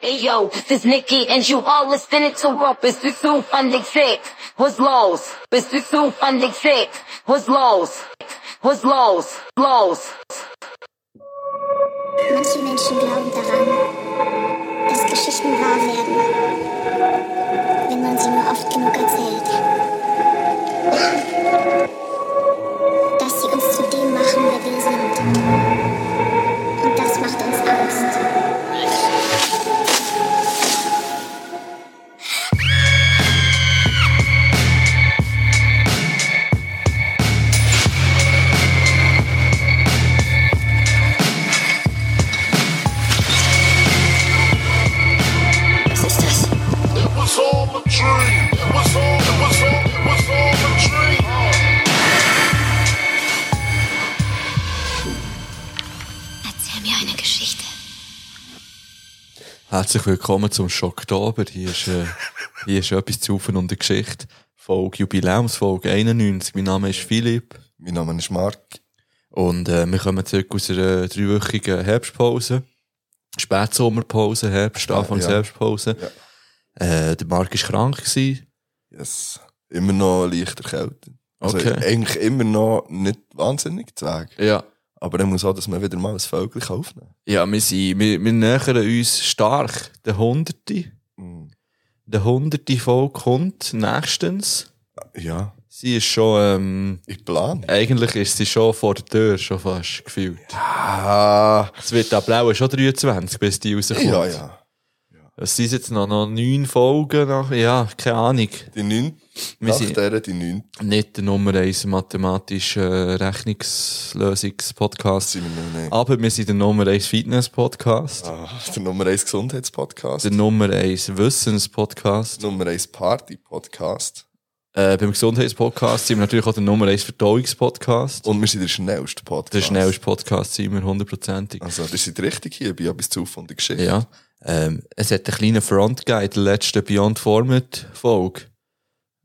Hey yo, this is Nikki and you are listening to what Besitu Unexit was lows. Besitu Unexit was lows. Was lows. Lows. Manche Menschen glauben daran, dass Geschichten wahr werden, wenn man sie nur oft genug erzählt. Dass sie uns zu dem machen, wer wir sind. Und das macht uns Angst. Was ist das? It was all a dream. It was all, it was all, it was all a dream. Erzähl mir eine Geschichte. Herzlich willkommen zum Schocktober. Hier ist, äh, hier ist etwas zu Ufen und der Geschichte. Folge Jubiläumsfolge 91. Mein Name ist Philipp. Mein Name ist Mark. Und äh, wir kommen zurück aus einer dreiwöchigen Herbstpause. Spätsommerpause, Herbst, Anfangs ja. Herbstpause. Äh, der Marc war krank. Gewesen. Yes. Immer noch leicht erkältet. Okay. Also eigentlich immer noch nicht wahnsinnig zweg. Ja. Aber er muss auch, dass man wieder mal ein Vögel aufnehmen Ja, wir, sind, wir, wir nähern uns stark der Hunderte. Mhm. Der Hunderte Folge kommt nächstens. Ja. Sie ist schon, ähm, Ich plane. eigentlich ist sie schon vor der Tür, schon fast gefühlt. Ah. Es wird ab auch schon 23, bis die rauskommt. Ja, ja. Es sind jetzt noch, noch neun Folgen. Nach, ja, keine Ahnung. Die neun. Wir Nach sind- der die neun. Nicht der Nummer eins mathematische Rechnungslösungs-Podcast. Sind wir noch nicht. Aber wir sind der Nummer eins Fitness-Podcast. Ah, Der Nummer eins Gesundheitspodcast. Der Nummer eins Wissens-Podcast. Nummer eins Party-Podcast. Äh, beim Gesundheitspodcast sind wir natürlich auch der Nummer eins Verdauungspodcast. Und wir sind der schnellste Podcast. der schnellste Podcast sind wir hundertprozentig. Also, ihr seid richtig hier bei etwas zu von der Geschichte. Ja. Ähm, es hat einen kleinen Front gegeben in der letzten Beyond Format Folge.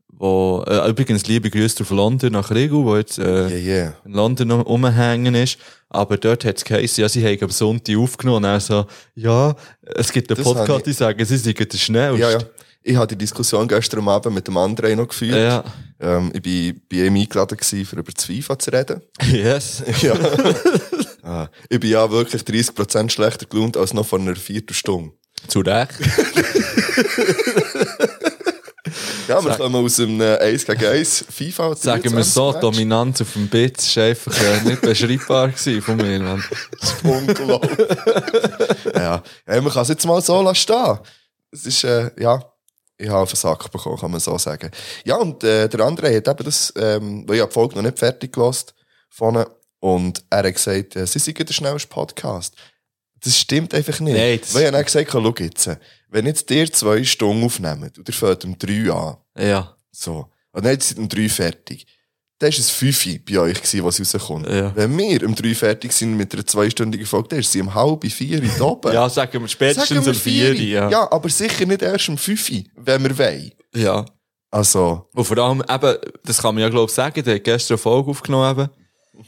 Wo, äh, übrigens, liebe Grüße auf London nach Rigu, wo jetzt, äh, Yeah, yeah. in London um- rumhängen ist. Aber dort hat es geheißen, ja, sie haben am Sonntag aufgenommen. Und er so, ja, es gibt einen Das habe ich- Podcast, die sagen, sie sind der schnellste. Ja, ja. Ich hatte die Diskussion gestern Abend mit dem André noch geführt. Ja. Ähm, ich war bei ihm eingeladen, gewesen, für über das FIFA zu reden. Yes. Ja. ah, ich bin ja wirklich 30% schlechter gelaunt als noch vor einer Viertelstunde. Zu Recht. Ja, wir kommen aus einem 1 gegen 1 FIFA. Sagen wir so, 23 Match. Dominanz auf dem Bitz war einfach äh, nicht beschreibbar gewesen von mir. Man. Unglaublich. ja. ja, man kann es jetzt mal so lassen stehen. Es ist, äh, ja, ich habe einen Sack bekommen, kann man so sagen. Ja, und äh, der André hat eben das, ähm, weil ich habe die Folge noch nicht fertig gelassen vorne und er hat gesagt, äh, sie sind der schnellste Podcast. Das stimmt einfach nicht. Nein, das- weil ich habe dann gesagt, schau jetzt, äh, wenn jetzt ihr zwei Stunden aufnehmt und ihr fährt um drei an, Ja. so. Und dann jetzt sind um drei fertig. Dann war es fünf bei euch, gewesen, was rauskommt. Ja. Wenn wir um drei fertig sind mit einer zweistündigen Folge, dann ist sie um halb vier in der oben. Ja, sagen wir Sagen spätestens wir am 4. um Ja. ja, aber sicher nicht erst um fünf, wenn wir wollen. ja. Also, Und vor allem, eben, das kann man ja, glaube ich, sagen, der hat gestern eine Folge aufgenommen.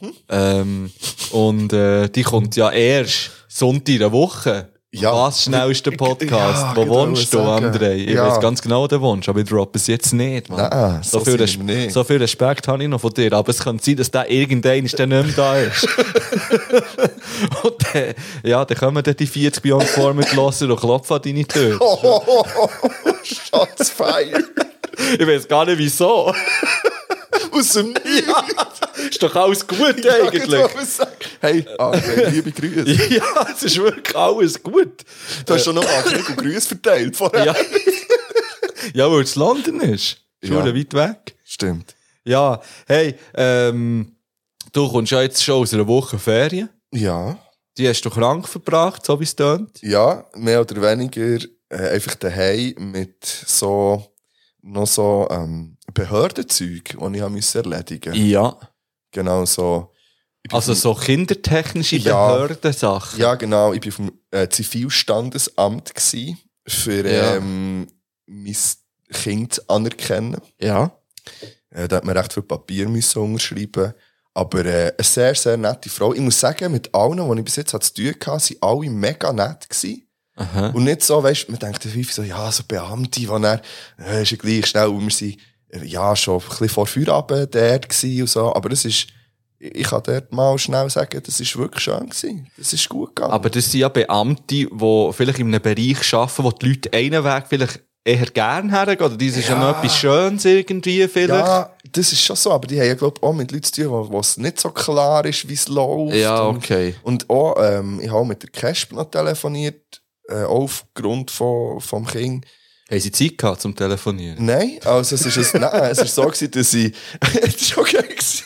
eben. Ähm, und äh, die kommt ja erst Sonntag in der Woche. Ja. Was schnellste Podcast? Ja, Wo genau, wohnst du, sagen. André? Ich Ja. weiss ganz genau, wo du wohnst, aber ich droppe es jetzt nicht. Mann. Nein, so viel sind wir Res- nicht. so viel Respekt habe ich noch von dir, aber es kann sein, dass der irgendein ist, der nicht mehr da ist. und dann, ja, dann kommen dann die 40 Beyond Format hören und klopfen an deine Tür. Oh. Shots fired. Ich weiß gar nicht, wieso. Aus dem Nichts. ist doch alles gut Ich eigentlich. kann es sagen. Hey, André, liebe Grüße. Ja, es ist wirklich alles gut. Äh, Du hast schon noch Achtung und Grüße verteilt vorher. Ja, ja weil es London ist. Ja. Schon weit weg. Stimmt. Ja, hey, ähm, du kommst ja jetzt schon aus einer Woche Ferien. Ja. Die hast du krank verbracht, so wie es tönt. Ja, mehr oder weniger äh, einfach daheim mit so noch so ähm, Behördenzeug, die ich habe müssen erledigen musste. Ja. Genau so. Ich bin Also vom, so kindertechnische Ja. Behördensachen. Ja, genau. Ich war vom äh, Zivilstandesamt gsi für Ja. ähm, mein Kind zu anerkennen. Ja. Äh, da hat man recht viel Papier müssen unterschreiben. Aber äh, eine sehr, sehr nette Frau. Ich muss sagen, mit allen, die ich bis jetzt hatte zu tun hatte, waren alle mega nett. Gewesen. Und nicht so, weißt du, man denkt häufig so, ja, so Beamte, die dann, äh, ist ja gleich schnell, und wir sind, äh, ja, schon ein bisschen vor Feierabend dort gewesen und so, aber es ist, ich ich kann dort mal schnell sagen, das ist wirklich schön gewesen. Das ist gut gegangen. Aber das sind ja Beamte, die vielleicht in einem Bereich arbeiten, wo die Leute einen Weg vielleicht eher gerne hergehen. Oder das ist ja, noch etwas Schönes irgendwie vielleicht. ja, das ist schon so, aber die haben ja, glaube ich, auch mit Leuten zu tun, wo- wo es nicht so klar ist, wie es läuft. Ja, Und- okay. Und auch, ähm, ich habe auch mit der Casp noch telefoniert, äh, auch aufgrund von, vom Kind. Haben sie Zeit gehabt zum Telefonieren? Nein, also es ist, ein, nein, es ist so, gewesen, dass ich. es war okay. gewesen.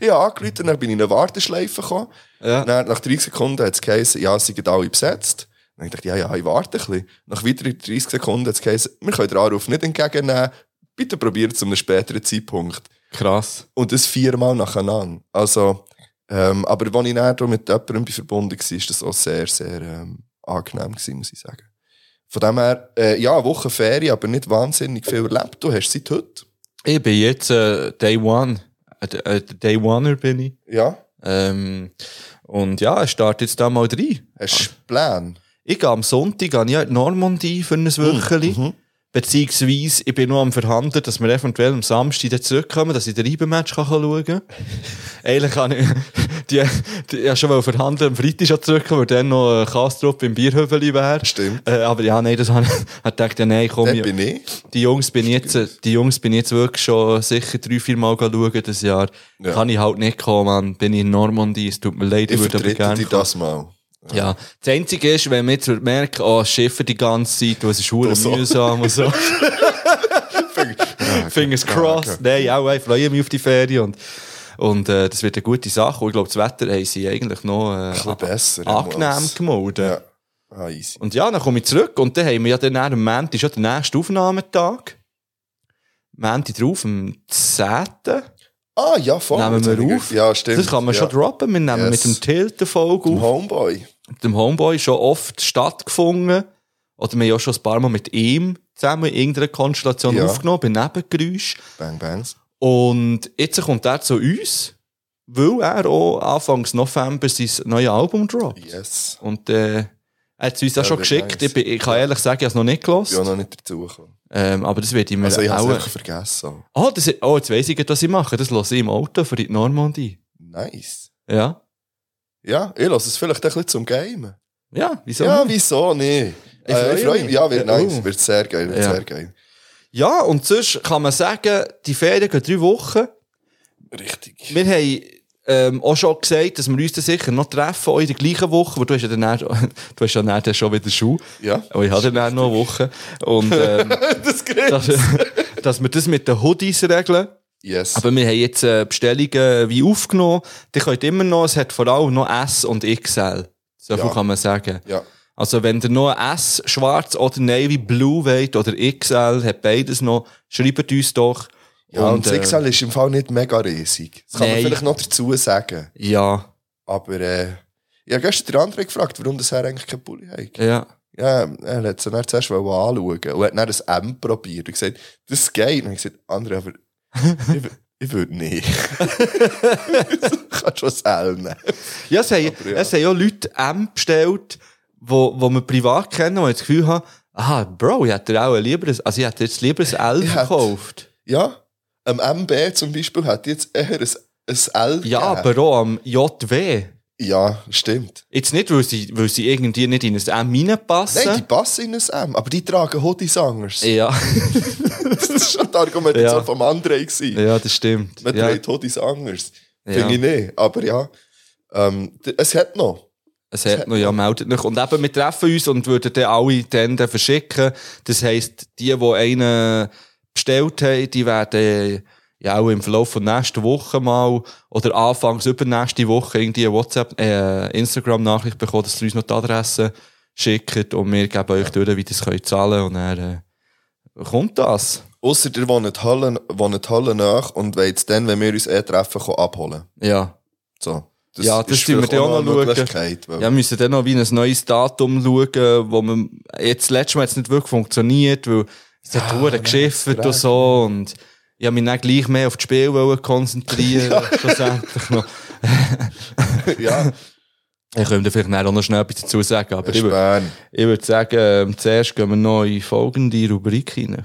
Ich habe angerufen, und dann bin ich in eine Warteschleife gekommen. Ja. Dann, nach 30 Sekunden hat es geheißen, ja, sie sind alle besetzt. Dann dachte ich, ja, ja, ich warte ein bisschen. Nach weiteren 30 Sekunden hat es geheißen, wir können den Anruf nicht entgegennehmen. Bitte probiert es zu einem späteren Zeitpunkt. Krass. Und das viermal nacheinander. Also, ähm, aber als ich dann mit jemandem verbunden war, war das auch sehr, sehr ähm, angenehm, gewesen, muss ich sagen. Von dem her, äh, ja, eine Woche Ferien, aber nicht wahnsinnig viel erlebt. Du hast seit heute. Ich bin jetzt äh, Day One. Äh, äh, Day Oneer bin ich. Ja. Ähm, und ja, ich starte jetzt da mal rein. Hast du Pläne? Ich gehe am Sonntag gehe ich ja in die Normandie für ein Mhm, Wöcheli. Beziehungsweise, ich bin noch am Verhandeln, dass wir eventuell am Samstag dann zurückkommen, dass ich den Reibematch kann schauen kann. Eigentlich kann ich, die, die, ich wollte schon verhandeln, am Freitag schon zurückkommen, weil dann noch Kastrup im Bierhöfeli wäre. Stimmt. Äh, aber ja, nein, das habe ich, hat gedacht, ja, nein, komm, Dort ich, bin ich. die Jungs bin ich jetzt, die Jungs bin ich jetzt wirklich schon sicher drei, vier Mal schauen, das Jahr. Ja. Kann ich halt nicht kommen, Mann. Bin ich in Normandie, es tut mir leid, Ich würde aber vertrete gerne dich kommen. das mal. Ja, das Einzige ist, wenn man jetzt würde merken, oh, schiffen die ganze Zeit, was ist hure so. Ah, mühsam und so. Fingers crossed. Nein, auch, ich freue mich auf die Ferien und, und äh, das wird eine gute Sache. Und ich glaube, das Wetter haben sie eigentlich noch äh, bisschen besser, angenehm als- gemolden. Ja. Ah, easy. Und ja, dann komme ich zurück und dann haben wir ja dann am Montag schon den nächsten Aufnahmetag. Montag drauf, am 10. Ah, ja, voll. nehmen Jetzt habe wir ich auf. ge- Ja, stimmt. Das kann man ja. schon droppen. Wir nehmen Yes. mit dem Tilt eine Folge auf. Homeboy. mit dem Homeboy schon oft stattgefunden. Oder wir haben ja schon ein paar Mal mit ihm zusammen in irgendeiner Konstellation Ja. aufgenommen, bei Nebengeräusch. Bang Bangs. Und jetzt kommt er zu uns, weil er auch Anfangs November sein neues Album droppt. Yes. Und äh, er hat es uns auch Ja, schon wird geschickt. nice. Ich, bin, ich kann ehrlich sagen, ich habe es noch nicht Ich bin auch gelesen. noch nicht dazugekommen. Ähm, aber das werde ich mir Also, ich habe es auch... einfach vergessen. Ah, das, oh, jetzt weiss ich, gerade, was ich mache. Das lasse ich im Auto für die Normandie. Nice. Ja. Ja, ich lasse es vielleicht ein bisschen zum Gamen. Ja, wieso Ja, nicht? wieso nicht? Ich Ich freue äh, ich freue mich. mich. Ja, wird Ja, nice. oh. Wird sehr geil, wird Ja. sehr geil. Ja, und sonst kann man sagen, die Ferien gehen drei Wochen. Richtig. Wir haben ähm, auch schon gesagt, dass wir uns dann sicher noch treffen, auch in der gleichen Woche, weil du hast ja dann, du hast ja dann dann schon wieder Schuhe. Ja. Aber ich habe dann auch noch eine Woche. Und, ähm, Das geht. dass, dass wir das mit den Hoodies regeln. Yes. Aber wir haben jetzt äh, Bestellungen wie aufgenommen. Die könnt immer noch, es hat vor allem noch S und XL. So viel Ja. kann man sagen. ja. Also wenn ihr noch ein S, schwarz oder Navy Blue wollt oder XL, habt beides noch, schreibt uns doch. Ja, und, äh, das XL ist im Fall nicht mega riesig. Das kann Nein. man vielleicht noch dazu sagen. Ja, Aber äh, ich habe gestern den anderen gefragt, warum das Herr eigentlich keinen Pulli hat. ja. Ja, er hat sie dann zuerst anschauen und hat dann das M probiert und gesagt, das geht. Und ich gesagt, André, aber ich, wü- ich würde nicht. du kannst schon das L nehmen. Ja, es haben, Aber ja. Es haben ja Leute M bestellt, wo, wo wir privat kennen, wo ich das Gefühl habe, aha, Bro, ich hätte auch lieber ein, also ich hätte jetzt lieber ein L Ich hätte- gekauft. Ja, am MB zum Beispiel hat jetzt eher ein, ein L Ja, gegeben. aber auch am JW. Ja, stimmt. Jetzt nicht, weil sie, weil sie irgendwie nicht in ein M Nein, die reinpassen. passen in ein M, aber die tragen Hoodies anders. ja. Das ist schon die Argumentation Ja. vom André gewesen. ja, das stimmt. Man ja. trägt Hoodies anders. Ja. Finde ich nicht, aber ja. Ähm, d- es hat noch. Es hat noch, ja, meldet noch. Und eben, wir treffen uns und würden dann alle dann dann verschicken. Das heisst, die, die einen bestellt haben, die werden ja auch im Verlauf von nächster Woche mal oder anfangs übernächste Woche irgendwie eine WhatsApp, äh, Instagram-Nachricht bekommen, dass ihr uns noch die Adresse schickt und wir geben euch durch, wie ihr das könnt zahlen und dann äh, kommt das. Ausser ihr wohnt Hallen, wohnt Hallen nach und wollt dann, wenn wir uns eh treffen, kommen, abholen. Ja. So. Ja, das ist tun wir vielleicht dann auch noch eine schauen. Möglichkeit, weil- Ja, wir müssen dann noch wie ein neues Datum schauen, wo man, jetzt, letztes Mal hat es nicht wirklich funktioniert, weil es Ah, hat Huren geschifft und so und ich habe mich dann gleich mehr auf das Spiel wollen konzentrieren schlussendlich noch. ja. Ich könnte vielleicht nachher auch noch schnell etwas dazu sagen, aber Das ich ist würde, Bern. ich würde sagen, ähm, zuerst gehen wir noch in folgende Rubrik rein.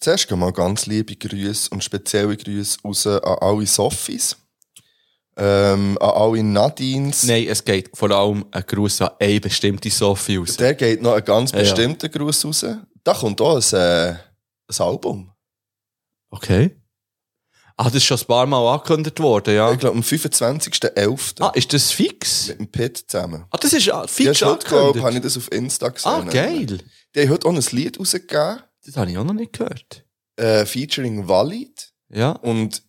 Zuerst gehen mal ganz liebe Grüße und spezielle Grüße raus an alle Sophies, ähm, an alle Nadines. Nein, es geht vor allem ein Gruß an eine bestimmte Sophie raus. Der geht noch einen ganz Ja, ja. bestimmten Gruß raus. Da kommt auch ein, äh, ein Album. Okay. Ah, das ist schon ein paar Mal angekündigt worden, ja. Ich glaube, am 25.11. Ah, ist das fix? mit dem Pit zusammen. Ah, das ist ah, Ja, fix schon, glaube habe ich angekündigt. das auf Insta gesehen. Ah, geil. Die haben heute auch ein Lied rausgegeben, Das habe ich auch noch nicht gehört. äh, featuring Walid. Ja. Und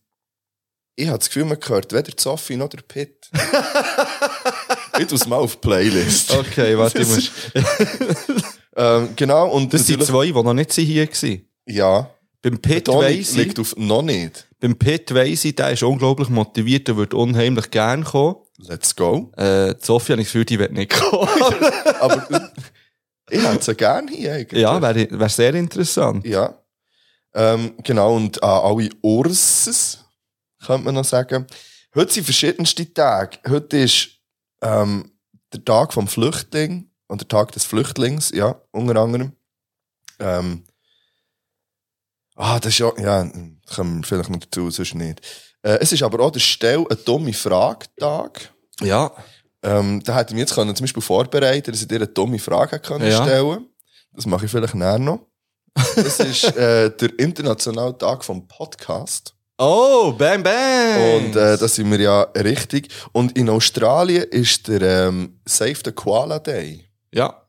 ich habe das Gefühl, man hört weder die Sophie noch der Pit. ich tue es mal auf die Playlist. Okay, warte, ich muss... Ähm, genau, und Das sind natürlich- zwei, die noch nicht hier waren. Ja. Beim Pit Toni weiss ich, liegt auf noch nicht. beim Pit weiss ich, der ist unglaublich motiviert, der würde unheimlich gerne kommen. Let's go. Äh, die Sophie habe ich das Gefühl, die wird nicht kommen. Aber äh, ich hätte sie gerne hier eigentlich. ja, wäre wär sehr interessant. Ja. Ähm, genau, und an alle Urses, könnte man noch sagen. Heute sind verschiedenste Tage. Heute ist ähm, der Tag vom Flüchtling und der Tag des Flüchtlings, ja, unter anderem. Ähm, ah, das ist ja, ja, kommen wir vielleicht noch dazu, sonst nicht. Äh, es ist aber auch der Stell eine dumme Frage-Tag. Ja. Ähm, da hätte ich mir jetzt können, zum Beispiel vorbereiten dass ich dir eine dumme Frage hätte können Ja. stellen Das mache ich vielleicht näher noch. Das ist äh, der internationale Tag vom Podcast. Oh, bam, bam! Und äh, das sind wir ja richtig. Und in Australien ist der ähm, Save the Koala Day. ja.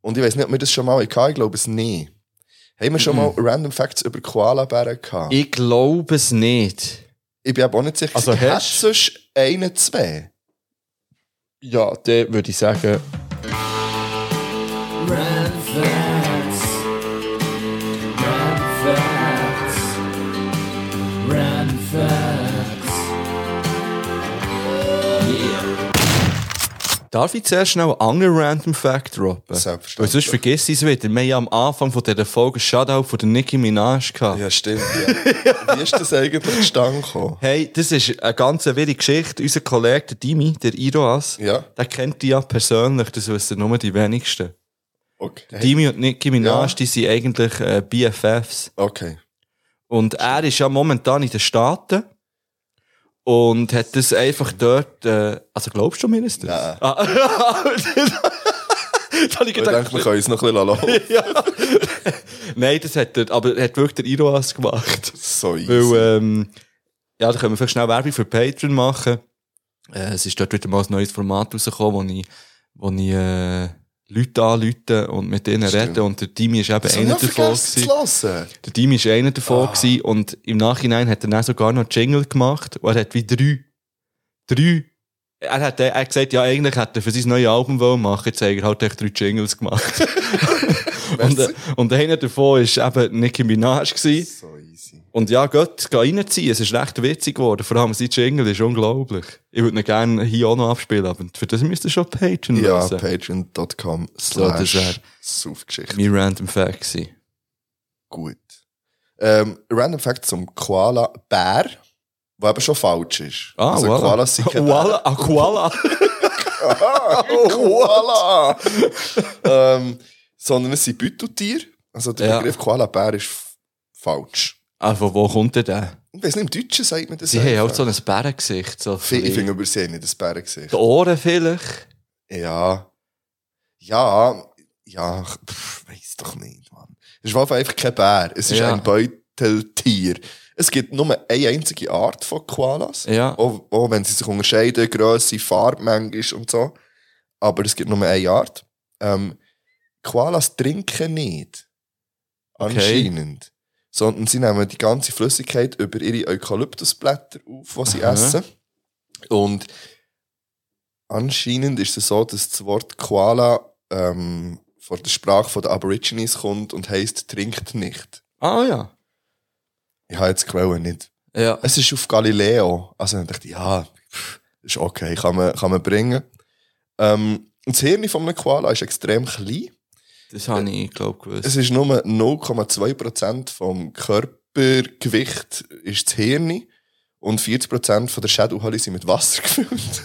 Und ich weiß nicht, ob wir das schon mal hatten. Ich glaube es nie. Haben wir schon mal Random Facts über Koalabären gehabt? Ich, Ich glaube es nicht. bin aber auch nicht sicher. Also ich hätte hast- sonst einen, zwei. Ja, dann würde ich sagen. Darf ich zuerst schnell einen anderen Random Fact droppen? Selbstverständlich. Weil sonst vergiss ich es wieder. Wir haben ja am Anfang von dieser Folge einen Shoutout von der Nicki Minaj gehabt. Ja, stimmt. Ja. Wie ist das eigentlich zustande gekommen? Hey, das ist eine ganz wilde Geschichte. Unser Kollege, der Dimi, der Iroas, Ja. der kennt die ja persönlich, das wissen nur die wenigsten. Okay. Dimi und Nicki Minaj, Ja. die sind eigentlich äh, BFFs. Okay. Und er ist ja momentan in den Staaten und hat das einfach dort... Äh, also glaubst du mir das? Nein. Ah, da habe ich Ich denke, gedacht, wir können uns noch ein bisschen laufen. ja. Nein, das hat er, aber hat wirklich der Iroas gemacht. So easy. Weil, ähm, ja, da können wir vielleicht schnell Werbung für Patreon machen. Äh, es ist dort wieder mal ein neues Format rausgekommen, wo ich, wo ich äh, Leute anrufe und mit denen Stimmt. rede. Und der Dimi ist eben Das hab ich einer noch davon. vergessen Ah. gewesen. zu hören. Der Dimi ist einer davon gewesen. Und im Nachhinein hat er dann sogar noch einen Jingle gemacht. Und er hat wie drei, drei, er hat, er hat gesagt, ja, eigentlich hätte er für sein neues Album wollen machen. Jetzt hat er halt echt drei Jingles gemacht. und, äh, und einer davon war eben Nicki Minaj. Gewesen. So easy. Und ja, Gott, geh reinziehen. Es ist recht witzig geworden. Vor allem sein Jingle ist unglaublich. Ich würde ihn gerne hier auch noch abspielen, aber für das müsst ihr schon Patreon Ja, lesen. patreon.com das ist er. slash Saufgeschichte. Mein Random Fact gewesen. Gut. Ähm, Random Fact zum Koala Bär, der eben schon falsch ist. Ah, also voilà. Koalas sind keine Koala, ah, Koala. Bären. Koala! ähm, sondern es sind Beuteltiere. Also der Ja. Begriff Koala Bär ist f- falsch. ah, von wo kommt denn der? Ich weiß nicht, im Deutschen sagt man das Sie haben einfach. halt so ein Bärengesicht. So Ich finde, wir sehen nicht das Bärengesicht. die Ohren vielleicht. Ja. Ja, ja, pff, weiß doch nicht, Mann. Es ist auf jeden Fall einfach kein Bär. Es ist Ja. ein Beuteltier. Es gibt nur eine einzige Art von Koalas. Ja. Auch, auch wenn sie sich unterscheiden, Grösse, Farbe manchmal und so. Aber es gibt nur eine Art. Ähm, Koalas trinken nicht. Okay. Anscheinend. Sondern sie nehmen die ganze Flüssigkeit über ihre Eukalyptusblätter auf, was sie Aha. essen. Und anscheinend ist es so, dass das Wort Koala ähm, von der Sprache der Aborigines kommt und heisst trinkt nicht. Ah ja. Ich habe jetzt die Quelle nicht. Ja. Es ist auf Galileo. Also dann dachte ich, ja, pff, ist okay, kann man, kann man bringen. Ähm, das Hirn von einem Koala ist extrem klein. Das habe ich, glaube gewusst. Es ist nur 0,2% vom Körpergewicht ist das Hirn und 40% von der Schädelhalle sind mit Wasser gefüllt.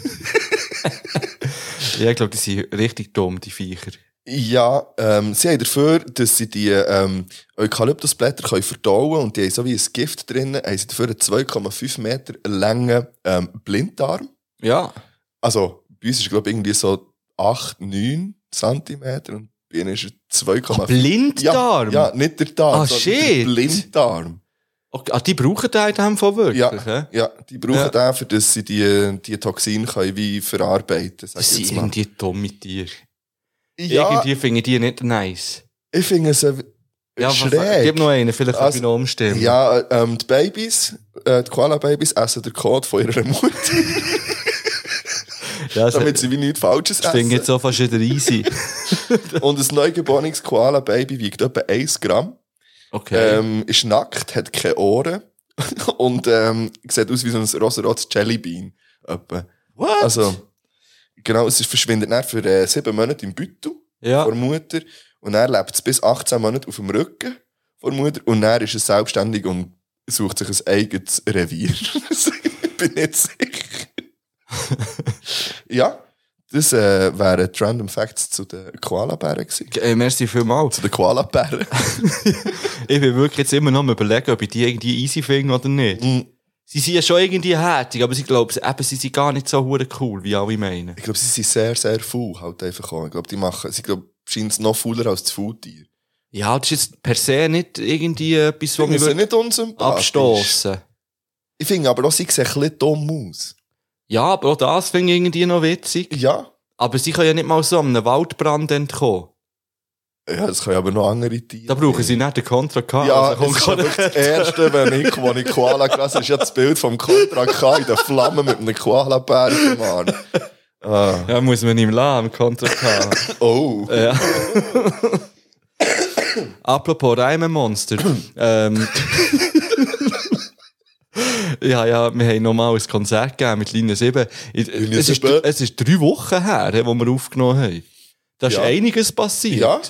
Ja, ich glaube, die sind richtig dumm, die Viecher. Ja, ähm, sie haben dafür, dass sie die ähm, Eukalyptusblätter können verdauen und die haben so wie ein Gift drin, haben sie dafür einen 2,5 Meter langen ähm, Blinddarm. Ja. Also bei uns ist glaube ich irgendwie so 8, 9 Zentimeter und bei ihnen ist er 2,5. Blinddarm? Ja, ja, nicht der Darm, Ah, sondern shit. der Blinddarm. Okay. Ah, die brauchen den in dem Fall wirklich, Ja, hä? ja, die brauchen Ja. den, für dass sie die, die Toxine können wie verarbeiten sag Das ich sind jetzt mal. irgendwie dumme Tiere. Ja, Irgendwie finde ich die nicht nice. ich finde es äh, Ja, was, schräg. gib noch einen, vielleicht kann Also- ich noch umstimmen. Ja, äh, ähm, die Babys, äh, die Koala-Babys essen den Kot von ihrer Mutter, ja das, damit sie wie nichts Falsches das finde ich jetzt essen. so fast wieder easy. Und ein neugeborenes Koala-Baby wiegt etwa 1 Gramm, Okay. ähm, ist nackt, hat keine Ohren und ähm, sieht aus wie so ein rosarotes Jellybean. Etwa. What? Also, genau, es ist- verschwindet dann für äh, sieben Monate im Büttel. ja. vor der Mutter. Und er lebt es bis 18 Monate auf dem Rücken vor der Mutter. Und er ist er selbstständig und sucht sich ein eigenes Revier. ich bin nicht sicher. ja, das äh, wären die Random Facts zu den Koalabären gewesen. Äh, merci vielmals. Zu den Koalabären. Ich bin wirklich jetzt immer noch am überlegen, ob ich die irgendwie easy finde oder nicht. Mm. Sie sind ja schon irgendwie härtig, aber sie glauben, eben, sie sind gar nicht so hure cool, wie alle meinen. ich glaube, sie sind sehr, sehr faul halt einfach auch. Ich glaube, die machen, sie glaub, scheinen noch fauler als das Faultier. Ja, das ist jetzt per se nicht irgendwie etwas, Die was mich sind würde nicht unsympathisch. abstoßen. Ich finde aber auch, sie sehen ein bisschen dumm aus. Ja, aber auch das finde ich irgendwie noch witzig. Ja. Aber sie können ja nicht mal so einem Waldbrand entkommen. Ja, das können aber noch andere Tiere. Da brauchen sie nicht den Contra K. Ja, also, das ist komm, komm. wirklich das Erste, wenn ich, wo ich Koala gelesen habe, ist ja das Bild vom Contra K in der Flamme mit einem Koala-Bären im Arm. Ah, ja, muss man ihm laden, am Contra K. oh. ja. Apropos Reimenmonster. ähm, ja, ja, wir haben nochmal ein Konzert gegeben mit Linie 7. Ich- Linie Es ist, 7. es ist drei Wochen her, he, wo wir aufgenommen haben. Da ist Ja. einiges passiert. Ja,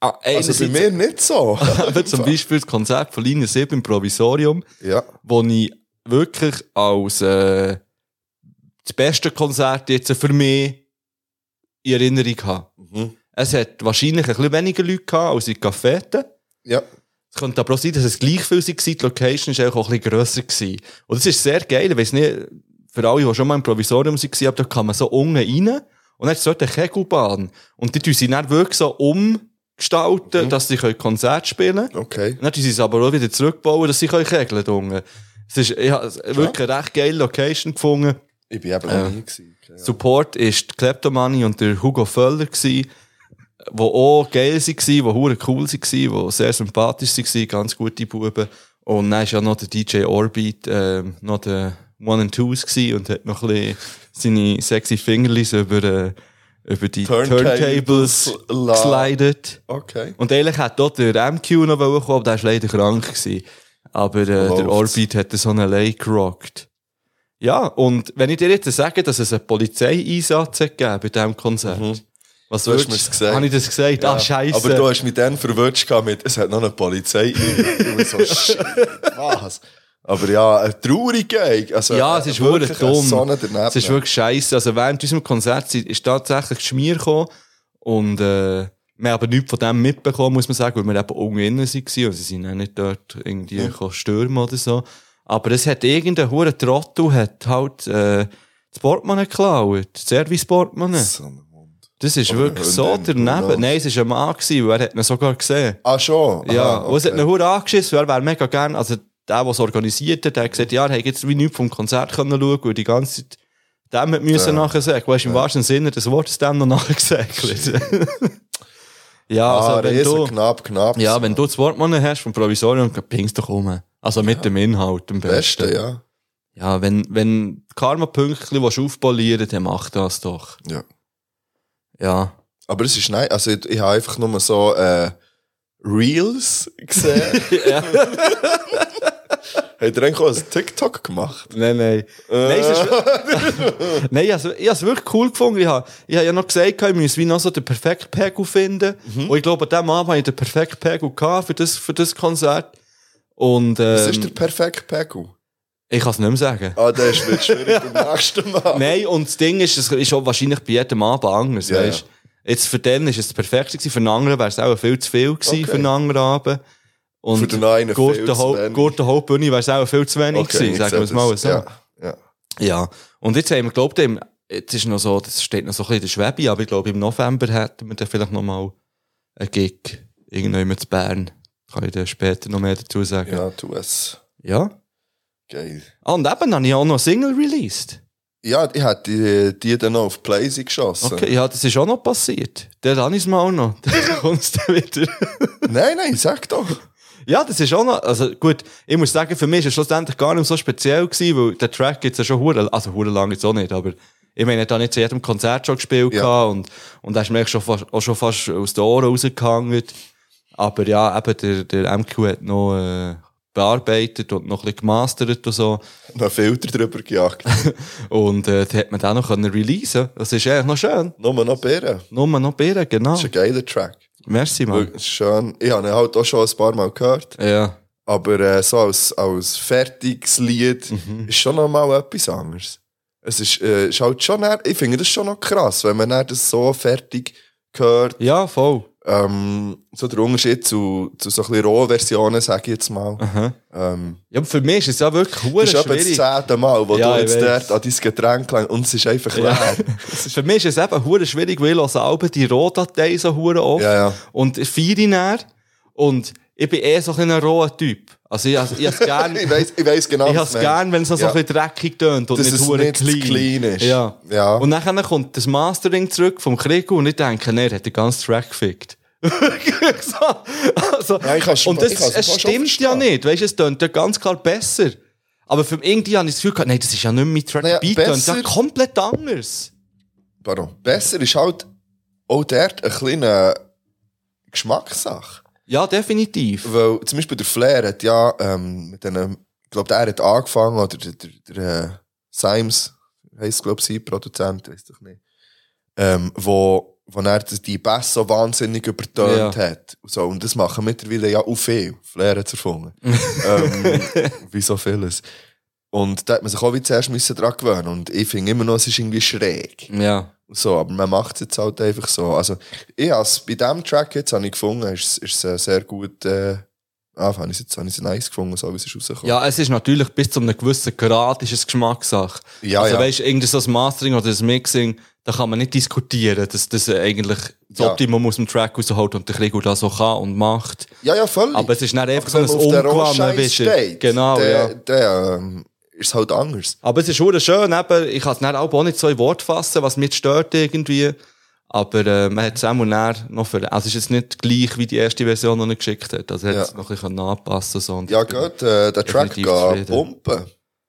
Ah, also bei mir nicht so. einerseits zum Beispiel das Konzert von Linie 7 im Provisorium. Ja, wo ich wirklich als äh, das beste Konzert jetzt für mich in Erinnerung habe. Mhm. Es hat wahrscheinlich ein bisschen weniger Leute gehabt als in Cafeten. ja. Es könnte aber auch sein, dass es gleich viel war. Die Location war auch ein bisschen grösser. Gewesen. Und es ist sehr geil. Ich weiss nicht, für alle, die schon mal im Provisorium waren, aber da kann man so unten rein. Und dann hat es dort eine Kegelbahn. Und die tun sie dann wirklich so umgestalten, dass sie können Konzerte spielen können. Okay. Dann haben sie es aber auch wieder zurückgebaut, dass sie können kegeln können. Es ist, ich habe wirklich eine recht geile Location gefunden. Ich bin eben noch nie gewesen. Ja. Support ist die Kleptomani und der Hugo Völler gsi, wo auch geil waren, wo hure cool waren, wo sehr sympathisch waren, ganz gute Buben. Und dann war ja noch der DJ Orbit, ähm, noch der One and Twos gsi und hat noch ein bisschen seine sexy Fingerlis über, äh, über die Turntables Turntables la- geslidet. Okay. Und eigentlich hat dort der MQ noch wollen kommen, aber der war leider krank. Gewesen. Aber äh, der Läuft's. Orbit hat so einen Lay gerockt. Ja, und wenn ich dir jetzt sage, dass es einen Polizeieinsatz hat gegeben bei diesem Konzert, was Mhm. Du hast würdest mir's gesagt. Habe ich das gesagt? Ah, scheiße. Aber du hast mich dann verwirrt gehabt mit, es hat noch eine Polizei. Ich war so, shit, was? Aber ja, eine traurige Gag. Also, ja, es ist äh, wirklich eine dumm. Sonne daneben. Es ist wirklich scheiße. Also während unserem Konzert ist- ist tatsächlich Schmier gekommen und äh, wir haben aber nichts von dem mitbekommen, muss man sagen, weil wir eben unten drin waren und sie sind auch nicht dort irgendwie gekommen stürmen oder so. Aber es hat irgendein hure Trottel hat halt äh, das Portemonnaie geklaut, das Service-Portemonnaie. So ein Mund. Das ist Oder wirklich eine so Hündin, who knows? daneben. Nein, es war ein Mann, gewesen, weil er hat ihn sogar gesehen. Ah, schon? Ja, Aha, und es hat okay. ihn hure angeschissen, weil er wäre mega gern, also der, der es organisiert hat, der hat gesagt, ja, er hätte jetzt wie nichts vom Konzert können schauen weil die ganze Zeit dem hat müssen nachher sagen. Weißt du, im wahrsten Sinne des Wortes dem noch nachher gesagt. Ja, Ah, also wenn Riesen, du, knapp, knapp. ja, wenn du das Wortmann hast vom Provisorium, dann pingst doch um. Also mit dem Inhalt am besten. Beste, ja. ja, wenn, wenn die Karma-Pünktchen willst aufpolieren, dann mach das doch. ja. Ja. Aber es ist nein, also ich, ich habe einfach nur so äh, Reels gesehen. Hat er eigentlich auch ein TikTok gemacht? Nein, nein. Äh. Nein, es ist- nein ich habe es wirklich cool gefunden. Ich habe, ich habe ja noch gesagt, ich muss wie noch so den perfekten Pegel finden. Mhm. Und ich glaube, an diesem Abend habe ich den perfekten Pegel gehabt für das, für das Konzert. Und, ähm, Das ist der perfekte Pegel. ich kann es nicht mehr sagen. Ah, der ist wird schwierig beim nächsten Mal. Nein, und das Ding ist, es ist auch wahrscheinlich bei jedem Abend anders, Ja, weißt? Jetzt für den ist es das perfekte gewesen, für den anderen wäre es auch viel zu viel gewesen Okay. für den anderen Abend. Und Für den einen viel zu wenig. Gurten Hauptbühne wäre es auch viel zu wenig gewesen, ich sagen sehe wir es mal das. so. Ja, ja. Ja, und jetzt haben wir, glaubt im, jetzt ist noch so, das steht noch so ein bisschen in der Schwebe, aber ich glaube, im November hätten wir dann vielleicht noch mal einen Gig irgendwann zu Bern. Kann ich dann später noch mehr dazu sagen. Ja. ja, tu es. Geil. Ah, und eben habe ich auch noch eine Single released. Ja, ich hätte die, die dann noch auf Playsee geschossen. Okay, ja, das ist auch noch passiert. Dann habe ich es mal auch noch. Dann kommst du wieder. Nein, nein, sag doch. ja, das ist auch noch, also gut, ich muss sagen, für mich ist es schlussendlich gar nicht so speziell gewesen, weil der Track gibt's ja schon hure, also hure lang jetzt auch nicht, aber ich meine, er hat auch nicht zu jedem Konzert schon gespielt Ja. gehabt und, und er ist mir eigentlich schon fast, auch schon fast aus den Ohren rausgehangen. Aber ja, eben, der, der MQ hat noch, äh, bearbeitet und noch ein bisschen gemastert und so. Noch einen Filter drüber gejagt. Und, äh, da hat man den auch noch können releasen. Das ist eigentlich noch schön. Nur noch Beeren. Nur noch Bieren, genau. Das ist ein geiler Track. Merci, Mann. Wirklich Schön. Ich habe ihn halt auch schon ein paar Mal gehört. Ja. Aber äh, so als, als fertiges Lied Mhm. ist schon nochmal etwas anderes. Es ist, äh, ist halt schon, eher- ich finde das schon noch krass, wenn man dann das so fertig hört. Ja, voll. Ähm, so der Unterschied zu, zu so ein bisschen rohen Versionen, sage ich jetzt mal. Aha. Ähm, Ja, aber für mich ist es ja wirklich hure das ist eben das schwierig. zehnte Mal, wo Ja, du ich jetzt weiss. dort an dein Getränk lang und es ist einfach leer. Für mich ist es eben hure schwierig, weil ich selber die Rohdatei so hure oft Ja, ja. und feiere ihn dann. Und ich bin eh so ein bisschen ein roher Typ. Also ich, ich hab's gern, ich ich weiss, ich weiss genau, hab's du meinst. gern, wenn es noch so Ja. ein bisschen dreckig tönt und Dass nicht es hure nicht zu clean. clean ist. Ja. Ja. Und dann kommt das Mastering zurück vom Krieg und ich denke, nee, er hat den ganzen Track gefickt. so. also, Ja, ich kann's schon- und das, ich kann's es fast schon stimmt ja verstehen. nicht, weißt du, es tönt ja ganz klar besser. Aber für irgendwie habe ich das Gefühl gehabt, nein, das ist ja nicht mein Track, Naja, der Beat tönt ja besser- komplett anders. Pardon. Besser ist halt auch dort eine kleine Geschmackssache. Ja, definitiv. Weil zum Beispiel der Flair hat ja ähm, mit einem, ich glaube, der hat angefangen, oder der, der, der äh, Simes, heisst, glaube ich, sein Produzent, weiß doch nicht, ähm, wo, wo er die Bass so wahnsinnig übertönt hat. Und So, und das machen mittlerweile ja auch viel. Flair hat es erfunden. ähm, wie so vieles. Und da hat man sich auch wie zuerst müssen dran gewöhnen. Und ich finde immer noch, es ist irgendwie schräg. Ja. So, aber man macht es jetzt halt einfach so. Also, ich has, bei diesem Track jetzt habe ich gefunden, ist, ist es äh, sehr gut. Äh, ah, habe ich es jetzt habe ich es nice gefunden, so wie es ist rausgekommen. ja, es ist natürlich bis zu einem gewissen Grad ist es Geschmackssache. Ja, also ja. weißt du, irgendwie so das Mastering oder das Mixing, da kann man nicht diskutieren, dass das äh, eigentlich das Ja. Optimum aus dem Track rausholt und der Krieg das so kann und macht. ja, ja, völlig. Aber es ist nicht einfach so Also, ein wenn man auf der Umgewandeln, Rohscheiß weißt du. Genau, der, ja. Der, ähm, ist es halt anders. Aber es ist schon schön, eben, ich kann es dann auch nicht so in Wort fassen, was mich stört irgendwie. Aber äh, man hat es auch mal näher noch für, also es ist jetzt nicht gleich wie die erste Version, die er geschickt hat. Also er hat es Ja. noch ein bisschen anpassen können. So. Und Ja, ich bin- gut, äh, der definitiv Track geht zufrieden. pumpen.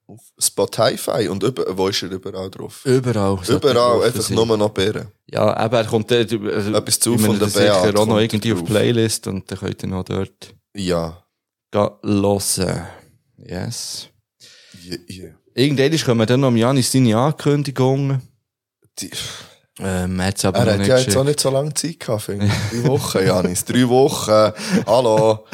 Auf Spotify und über, wo ist er überall drauf? Überall. sollte überall, drauf einfach sein. nur noch Bären. Ja, eben, er kommt dort, äh, Etwas zu ich meine, von der das sicher Beat auch noch kommt irgendwie auf drauf. Playlist und dann könnt ihr noch dort Ja. gehen hören. Yes. Yeah, yeah. Irgendwann kommen dann noch am Janis seine Ankündigungen. Die, Ähm, er hat's aber Er noch hat nicht ja jetzt auch geschickt. nicht so lange Zeit gehabt, finde ich. Drei Wochen, Janis. Drei Wochen. Hallo.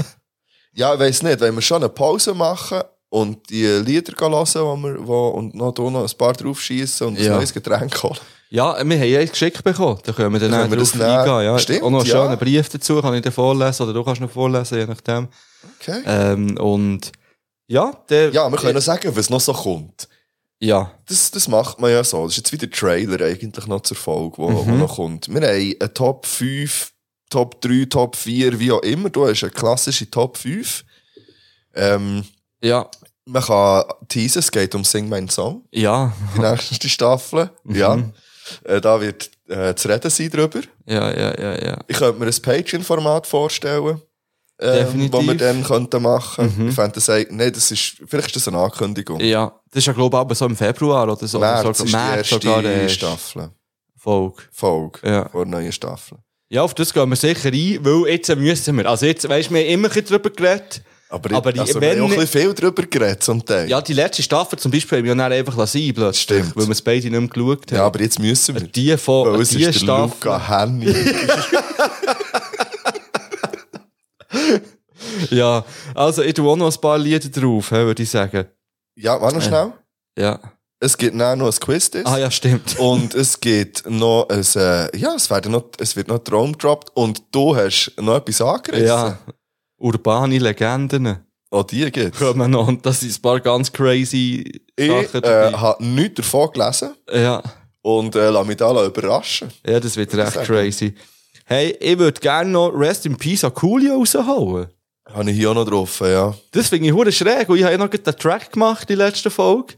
Ja, ich weiss nicht, wenn wir schon eine Pause machen und die Lieder gehen hören, wo wir, wo, und noch, da noch ein paar draufschießen und Ja. ein neues Getränk holen. Ja, wir haben ja eins geschickt bekommen. Da können wir dann, Dann dann können wir drauf das nehmen. eingehen. Ja, Stimmt, auch noch einen ja. schönen Brief dazu, kann ich dir vorlesen, oder du kannst noch vorlesen, je nachdem. Okay. Ähm, und, ja, der, Ja, wir können noch sagen, was noch so kommt. ja. Das, das macht man ja so. Das ist jetzt wieder Trailer eigentlich noch zur Folge, wo, wo noch kommt. Wir haben eine Top 5, Top 3, Top 4, wie auch immer. Du hast eine klassische Top 5. Ähm, Ja, man kann teasen, es geht um Sing Mein Song. ja. Mhm. die nächste Staffel. Ja. Äh, da wird äh, zu reden sein darüber. Ja, ja, ja, ja. Ich könnte mir ein Patreon-Format vorstellen, ähm, Definitiv. Mhm. das wir dann könnten machen könnten. Ich fände das eigentlich, nee, das ist, vielleicht ist das eine Ankündigung. Ja, das ist ja, glaube ich, aber so im Februar oder so. März so, ist die erste erst. Staffel, äh, Folge. Folge Ja. vor der neuen Staffel. Ja, auf das gehen wir sicher ein, weil jetzt müssen wir. Also jetzt, weißt du, wir haben immer ein bisschen drüber geredet. Aber, Aber ich, wenn- also, wir haben auch ein bisschen viel drüber geredet zum Teil. Ja, die letzte Staffel zum Beispiel haben wir ja dann einfach sein lassen, Stimmt. Weil wir es beide nicht mehr geschaut haben. Ja, aber jetzt müssen wir. die von, Weil es die ist der Staffel. Luca Henny. Ja. Also, ich tue auch noch ein paar Lieder drauf, hä, würde ich sagen. ja, warte noch schnell. Ja. Es gibt nachher noch ein Quiz. Äh. Ah, ja, stimmt. Und es gibt noch ein, äh, ja, es, werden noch, es wird noch Traum gedroppt und du hast noch etwas angerissen. Ja. Urbane Legenden. Auch die gibt's. Kommen noch. Und das sind ein paar ganz crazy Ich Sachen äh, habe nichts davon gelesen ja. und äh, lasse mich da überraschen. Ja, das wird recht sagen. crazy. Hey, ich würde gerne noch Rest in Peace an Coolio raushauen. Habe ich hier auch noch drauf, ja. Das finde ich hure schräg, weil ich habe ja noch gerade den Track gemacht, die letzte Folge.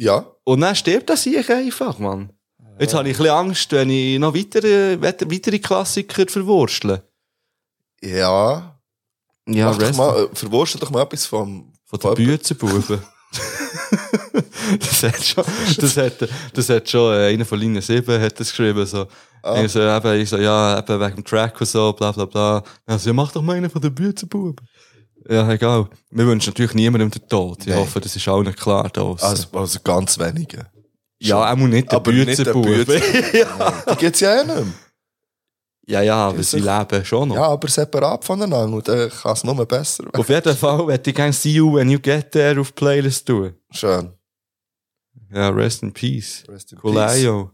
Ja, Und dann stirbt das ich einfach, Mann. Jetzt habe ich ein bisschen Angst, wenn ich noch weitere, wet- weitere Klassiker verwurstle. ja. Ja, Mach doch mal, äh, verwurstel doch mal etwas vom... Von den Büzenbuben. das hat schon, das hat, das hat schon, äh, einer von Linie 7 hat das geschrieben, so. Ah. Ich so, eben, ich so, ja, eben wegen dem Track und so, bla, bla, bla. Also, ja, mach doch mal einen von den Büzenbuben. Ja, egal. Wir wünschen natürlich niemandem den Tod. Ich Nein. hoffe, das ist allen klar da draussen. Also, also ganz wenige. ja, auch nicht der Aber nicht der Büzenbuben. Die gibt's ja eh nicht mehr. ja, ja, aber Ist sie doch- leben schon noch. Ja, aber separat voneinander und dann kann es nur besser werden. Auf jeden Fall hätte ich gerne See You When You Get There auf die Playlist tun. Schön. Ja, rest in peace. Rest in peace. Kulayo.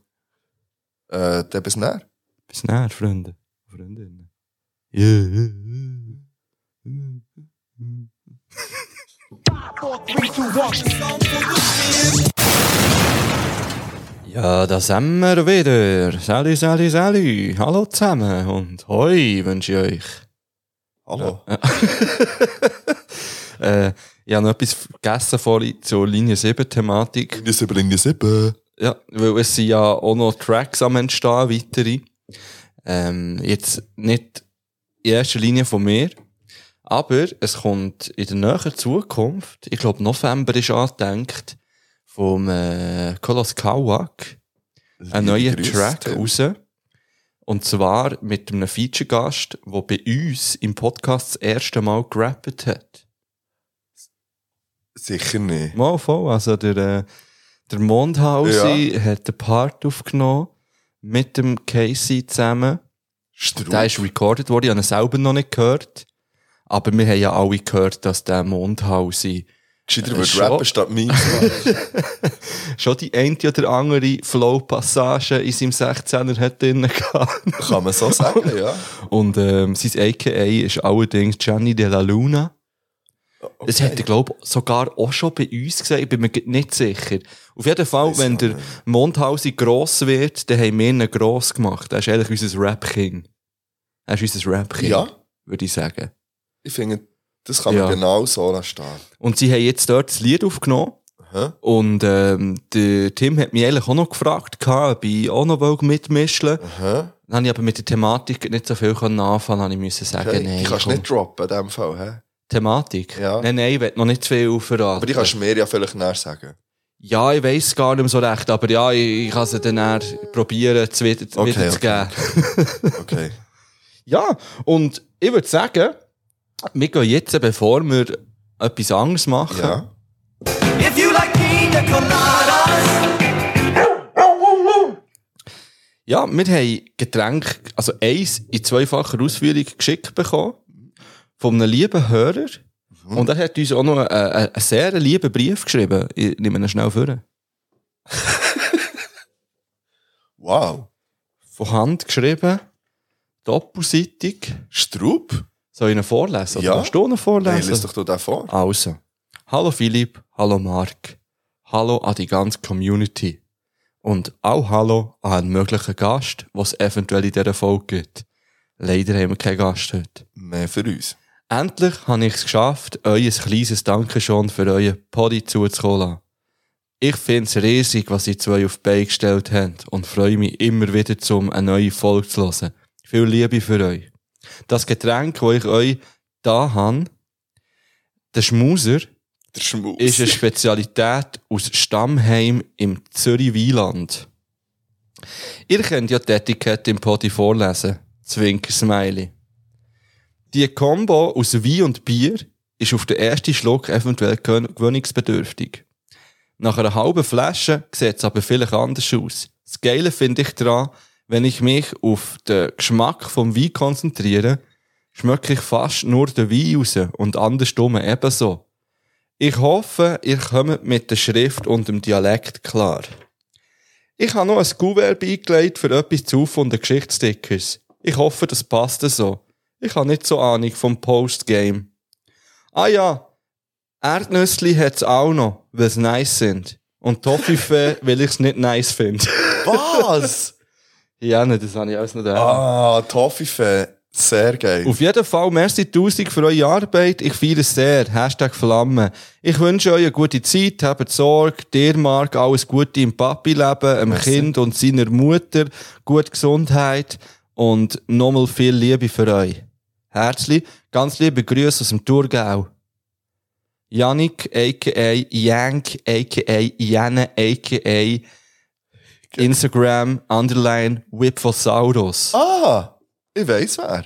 Äh, dann bis näher. Bis näher, Freunde. Freundinnen. Yeah. Ja, da sind wir wieder. Sali, sali, sali. Hallo zusammen und hoi wünsche ich euch. Hallo. Äh, ich habe noch etwas vergessen vorhin zur Linie 7 Thematik. Linie 7, Linie 7. Ja, weil es sind ja auch noch Tracks am entstehen, weitere. Ähm, jetzt nicht in erster Linie von mir, aber es kommt in der näheren Zukunft, ich glaube November ist angedenkt, vom äh, Kolos Kawak, ein neuer Track raus. Und zwar mit einem Feature-Gast, der bei uns im Podcast das erste Mal gerappt hat. Sicher nicht. Mal voll. Also der, äh, der Mondhausi hat den Part aufgenommen mit dem Casey zusammen. Strub. Der ist recorded worden, ich habe ihn selber noch nicht gehört. Aber wir haben ja alle gehört, dass der Mondhausi Gescheiter äh, wird schon. rappen statt Memes. schon die eine oder andere Flow-Passage in seinem 16er hat drin gehabt. Kann man so sagen, ja. Und ähm, sein AKA ist allerdings Gianni de la Luna. Das hätte ich, glaube sogar auch schon bei uns gesehen. Ich bin mir grad nicht sicher. Auf jeden Fall, Weiss wenn auch der Mondhausi gross wird, dann haben wir ihn gross gemacht. Er ist eigentlich unser Rap-King. Er ist unser Rap-King, Ja. würde ich sagen. Ich finde, das kann Ja. man genau so lassen stehen. Und sie haben jetzt dort das Lied aufgenommen. Aha. Und ähm, der Tim hat mich eigentlich auch noch gefragt, gehabt, ob ich auch noch wollte mitmischen wollte. Aha. Dann habe ich aber mit der Thematik nicht so viel können anfangen können. Ich musste sagen, Okay. nein. die kannst du komm. nicht droppen in dem Fall, hä? Thematik? Ja. Nein, nein, ich will noch nicht zu viel verraten. Aber die kannst du mir ja vielleicht näher sagen. Ja, ich weiß gar nicht mehr so recht, aber ja, ich, ich kann es dann eher probieren, es wieder, Okay, wieder zu okay, geben. Okay. Ja, und ich würde sagen, wir gehen jetzt, bevor wir etwas anderes machen, ja. If you like pina coladas, ja, wir haben Getränk, also eins in zweifacher Ausführung geschickt bekommen von einem lieben Hörer. Mhm. Und er hat uns auch noch einen, einen, einen sehr lieben Brief geschrieben. Ich nehme ihn schnell vor. Wow. Von Hand geschrieben, doppelseitig. Strub? Soll ich ihn vorlesen? Ja. Oder willst du ihn vorlesen? Nein, lies doch du den vor. Also, hallo Philipp, hallo Mark, hallo an die ganze Community und auch hallo an einen möglichen Gast, was es eventuell in dieser Folge gibt. Leider haben wir keinen Gast heute. Mehr für uns. Endlich habe ich es geschafft, euer kleines Dankeschön für euer Poddy zuzuholen. Ich finde es riesig, was ihr zwei auf die Beine gestellt habt und freue mich immer wieder, um eine neue Folge zu hören. Viel Liebe für euch. Das Getränk, das ich euch da habe, der Schmuser, Der Schmaus. ist eine Spezialität aus Stammheim im Zürich-Wieland. Ihr könnt ja die Etikette im Podi vorlesen. Zwinker-Smiley. Die Combo aus Wein und Bier ist auf den ersten Schluck eventuell gewöhn- gewöhnungsbedürftig. Nach einer halben Flasche sieht es aber vielleicht anders aus. Das Geile finde ich daran, wenn ich mich auf den Geschmack vom Wein konzentriere, schmecke ich fast nur den Wein raus und andersrum ebenso. Ich hoffe, ihr kommt mit der Schrift und dem Dialekt klar. Ich habe noch ein Kuvert beigelegt für etwas zu von den Geschichtstickers. Ich hoffe, das passt so. Ich habe nicht so Ahnung vom Postgame. Ah ja, Erdnüsse hat es auch noch, weil sie nice sind. Und Toffifee, weil ich es nicht nice finde. Was? ja, ne, das habe ich alles nicht ah. ah, Toffifee. Sehr geil. Auf jeden Fall, merci tausend für eure Arbeit. Ich feiere es sehr. Hashtag Flamme. Ich wünsche euch eine gute Zeit, habt Sorge, dir, Marc, alles Gute im Papi-Leben, dem Kind und seiner Mutter, gute Gesundheit und nochmal viel Liebe für euch. Herzlich, ganz liebe Grüße aus dem Thurgau. Yannick, a.k.a. Yank, a.k.a. Janne, a.k.a. Instagram, underline, Whipfosaurus. Ah, ich weiss wer.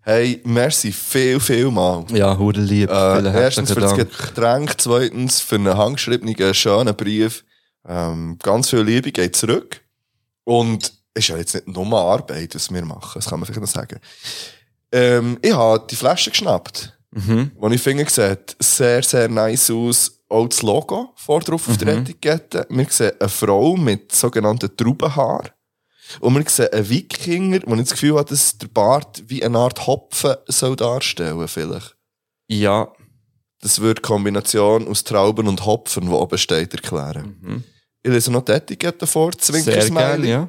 Hey, merci viel, viel mal. Ja, hure lieb. Äh, Vielen erstens herzlichen für Dank. das Getränk, zweitens für einen handgeschriebenen, schönen Brief. Ähm, ganz viel Liebe geht zurück. Und es ist ja jetzt nicht nur Arbeit, was wir machen, das kann man vielleicht noch sagen. Ähm, ich habe die Flasche geschnappt, Mhm. die ich finde, sieht sehr, sehr nice aus. Auch das Logo vor drauf auf Mhm. der Etikette. Wir sehen eine Frau mit sogenannten Traubenhaar. Und wir sehen einen Wikinger, wo ich das Gefühl habe, dass der Bart wie eine Art Hopfen soll darstellen vielleicht. Ja, Das würde die Kombination aus Trauben und Hopfen, die oben steht, erklären. Ich lese noch die Etikette vor, Mhm. sehr gerne, Zwinkersmiley. ja.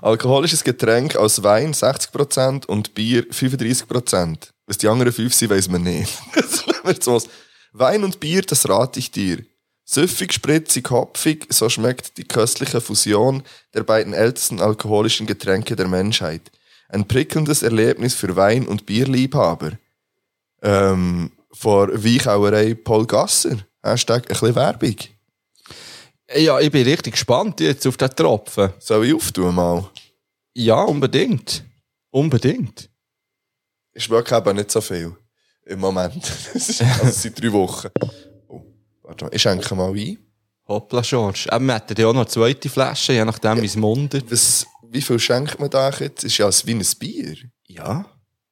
Alkoholisches Getränk aus Wein 60% und Bier 35%. Was die anderen 5 sind, weiss man nicht. Das wird so was. Wein und Bier, das rate ich dir. Süffig, spritzig, hopfig, so schmeckt die köstliche Fusion der beiden ältesten alkoholischen Getränke der Menschheit. Ein prickelndes Erlebnis für Wein- und Bierliebhaber. Ähm, vor Weichauerei Paul Gasser. Hashtag ein bisschen Werbung. Ja, ich bin richtig gespannt jetzt auf den Tropfen. Soll ich auftun mal? Ja, unbedingt. Unbedingt. Ich schmecke eben nicht so viel. Im Moment. Das ist also seit drei Wochen. Oh, warte mal. Ich schenke mal ein. Hoppla, George. Eben, wir hätten ja auch noch eine zweite Flasche, je nachdem, wie es mundet. Was, wie viel schenkt man da jetzt? Ist ja als wie ein Bier. Ja.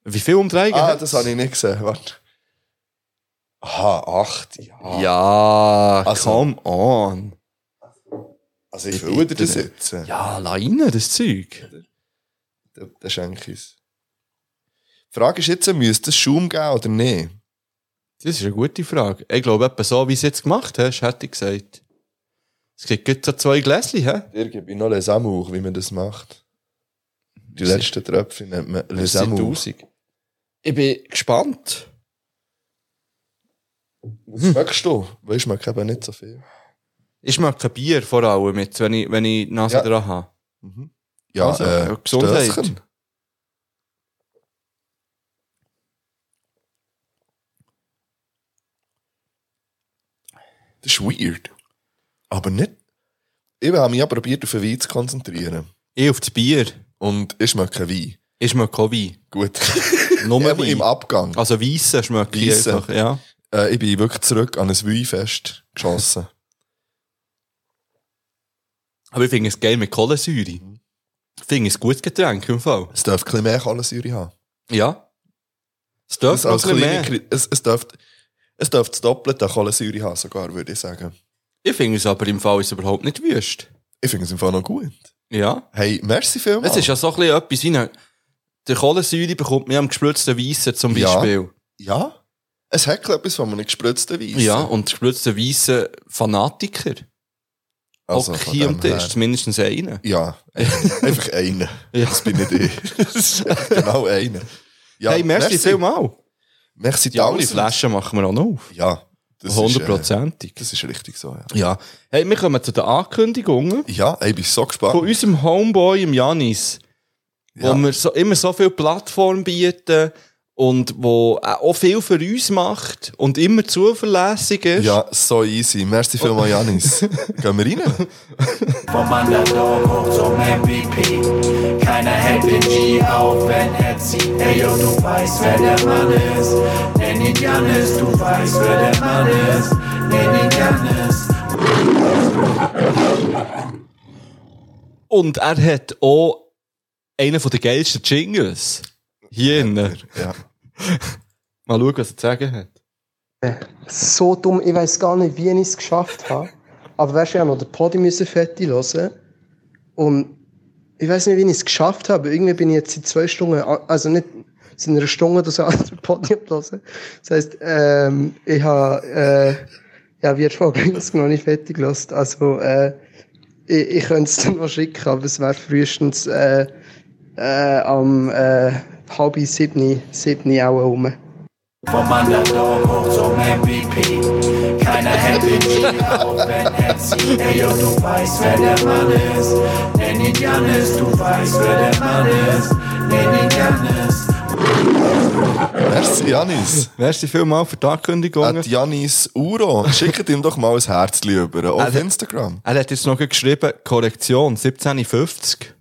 Wie viel Umdrehungen? Ah, hat's? das habe ich nicht gesehen. Warte. Aha, acht. Ja. Ah. Ja, Also- come on. Also ich würde das bitte. jetzt. Ja, Leine, das Zeug. Dann dann schenke ich es. Die Frage ist jetzt, müsste es Schaum geben oder nicht? Das ist eine gute Frage. Ich glaube, etwa so, wie du es jetzt gemacht hast, hätte ich gesagt. Es gibt jetzt so zwei Gläschen, hä? Dir gebe ich noch Les Amour, wie man das macht. Die letzten Tröpfchen nennt man Les Das sind Amour. 1000. Ich bin gespannt. Was schmeckst du? Weißt du, man kann eben nicht so viel. Ich schmecke Bier vor allem jetzt, wenn ich, wenn ich die Nase Ja. dran habe. Ja, Also, äh, Gesundheit. Stößchen. Das ist weird. Aber nicht. Ich habe mich ja probiert, auf den Wein zu konzentrieren. Ich auf das Bier. Und ich schmecke Wein. Ich schmecke auch Wein. Gut. Nur Eben Wein. im Abgang. also Weisse schmecke ich Weisse. einfach, ja. Äh, ich bin wirklich zurück an ein Weinfest geschossen. Aber ich finde es geil mit Kohlensäure. Ich finde es ein gutes Getränk im Fall. es darf ein bisschen mehr Kohlensäure haben. Ja. Es darf Es, als noch ein bisschen kleine, mehr. Kri- es, es, darf, es darf das Doppelte an Kohlensäure haben, sogar, würde ich sagen. Ich finde es aber im Fall ist überhaupt nicht wüst. Ich finde es im Fall noch gut. Ja. Hey, merci vielmals. Es ist ja so ein bisschen etwas wie eine... Die Kohlensäure bekommt man am gespritzten Weissen zum Ja. Beispiel. Ja? Es hat glaub ich, etwas von einem gespritzten Weiss. Ja, und gespritzten Weissen Fanatiker. also, auch von hier am dem her. Tisch, zumindest einer. Ja, einfach einen. Ja. Das bin nicht ich. Das ist einfach genau einer. Ja, hey, merci, vielmals. Merci Die andere tausend. Flasche machen wir auch noch auf. Ja, Das ist, äh, Hundertprozentig. Das ist richtig so, ja. Ja. Hey, wir kommen zu den Ankündigungen Ja, ey, ich bin so gespannt. von unserem Homeboy im Janis, wo Ja. wir so, immer so viel Plattform bieten und wo er auch viel für uns macht und immer zuverlässig ist. Ja, so easy. Merci vielmals, Janis. Gehen wir rein? Vom Underdog hoch zum MVP. Keiner hält den G auf, wenn er zieht. Ey, yo, du weißt, wer der Mann ist. Nenn ihn Janis, du weißt, wer der Mann ist. Nenn ihn Janis. Und er hat auch einen von den geilsten Jingles. Hier innen. Ja. Mal schauen, was er zu sagen hat. so dumm, ich weiß gar nicht, wie ich es geschafft habe. Aber weißt du, ich habe noch den Podi müssen fertig hören. Und ich weiß nicht, wie ich es geschafft habe. Irgendwie bin ich jetzt seit zwei Stunden, a- also nicht seit einer Stunde oder so, an den Podi am hören. Das heisst, ähm, ich habe, äh, ja, wie erfolgreich noch nicht fertig gelassen. Also, äh, ich, ich könnte es dann noch schicken, aber es wäre frühestens, äh, äh, am, äh, halb sieben, sieben auch rum. Vom Underdog hoch zum MVP. Keiner hält den G auf, wenn er zieht. Ey, yo, du weißt, wer der Mann ist. Nenn ihn Janis, du weißt, wer der Mann ist. Nenn ihn Janis. Merci, Janis. Merci vielmals für die Ankündigungen. At Janis Uro. Schickt ihm doch mal ein Herz über auf Also- Instagram. Er hat jetzt noch geschrieben, Korrektion, 1750.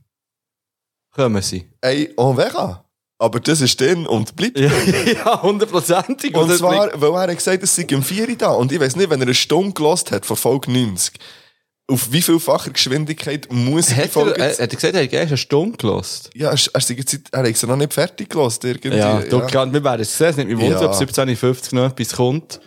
Kommen sie. Ey, en Vega. Aber das ist drin und bleibt. Ja, ja, hundertprozentig. Und das zwar, weil er hat gesagt es sei im 4 da. Und ich weiß nicht, wenn er eine Stunde gelost hat von Folge 90, auf wie vielfacher Geschwindigkeit muss die Hat Folge er, äh, hat jetzt- er gesagt, er hat gestern eine Stunde gelost? Ja, er, er, sei jetzt- er hat sie noch nicht fertig gelost. Irgendwie. Ja, du, ja. wir werden es sehen. Es nimmt mich wunder, Ja. ob 1750 noch etwas kommt.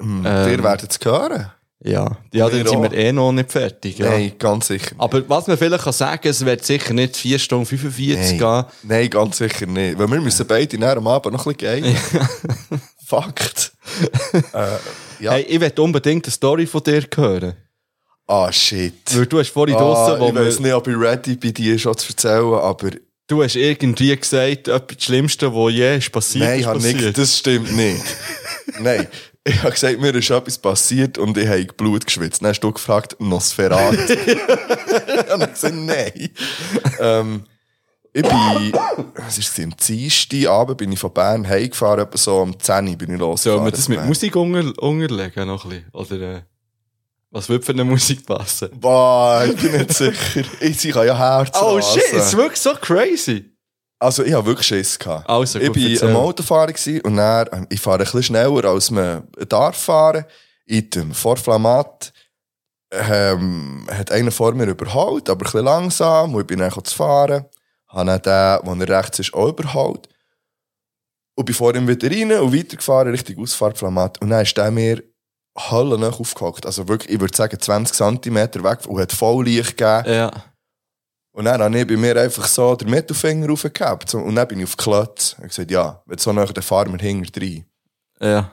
Ihr werdet es hören. Ja, ja dann Wir sind wir auch. eh noch nicht fertig. Ja. Nein, ganz sicher. Aber was man vielleicht kann sagen es wird sicher nicht 4 Stunden 45 Nein. gehen. Nein, ganz sicher nicht. Weil wir müssen beide nach am Abend noch ein bisschen gehen. Fakt. äh, ja. Hey, ich will unbedingt eine Story von dir hören. Ah, shit. Weil du hast vorhin Ah, draussen, wo ich weiß wir, nicht, ob ich ready bin, dir schon zu erzählen, aber du hast irgendwie gesagt, etwas das Schlimmste, was je ist passiert, nein, ich ist hab passiert. nicht, das stimmt nicht. nein, ich habe gesagt, mir ist etwas passiert und ich habe Blut geschwitzt. Dann hast du gefragt, Nosferatu. und ich gesagt, nein. ähm, ich bin, es ist am Dienstagabend, bin ich von Bern heimgefahren, etwa so am 10 Uhr bin ich los. Sollen wir das mit Musik unter, unterlegen noch ein bisschen? Oder äh, was würde für eine Musik passen? Boah, ich bin nicht sicher. Ich, ich habe ja Herz. Oh, wirklich so crazy. Also ich hab wirklich Schiss. Gehabt. Also, ich gut, bin erzähl. am Autofahren gewesen und dann, ähm, ich fahre ein bisschen schneller, als man darf fahren. In dem Vorflamat ähm, hat einer vor mir überholt, aber ein bisschen langsam und ich bin dann zu fahren. Habe dann den, der rechts ist, auch überholt. Und bin vor ihm wieder rein und weitergefahren Richtung Ausfahrtflamat. Und dann ist der mir höllenhoch aufgehockt. Also wirklich, ich würde sagen, 20 cm weg und hat voll Licht gegeben. Ja. Und dann habe ich bei mir einfach so den Mittelfinger aufgehabt. Und dann bin ich auf die Klötze. Und gesagt, ja, wenn so nach der Farmer hinter rein. Ja.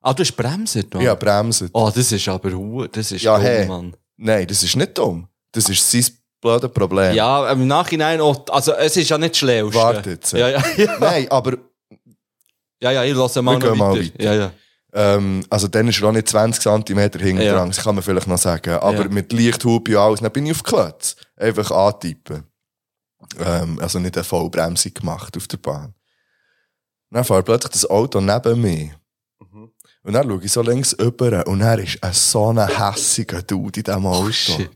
Ah, du hast bremsen, Mann. Ich habe bremsen. Oh, das ist aber hu- das ist Ja, dumm, hey. Mann. Nein, das ist nicht dumm. Das ist sein blödes Problem. Ja, im Nachhinein auch, also es ist ja nicht schlecht. Warte jetzt. Ja, ja, ja, Nein, aber ja, ja, ich lasse mal Wir noch gehen mal weiter. weiter. Ja, ja. ähm, also dann ist er auch nicht 20 cm hinter Ja. dran. Das kann man vielleicht noch sagen. Aber Ja. mit Lichthupe und alles. Dann bin ich auf die Klötze. Einfach antippen. Ähm, also nicht eine Vollbremsung gemacht auf der Bahn. Dann fährt plötzlich das Auto neben mir. Mhm. Und dann schaue ich so links rüber und er ist ein so ein hässiger Dude in diesem Auto. shit.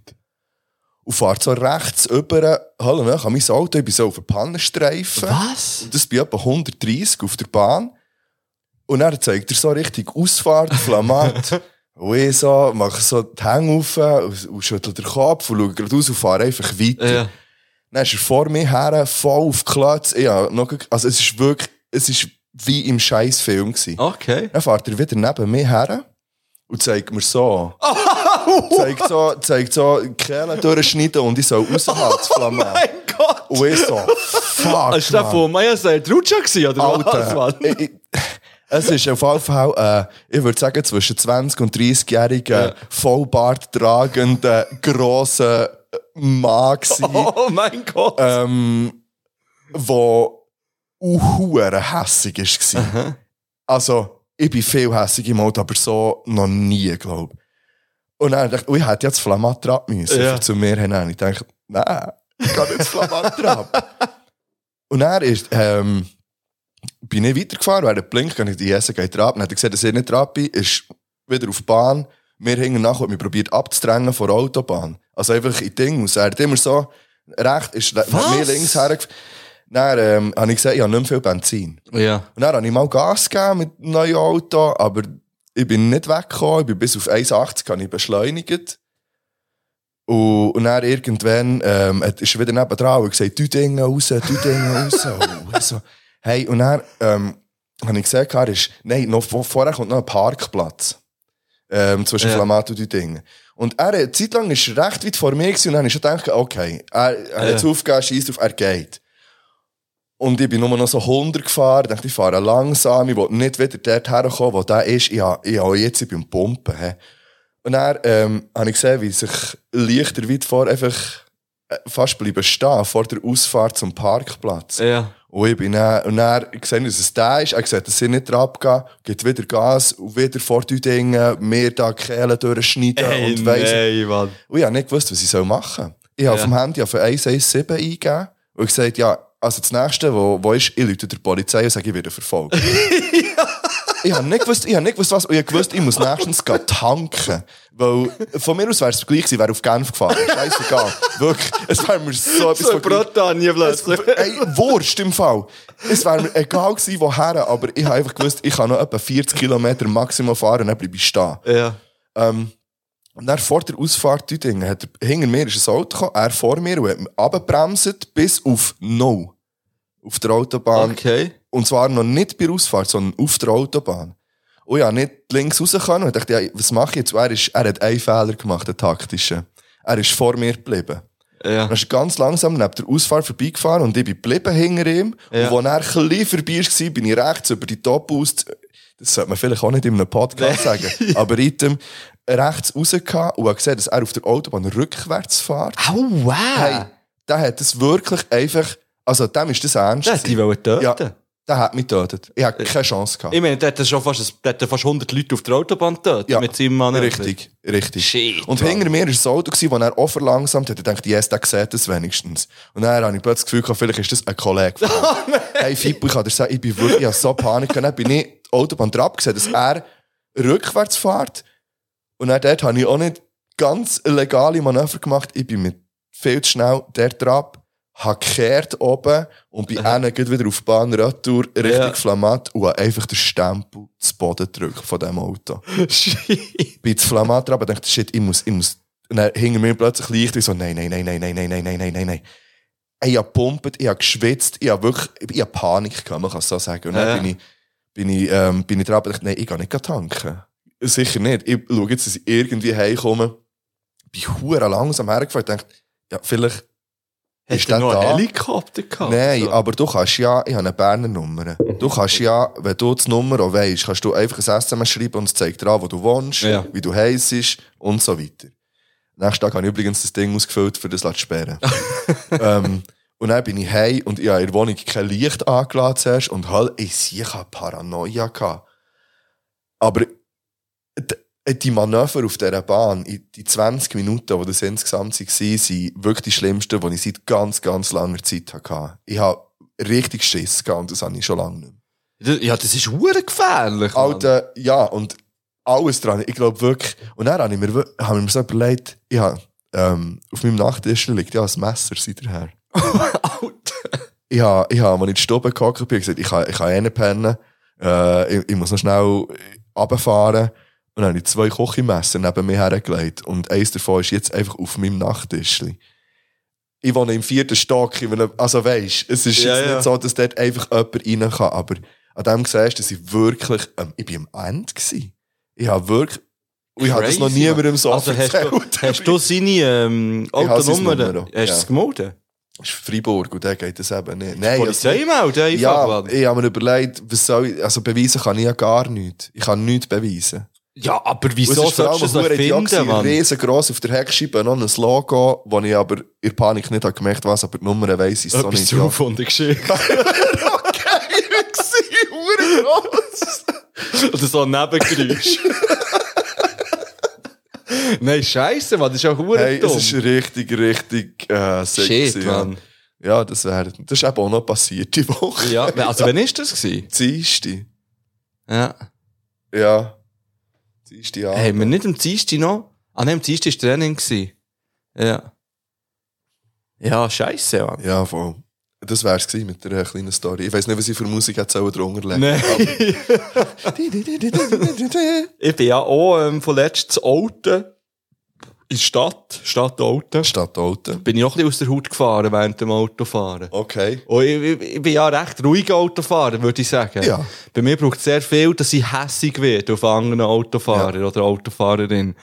Und fährt so rechts rüber, hallo, ne, an mein Auto, ich bin so auf den Pannenstreifen. Was? Und das bin etwa 130 auf der Bahn. Und dann zeigt er so richtig Ausfahrt, Flamat. und ich so, mache so die Hänge auf und, und schüttel den Kopf und schaue geradeaus und fahre einfach weiter. Ja. Dann ist er vor mir her, voll auf die Klötze. Ja, noch, ge- also es ist wirklich, es ist wie im Scheißfilm gewesen. Oh. Okay. Dann fährt er wieder neben mir her und zeigt mir so. zeigt so, zeigt so, die Kehle durchschneiden und ich soll raushalten, das Flammen. Oh Mein Gott! Also Und ich so, fuck. Ist der Mann. von Ah, Meier seit Rutscher gewesen, oder was, Alter. Mann? Ich- ich- Es ist auf jeden Fall, äh, ich würde sagen, zwischen 20 und 30-jährigen, Ja. Vollbart tragenden, grossen Mann gewesen, Oh mein Gott! ähm, wo uhuere hässig war. Also, ich bin viel hässig im Auto, aber so noch nie, glaube ich. Und dann dachte ich, ui, ich hätte jetzt Flamatra ab müssen, Ja. für zu mir hinein. Ich dachte, nein, ich kann nicht Flamatra ab. Und dann ist, ähm, bin ich weitergefahren, während er blinkt, und ich die Jesse geht ab. Dann hat er gesehen, dass ich nicht ab bin, ist wieder auf die Bahn. Mir hingen nach und mich probiert abzudrängen vor der Autobahn. Also einfach in Ding aus. Er hat immer so, recht ist, hat mir links hergefahren. Dann, ähm, habe ich gesagt, ich habe nicht mehr viel Benzin. Ja. Und dann habe ich mal Gas gegeben mit einem neuen Auto, aber ich bin nicht weggekommen. Ich bin bis auf 1,80 habe ich beschleunigt. Und, und dann irgendwann ähm, hat- ist er wieder nebendran und gesagt, du Dinge raus, du Dinge raus. und so. Hey, und dann ähm, habe ich gesehen, er ist, nein, noch, vor- vorher kommt noch ein Parkplatz. Ähm, zwischen Ja. Flamatt und Dingen. Und er, eine Zeit lang ist er recht weit vor mir gewesen, und dann ist er gedacht, okay, er, er Ja. hat es aufgegeben, schießt auf, er geht. Und ich bin nur noch so 100 gefahren. Ich dachte, ich fahre langsam. Ich will nicht wieder dort herkommen, wo der ist. Ich habe, ich habe jetzt beim Pumpen. He. Und dann ähm, habe ich gesehen, wie sich Lichter weit vor einfach äh, fast bleiben stehen, vor der Ausfahrt zum Parkplatz. Ja. Und Oh, ich bin dann, und dann gesehen, dass es der ist. Er sieht, dass ich nicht abgehe. Gibt wieder Gas und wieder vor die Dinge. Mir da die Kehlen durchschneiden Hey, und weiss nein, Mann. und ich habe nicht gewusst, was ich machen soll. Ich habe Ja. auf dem Handy auf 117 eingegeben und gesagt, ja, also das Nächste, wo, wo ist, ich rufe der Polizei und sage, ich werde verfolgt. ich habe nicht gewusst, ich habe nicht gewusst, was, und ich habe gewusst, ich muss nächstens gehen tanken. Weil, von mir aus wäre es gleich gewesen, wäre auf Genf gefahren. Scheißegal. Wirklich, es wäre mir so etwas von gleich- Brotanje plötzlich. Ey, Wurst im Fall. Es wäre mir egal gewesen, woher, aber ich habe einfach gewusst, ich kann noch etwa 40 Kilometer maximal fahren und dann bleibe ich stehen. Ja. Ähm, und dann vor der Ausfahrt Düdingen hat er, hinter mir ist ein Auto gekommen, er vor mir und hat mich abgebremst bis auf No. Auf der Autobahn. Okay. Und zwar noch nicht bei der Ausfahrt, sondern auf der Autobahn. Und ja, nicht links raus können und ich dachte, ja, was mache ich jetzt? Und Er, ist, er hat einen Fehler gemacht, einen taktischen. Er ist vor mir geblieben. Ja. Dann ist er ganz langsam neben der Ausfahrt vorbeigefahren und ich bin geblieben hinter ihm. Ja. Und als er ein bisschen vorbei war, bin ich rechts über die Top aus, das sollte man vielleicht auch nicht in einem Podcast sagen, aber item rechts rausgehauen und habe gesehen, dass er auf der Autobahn rückwärts fährt. Oh, wow. Hey, der hat das wirklich einfach, also dem ist das ernst. Der hat die gewesen. wollen töten. Ja, der hat mich getötet. Ich hatte keine Chance gehabt. Ich meine, der hat schon fast, der hat fast 100 Leute auf der Autobahn getötet mit seinem Mann. Richtig, richtig. Shit, und Mann. hinter mir war das Auto, gewesen, wo er auch verlangsamt hat. Ich dachte, yes, der sieht das wenigstens. Und dann habe ich plötzlich das Gefühl, gehabt, vielleicht ist das ein Kollege. von ihm. Oh, hey, Fippo, ich kann dir sagen, ich bin wirklich ich habe so Panik. gehabt. Dann bin ich die Autobahn drauf gesehen, dass er rückwärts fährt. Und dann dort habe ich auch nicht ganz legale Manöver gemacht. Ich bin mit viel zu schnell dort drauf, habe gekehrt oben und bin einer geht wieder auf die Bahn Retour Richtung Ja. Flamat und habe einfach den Stempel zu Boden gedrückt von diesem Auto Shit. bin zu Flamat aber dachte, shit, ich muss, ich muss. Und dann hing mir plötzlich Licht und ich so, nein, nein, nein, nein, nein, nein, nein, nein, nein, nein, nein. Ich habe gepumpt, ich habe geschwitzt, ich habe wirklich, ich habe Panik gehabt, man kann es so sagen. Und dann Ja. bin ich, bin ich, ähm, bin ich dran und dachte, nein, ich kann nicht tanken. Sicher nicht. Ich schaue jetzt, dass ich irgendwie heimkomme. Bin hure langsam hergefahren und dachte, ja, vielleicht, Hast Ist du der noch da? einen Helikopter gehabt? nein, So. aber du kannst ja, ich habe eine Berner Nummer. Du kannst ja, wenn du die Nummer auch weisst, kannst du einfach ein SMS schreiben und es zeigt dir an, wo du wohnst, Ja. wie du heisst und so weiter. Nächsten Tag habe ich übrigens das Ding ausgefüllt, für das zu sperren. ähm, und dann bin ich heim und ich habe in der Wohnung kein Licht angeladen zuerst und halt, ich sehe, ich habe Paranoia gehabt. Aber d- Äh, die Manöver auf dieser Bahn, in die 20 Minuten, die das insgesamt waren, sind wirklich die schlimmsten, die ich seit ganz, ganz langer Zeit hatte. Ich habe richtig Schiss gehabt und das habe ich schon lange nicht mehr. Dus, Ja, das ist hure gefährlich. Mann. Alter, ja, und alles dran. Ich glaube wirklich. Und dann habe ich mir, wir- habe ich mir so überlegt, ich habe, ähm, auf meinem Nachttisch liegt ja ein Messer seither. ich habe, ich habe, als ich in die Stube gehockt bin, gesagt, ich kann, ich kann eh nicht pennen, äh, ich, ich muss noch schnell runterfahren. Und dann habe ich zwei Kochemesser neben mir hergelegt. Und eins davon ist jetzt einfach auf meinem Nachttisch. Ich wohne im vierten Stock. in einem- Also weisst, es ist Ja, jetzt ja. nicht so, dass dort einfach jemand rein kann. Aber an dem siehst du, dass ich wirklich, ähm, ich bin am Ende gewesen. Ich habe wirklich, und ich habe das noch Crazy, niemandem so Also hast du, erzählt. hast du seine ähm, habe seine Autonummer? Nummer, Hast du es ja. gemeldet? Das ist Freiburg und da geht das eben nicht. Nein, also Polizei melden einfach, ja, Mann. ich habe mir überlegt, was soll ich, also beweisen kann ich ja gar nichts. Ich kann nichts beweisen. Ja, aber Und wieso es ist vor allem sollst du eine das verdammte finden, Jagd, Mann? riesengroß auf der Heckscheibe noch ein Logo, wo ich aber in Panik nicht habe Äh, gemerkt was, aber die Nummer weiss ich so Etwas nicht. zu von der Geschichte. Okay, Hure gross. Oder so ein Nebengeräusch. Nein, scheiße, Mann, das ist ja hure Hey, dumm. es ist dus richtig, richtig äh, sexy. Shit, ja. Mann. ja, das wäre. Das ist eben auch noch passiert die Woche. Ja, also wann ist das gewesen? Dienstag. Ja. Ja. Dienstag Abend. Hey, wir nicht am Dienstag noch? Ah nein, am Dienstag war Training. gewesen. Ja. Ja, scheiße, Mann. Ja, voll. Das wär's gewesen mit der äh, kleinen Story. Ich weiss nicht, was ich für Musik hätte sollen drunter legen. Nein. ich bin ja auch ähm, von letztes Alten in der Stadt, Stadt Alten. Statt Alten. Bin ich auch ein bisschen aus der Haut gefahren während dem Autofahren. Okay. Und Oh, ich, ich, ich bin ja recht ruhig Autofahrer, würde ich sagen. Ja. Bei mir braucht es sehr viel, dass ich hässig werde auf andere Autofahrer oder Autofahrerin.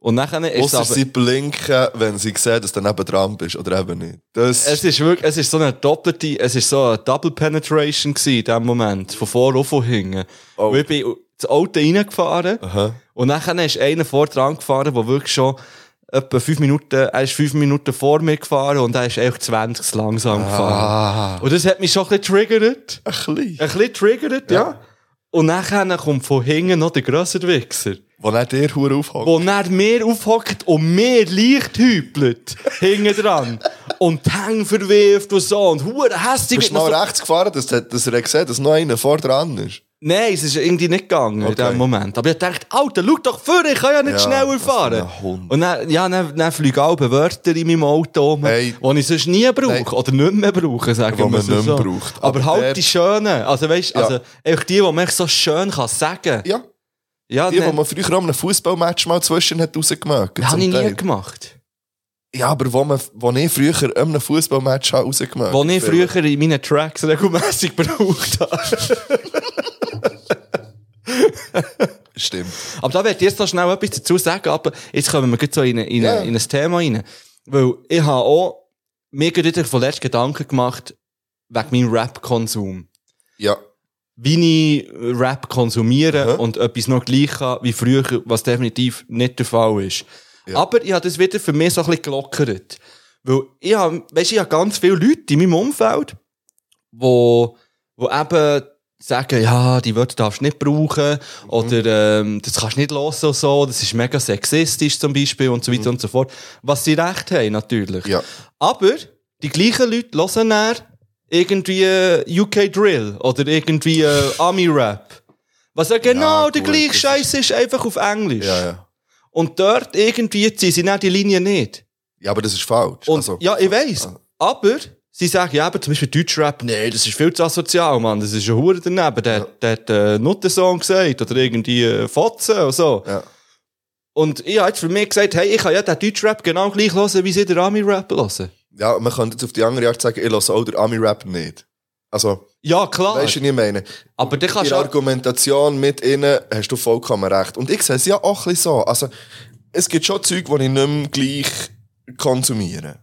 Und nachher ist es Ausser aber... sie blinken, eh, wenn sie sehen, dass du neben dran bist oder eben nicht. Das Es ist wirklich, es ist so eine doppelte, es ist so eine Double Penetration gsi in dem Moment. Von vor und von hinten. Oh. Und Ich bin das Auto reingefahren. Und dann ist einer vor dran gefahren, der wirklich schon etwa fünf Minuten, er ist fünf Minuten vor mir gefahren und er ist echt 20 zu Ah. langsam gefahren. Und das hat mich schon ein bisschen triggert. ein klein. Ein bisschen triggert, ja. Und nachher kommt von hinten noch der grössere Wichser. Wo er dir Hure aufhängt. Wo er mehr aufhockt und mehr leicht hüpelt. hinten dran. Und die Hänge verwirft und so. Und hure hässlich. Bist du mal rechts gefahren, dass, der- dass er gesehen dass noch einer vor dran ist? Nein, es ist irgendwie nicht gegangen in Okay. dem Moment. Aber ich dachte, Alter, schau doch vor, ich kann ja nicht Ja, schneller was für ein fahren. Hund. Und dann, ja, dann, dann fliegen auch Wörter in meinem Auto rum, Hey. die ich sonst nie brauche. Nein. Oder nicht mehr brauche, sagen Wo wir man es so. nicht mehr braucht. Aber, Aber halt der- die schönen. Also weißt, Ja. also, echt die, die man echt so schön kann sagen Ja. Ja, Die, ne- die man früher an einem Fußballmatch mal zwischen hat rausgemacht. habe zum ich nie Teil. gemacht. Ja, aber wo, man, wo ich früher an einem Fußballmatch habe rausgemacht Wo ich habe. früher in meinen Tracks regelmässig gebraucht habe. Stimmt. Aber da werde ich jetzt noch schnell etwas dazu sagen, aber jetzt kommen wir gleich so in, in, Ja. in ein Thema rein. Weil ich habe auch mir gerade wieder von letzten Gedanken gemacht, wegen meinem Rap-Konsum. Ja. Wie ich äh, Rap konsumiere Aha. und etwas noch gleich habe wie früher, was definitiv nicht der Fall ist. Aber ich habe das wieder für mich so ein bisschen gelockert. Weil ich habe, weißt, ich habe ganz viele Leute in meinem Umfeld, wo, wo eben sagen, ja, die Wörter darfst du nicht brauchen, Mhm. oder, ähm, das kannst du nicht hören und so, das ist mega sexistisch zum Beispiel und so weiter und so fort. Was sie recht haben, natürlich. Mhm. Ja. Aber, die gleichen Leute hören dann irgendwie äh, UK Drill oder irgendwie äh, Army Rap. Was ja genau der gut, gleiche das ist- Scheiß ist, einfach auf Englisch. Ja, ja. Und dort irgendwie ziehen sie dann die Linie nicht. Ja, aber das ist falsch. Und, also, ja, ich weiss. Ah. Aber sie sagen ja, aber zum Beispiel Deutschrap, nee, das ist viel zu asozial, Mann. Das ist ja Hure daneben. Der, der hat äh, Nuttensong gesagt oder irgendwie äh, Fotzen oder so. Ja. Und ich habe jetzt für mich gesagt, hey, ich kann ja den Deutschrap genau gleich hören, wie sie den Army-Rap hören. ja, man könnte jetzt auf die andere Art sagen, ich höre auch den Ami-Rap nicht. Also, Ja, klar. weißt du, was ich meine? aber dann kannst Die du auch... Argumentation mit ihnen hast du vollkommen recht. Und ich sehe es ja auch ein bisschen so. Also, es gibt schon Zeug, die ich nicht mehr gleich konsumiere.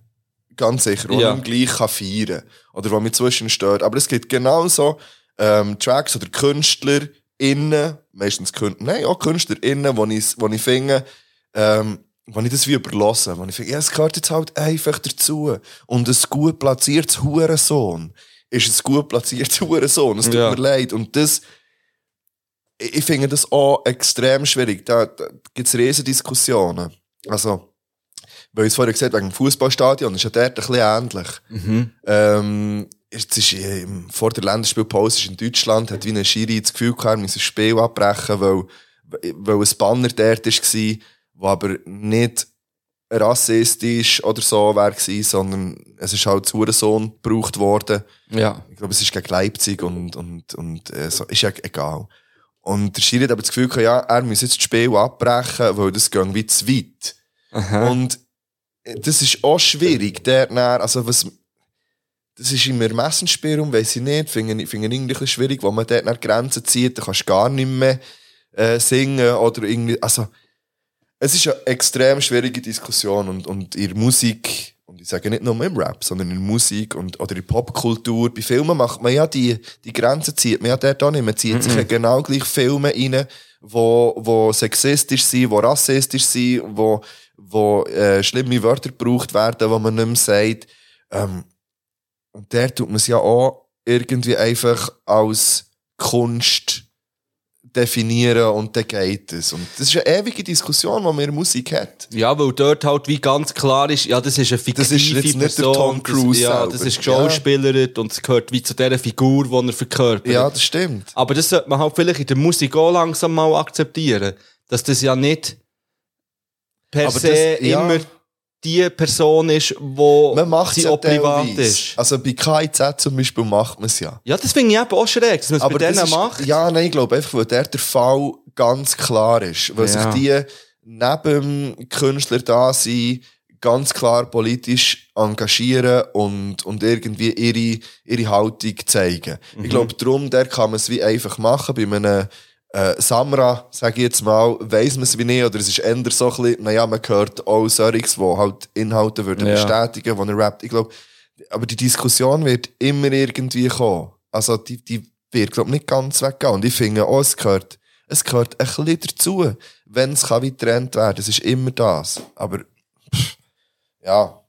Ganz sicher. Die Ja. ich nicht mehr gleich kann feiern Oder die mich zwischen stört. Aber es gibt genauso ähm, Tracks oder KünstlerInnen, meistens Künstler, nein, auch KünstlerInnen, wo ich, wo ich finde, ähm, wenn ich das wie überlasse, wenn ich finde, ja, es gehört jetzt halt einfach dazu. Und ein gut platziertes Hurensohn ist ein gut platziertes Hurensohn. Es tut Ja. mir leid. Und das, ich, ich finde das auch extrem schwierig. Da, da gibt es riesige Diskussionen. Also, weil ich es vorher gesagt habe, wegen dem Fußballstadion ist ja dort ein bisschen ähnlich. Ähm, jetzt ist, ähm, vor der Länderspielpause ist in Deutschland, hat wie ein Schiri das Gefühl gehabt, er müsse das Spiel abbrechen, weil, weil ein Banner dort war, wo aber nicht rassistisch oder so war, sondern es ist halt zu Sohn gebraucht worden. Ja. Ich glaube, es ist gegen Leipzig und, und, und äh, so. ist ja egal. Und der Schiri hat aber das Gefühl gehabt, ja, er muss jetzt das Spiel abbrechen, weil das geht wie zu weit. Und äh, das ist auch schwierig, der näher, also was, das ist im Ermessensspielraum, weiss ich nicht, finde ich, finde ich irgendwie ein bisschen schwierig, wo man dort nach Grenzen zieht, da kannst du gar nicht mehr äh, singen oder irgendwie, also, es ist eine extrem schwierige Diskussion und, und in der Musik, und ich sage nicht nur im Rap, sondern in der Musik und, oder in der Popkultur, bei Filmen macht man ja die, die Grenzen, zieht man ja dort auch nicht, man zieht sich ja genau gleich Filme rein, wo, wo sexistisch sind, wo rassistisch sind, wo, wo äh, schlimme Wörter gebraucht werden, wo man nicht mehr sagt, ähm, und der tut man es ja auch irgendwie einfach als Kunst definieren und dann geht es. Und das ist eine ewige Diskussion, die mir Musik hat. Ja, weil dort halt wie ganz klar ist, ja, das ist eine fiktive Das ist jetzt nicht der Person. Tom das, Cruise ja, das selber. ist geschauspielert und es gehört wie zu dieser Figur, die er verkörpert. Ja, das stimmt. Aber das sollte man halt vielleicht in der Musik auch langsam mal akzeptieren, dass das ja nicht per Aber se das- ja. immer die Person ist, wo Man macht sie es ja auch privat teilweise. ist. Also bei KIZ zum Beispiel macht man es ja. Ja, das finde ich eben auch schräg, dass man es bei denen das ist, macht. Ja, nein, ich glaube einfach, weil der der Fall ganz klar ist. Weil Ja. sich die neben dem Künstler da sind, ganz klar politisch engagieren und, und irgendwie ihre, ihre Haltung zeigen. Mhm. Ich glaube, darum der kann man es wie einfach machen. Bei einem äh, Samra, sage ich jetzt mal, weiss man es wie nicht, oder es ist eher so ein bisschen, naja, man hört auch solches, wo halt Inhalte würden Ja. bestätigen, die er rappt. Ich glaube, aber die Diskussion wird immer irgendwie kommen. Also die, die wird, glaube nicht ganz weggehen. Und ich finde auch, es gehört, es gehört ein bisschen dazu, wenn es kann wie getrennt werden Es ist immer das. Aber pff, ja,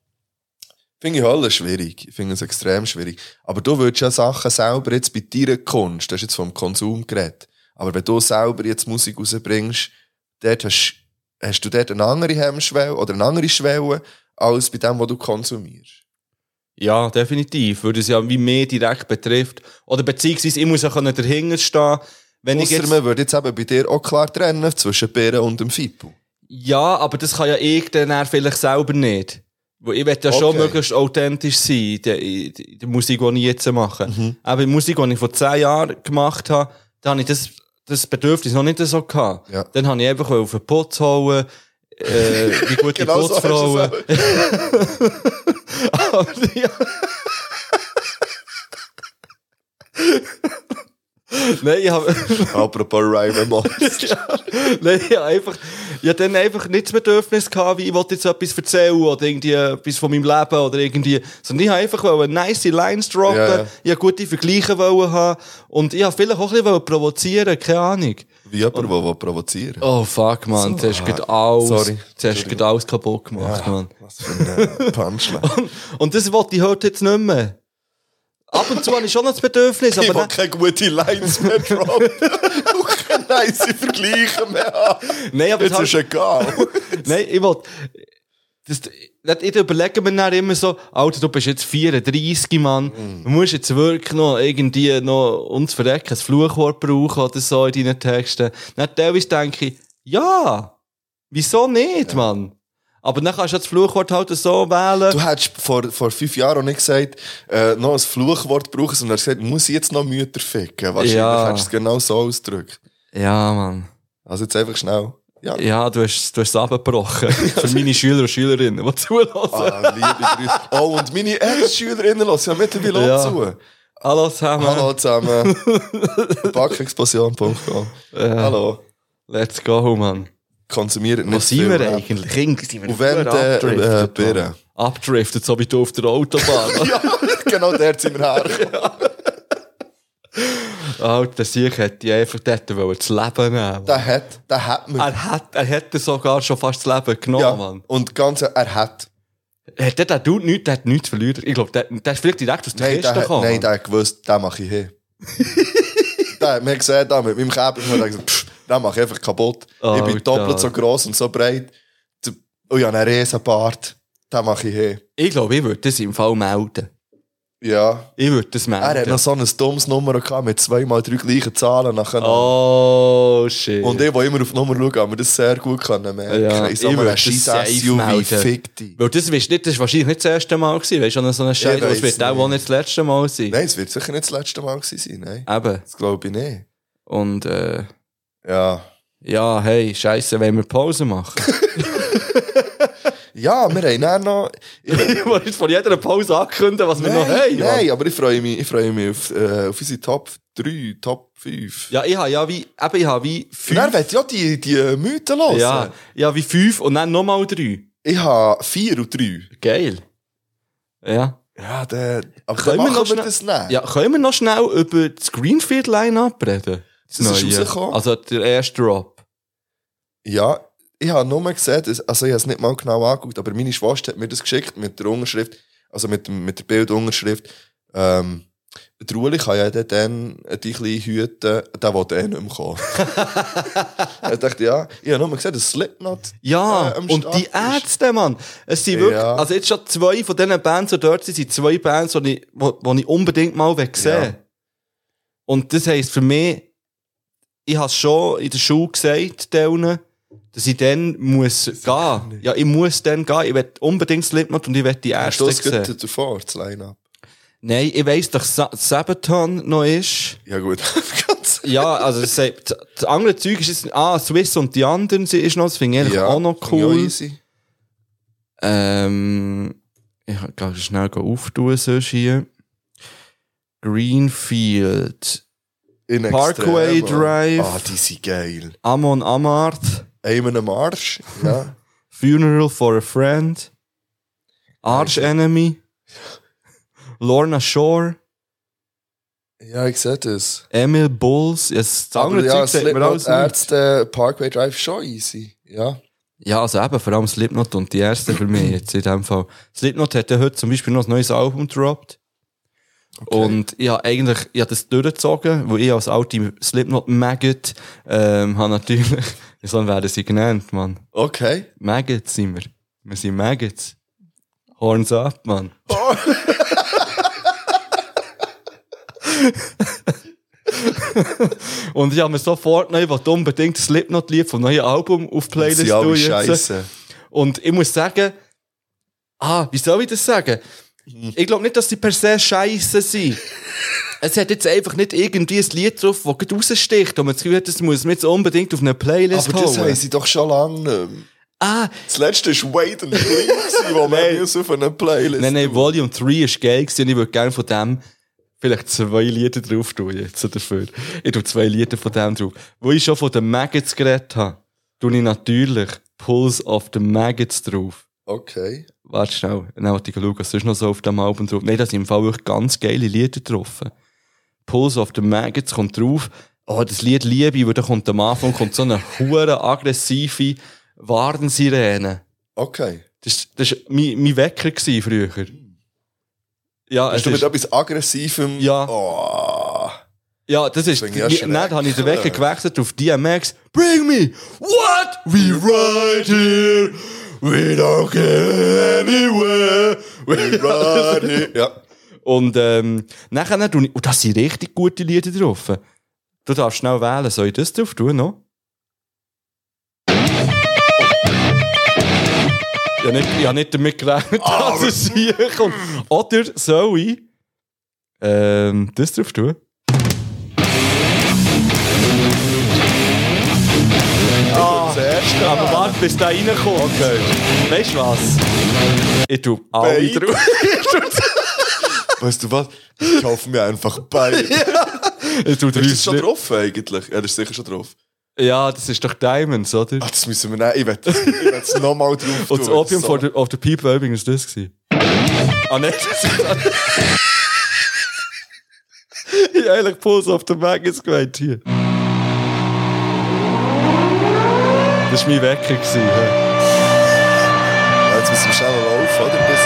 finde ich alles schwierig. Ich finde es extrem schwierig. Aber du würdest ja Sachen selber jetzt bei deiner Kunst, das ist jetzt vom Konsum geredet, aber wenn du selber jetzt Musik rausbringst, dort hast, hast du dort eine andere Hemmschwelle oder eine andere Schwelle als bei dem, was du konsumierst. Ja, definitiv, weil das ja wie mehr direkt betrifft. Oder beziehungsweise, ich muss ja können dahinter stehen, wenn ich Ausser jetzt... man würde jetzt eben bei dir auch klar trennen zwischen Birnen und dem Fippo. Ja, aber das kann ja ich dann eher vielleicht selber nicht. Weil ich will ja schon Okay. möglichst authentisch sein in der, in der- in der Musik, die ich jetzt mache. Mhm. Aber die Musik, die ich vor zehn Jahren gemacht habe, da habe ich das, das Bedürfnis noch nicht so gehabt. Ja. Dann habe ich einfach auf den Putz hauen, äh, die gute Genau so hast du es Putzfrauen. Aber ja. Nein, ich habe... Apropos Rhyme Monster. Nein, ich habe einfach, ich habe dann einfach nicht das Bedürfnis gehabt, wie ich wollte jetzt etwas erzählen oder irgendwie etwas von meinem Leben oder irgendwie, sondern ich habe einfach wollte nice Lines droppen, Ja, ja. ich wollte gute Vergleiche wollen haben und ich wollte vielleicht auch ein bisschen provozieren, keine Ahnung. Wie jemand, der will provozieren Oh fuck, man, so, So. du hast gerade alles, Sorry. du hast gerade alles kaputt gemacht, man. Was für ein Punchline. Und das wollte ich heute jetzt nicht mehr. Ab und zu habe ich schon noch das Bedürfnis, ich aber will dann, keine guten Lines mehr droppen. Du keine nice Vergleiche mehr haben. nein, aber Jetzt das ist egal. Nein, ich wollte. Das, das, ich überlege mir dann immer so, Alter, du bist jetzt 34, Mann. Du musst jetzt wirklich noch irgendwie noch uns verrecken, ein Fluchwort brauchen oder so in deinen Texten. Dann teilweise denke ich, ja, wieso nicht, Mann? Aber dann kannst du das Fluchwort halt so wählen. Du hättest vor, vor fünf Jahren auch nicht gesagt, äh, noch ein Fluchwort brauchen, sondern gesagt, muss ich jetzt noch Mütter ficken? Wahrscheinlich Ja. hättest du es genau so ausgedrückt. ja, Mann. Also jetzt einfach schnell. Ja. Ja, du hast, du hast es abgebrochen. Für meine Schüler und Schülerinnen, die zulassen. Ah, liebe Grüße. Oh, und meine Ex-Schülerinnen lassen ja mittlerweile auch Ja. zu. Hallo zusammen. Hallo zusammen. Backexplosion.com. Hallo. Let's go, Mann. Konsumiert nicht Wo sind viel wir Rap. eigentlich? Irgendwie sind wir Und wenn verdammt der abgedriftet, äh, Birre. Mann. Abdriftet, so wie du auf der Autobahn. Ja, genau der sind wir her. Alter Ah, Sieg hätte ich einfach dort wollen das Leben nehmen. Mann. Der hat, der hat mir. Er hat, er hätte sogar schon fast das Leben genommen, ja, Mann. und ganz, Oh, er hat. Hat der, der Dude nichts, der hat nichts verloren. Ich glaube, der, der ist vielleicht direkt aus der Nein, Kiste der, hat, gekommen. nein, Mann. der hat gewusst, den mache ich hin. der hat mir gesehen, da mit meinem Käfer, und hat gesagt, pff, den mache ich einfach kaputt. ich bin Alter. doppelt so gross und so breit. Und ich habe einen Riesenbart. Den mache ich hin. Ich glaube, ich würde das im Fall melden. Ja. Ich würde das Er hat melden. noch so ein dummes Nummer gehabt, mit zweimal drei gleichen Zahlen nachher. oh, shit. Und ich, der immer auf die Nummer schaue, haben wir das sehr gut können merken. Ja, ich ich sag mal, würde ein das scheiß safe SUV, melden. fick dich. Weil das, ist nicht, das ist wahrscheinlich nicht das erste Mal gewesen, weißt du, an so einer Scheiße. Das weiss wird auch nicht. wohl nicht das letzte Mal sein. Nein, es wird sicher nicht das letzte Mal gewesen sein, nein. Eben. Das glaube ich nicht. Und, äh, Ja. ja, hey, Scheiße, wenn wir Pause machen. Ja, wir haben dann noch... Ich wollte jetzt von jeder Pause ankündigen, was wir noch haben. Mann. nein, aber ich freue mich, ich freue mich auf, äh, auf unsere Top 3, Top 5. Ja, ich habe ja wie, eben, ich habe wie Und er fünf. wird ja die, die eh, Mythen hören. Ja, ich habe wie fünf und dann nochmal drei. Ich habe 4 und 3. Geil. Ja. Ja, dann... Aber Können dann wir machen wir, noch schnell- das nicht. Ja, können wir noch schnell über das Greenfield-Line-Up reden? Das ist Neue. rausgekommen. Also der erste Drop. Ja, ich habe nur gesehen, dass, also ich habe es nicht mal genau angeguckt, aber meine Schwester hat mir das geschickt mit der Unterschrift, also mit, dem- mit der Bildunterschrift. Ähm, der Uli kann ja dann, dann dich ein bisschen hüten, der will eh nicht mehr kommen. ich dachte, ja, ich habe nur gesehen, dass Slipknot Ja, äh, am und Start die ist. Ärzte, Mann. Es sind wirklich, Ja. also jetzt schon zwei von diesen Bands, die dort sind, sind zwei Bands, die ich, wo, wo ich unbedingt mal sehen Ja. will. Und das heisst für mich, ich habe schon in der Schule gesagt, denen, dass ich dann muss gehen. Ja, ich muss dann gehen. Ich will unbedingt Slipknot und ich will die Am Ärzte Schluss sehen. geht davor, das Line-Up. Nein, ich weiss, dass Sa- Sabaton noch ist. Ja gut, ganz Ja, also das, sagt- das andere Zeug ist jetzt, ah, Swiss und die anderen sie ist noch, das finde ich eigentlich auch noch finde ich auch cool. easy. Ähm, ich kann schnell auftun, sonst hier. Greenfield, In Parkway Extremo. Drive. Ah, die sind geil. Amon Amarth, Amen am Arsch. Ja. Funeral for a Friend, Arch Enemy, Lorna Shore, ja, ich sehe das. Emil Bulls, jetzt das Aber andere ja, Zeug sagt mir Slipknot, alles nicht. Ärzte, Parkway Drive schon easy. Ja. Ja, also eben, vor allem Slipknot und die erste für mich jetzt in dem Fall. Slipknot hat ja heute zum Beispiel noch ein neues Album gedroppt. Und ich habe eigentlich ich hab das durchgezogen, weil ich als alte Slipknot-Maggot ähm, habe natürlich, so werden sie genannt, Mann. Okay. Maggots sind wir. Wir sind Maggots. Horns up, Mann. Und ich habe mir sofort noch, ich wollte unbedingt das Slipknot-Lied vom neuen Album auf die Playlist sind alle tun jetzt. scheiße. Und ich muss sagen, ah, wie soll ich das sagen? Mhm. Ich glaube nicht, dass sie per se scheiße sind. es hat jetzt einfach nicht irgendwie ein Lied drauf, das gerade raussticht. Und man hat das Gefühl hat, das muss man jetzt unbedingt auf eine Playlist Aber das holen. haben sie doch schon lange nicht mehr. ah, Das letzte war Wait and Bleed, wo man uns auf einer Playlist. nein, nein, Volume 3 ist geil gewesen und ich würde gerne von dem vielleicht zwei Lieder drauf tun jetzt dafür. Ich tue zwei Lieder von dem drauf. Wo ich schon von den Maggots geredet habe, tue ich natürlich Pulse of the Maggots drauf. Okay. Warte schnell, dann wollte ich schauen, was sonst noch so auf dem Album drauf Nein, da sind im Fall wirklich ganz geile Lieder drauf. Pulse of the Maggots kommt drauf. Oh, das Lied liebe ich, weil da kommt am Anfang kommt so eine hure aggressive Warnsirene. Okay. Das war mein, mein Wecker gewesen früher. Ja, Hast es du mit ist, etwas Aggressivem? Ja. Oh. ja, das ist. Finde ich ja Nein, dann habe ich den Wecker schrecklich. gewechselt auf DMX. Bring me! What? We ride here! We don't care anywhere! We ride here! Ja. Und ähm, nachher tue ich, und das sind richtig gute Lieder drauf. Du darfst schnell wählen, soll ich das drauf tun noch? Ich habe nicht, ich hab nicht damit gerechnet, dass es hier kommt. Oder soll ich ähm, das drauf tun? Das erste. Aber warte, bis der reinkommt. Okay. Weißt du was? Ich tue alle Beide. drauf. Weißt du was? Ich kaufe mir einfach beide. Ich tue Ist das schon drei- drauf eigentlich? Ja, das ist sicher schon drauf. Ja, das ist doch Diamonds, oder? Ah, das müssen wir nehmen. Ich werde es nochmal drauf Und das tun. Opium So. for the, of the People war übrigens das. Gewesen. Ah, nein, das ist. ich habe eigentlich Pulse auf der Maggots gemeint hier. Das war mein Wecker. Gewesen, ja. Ja, Jetzt müssen wir schnell mal auf, oder? Bis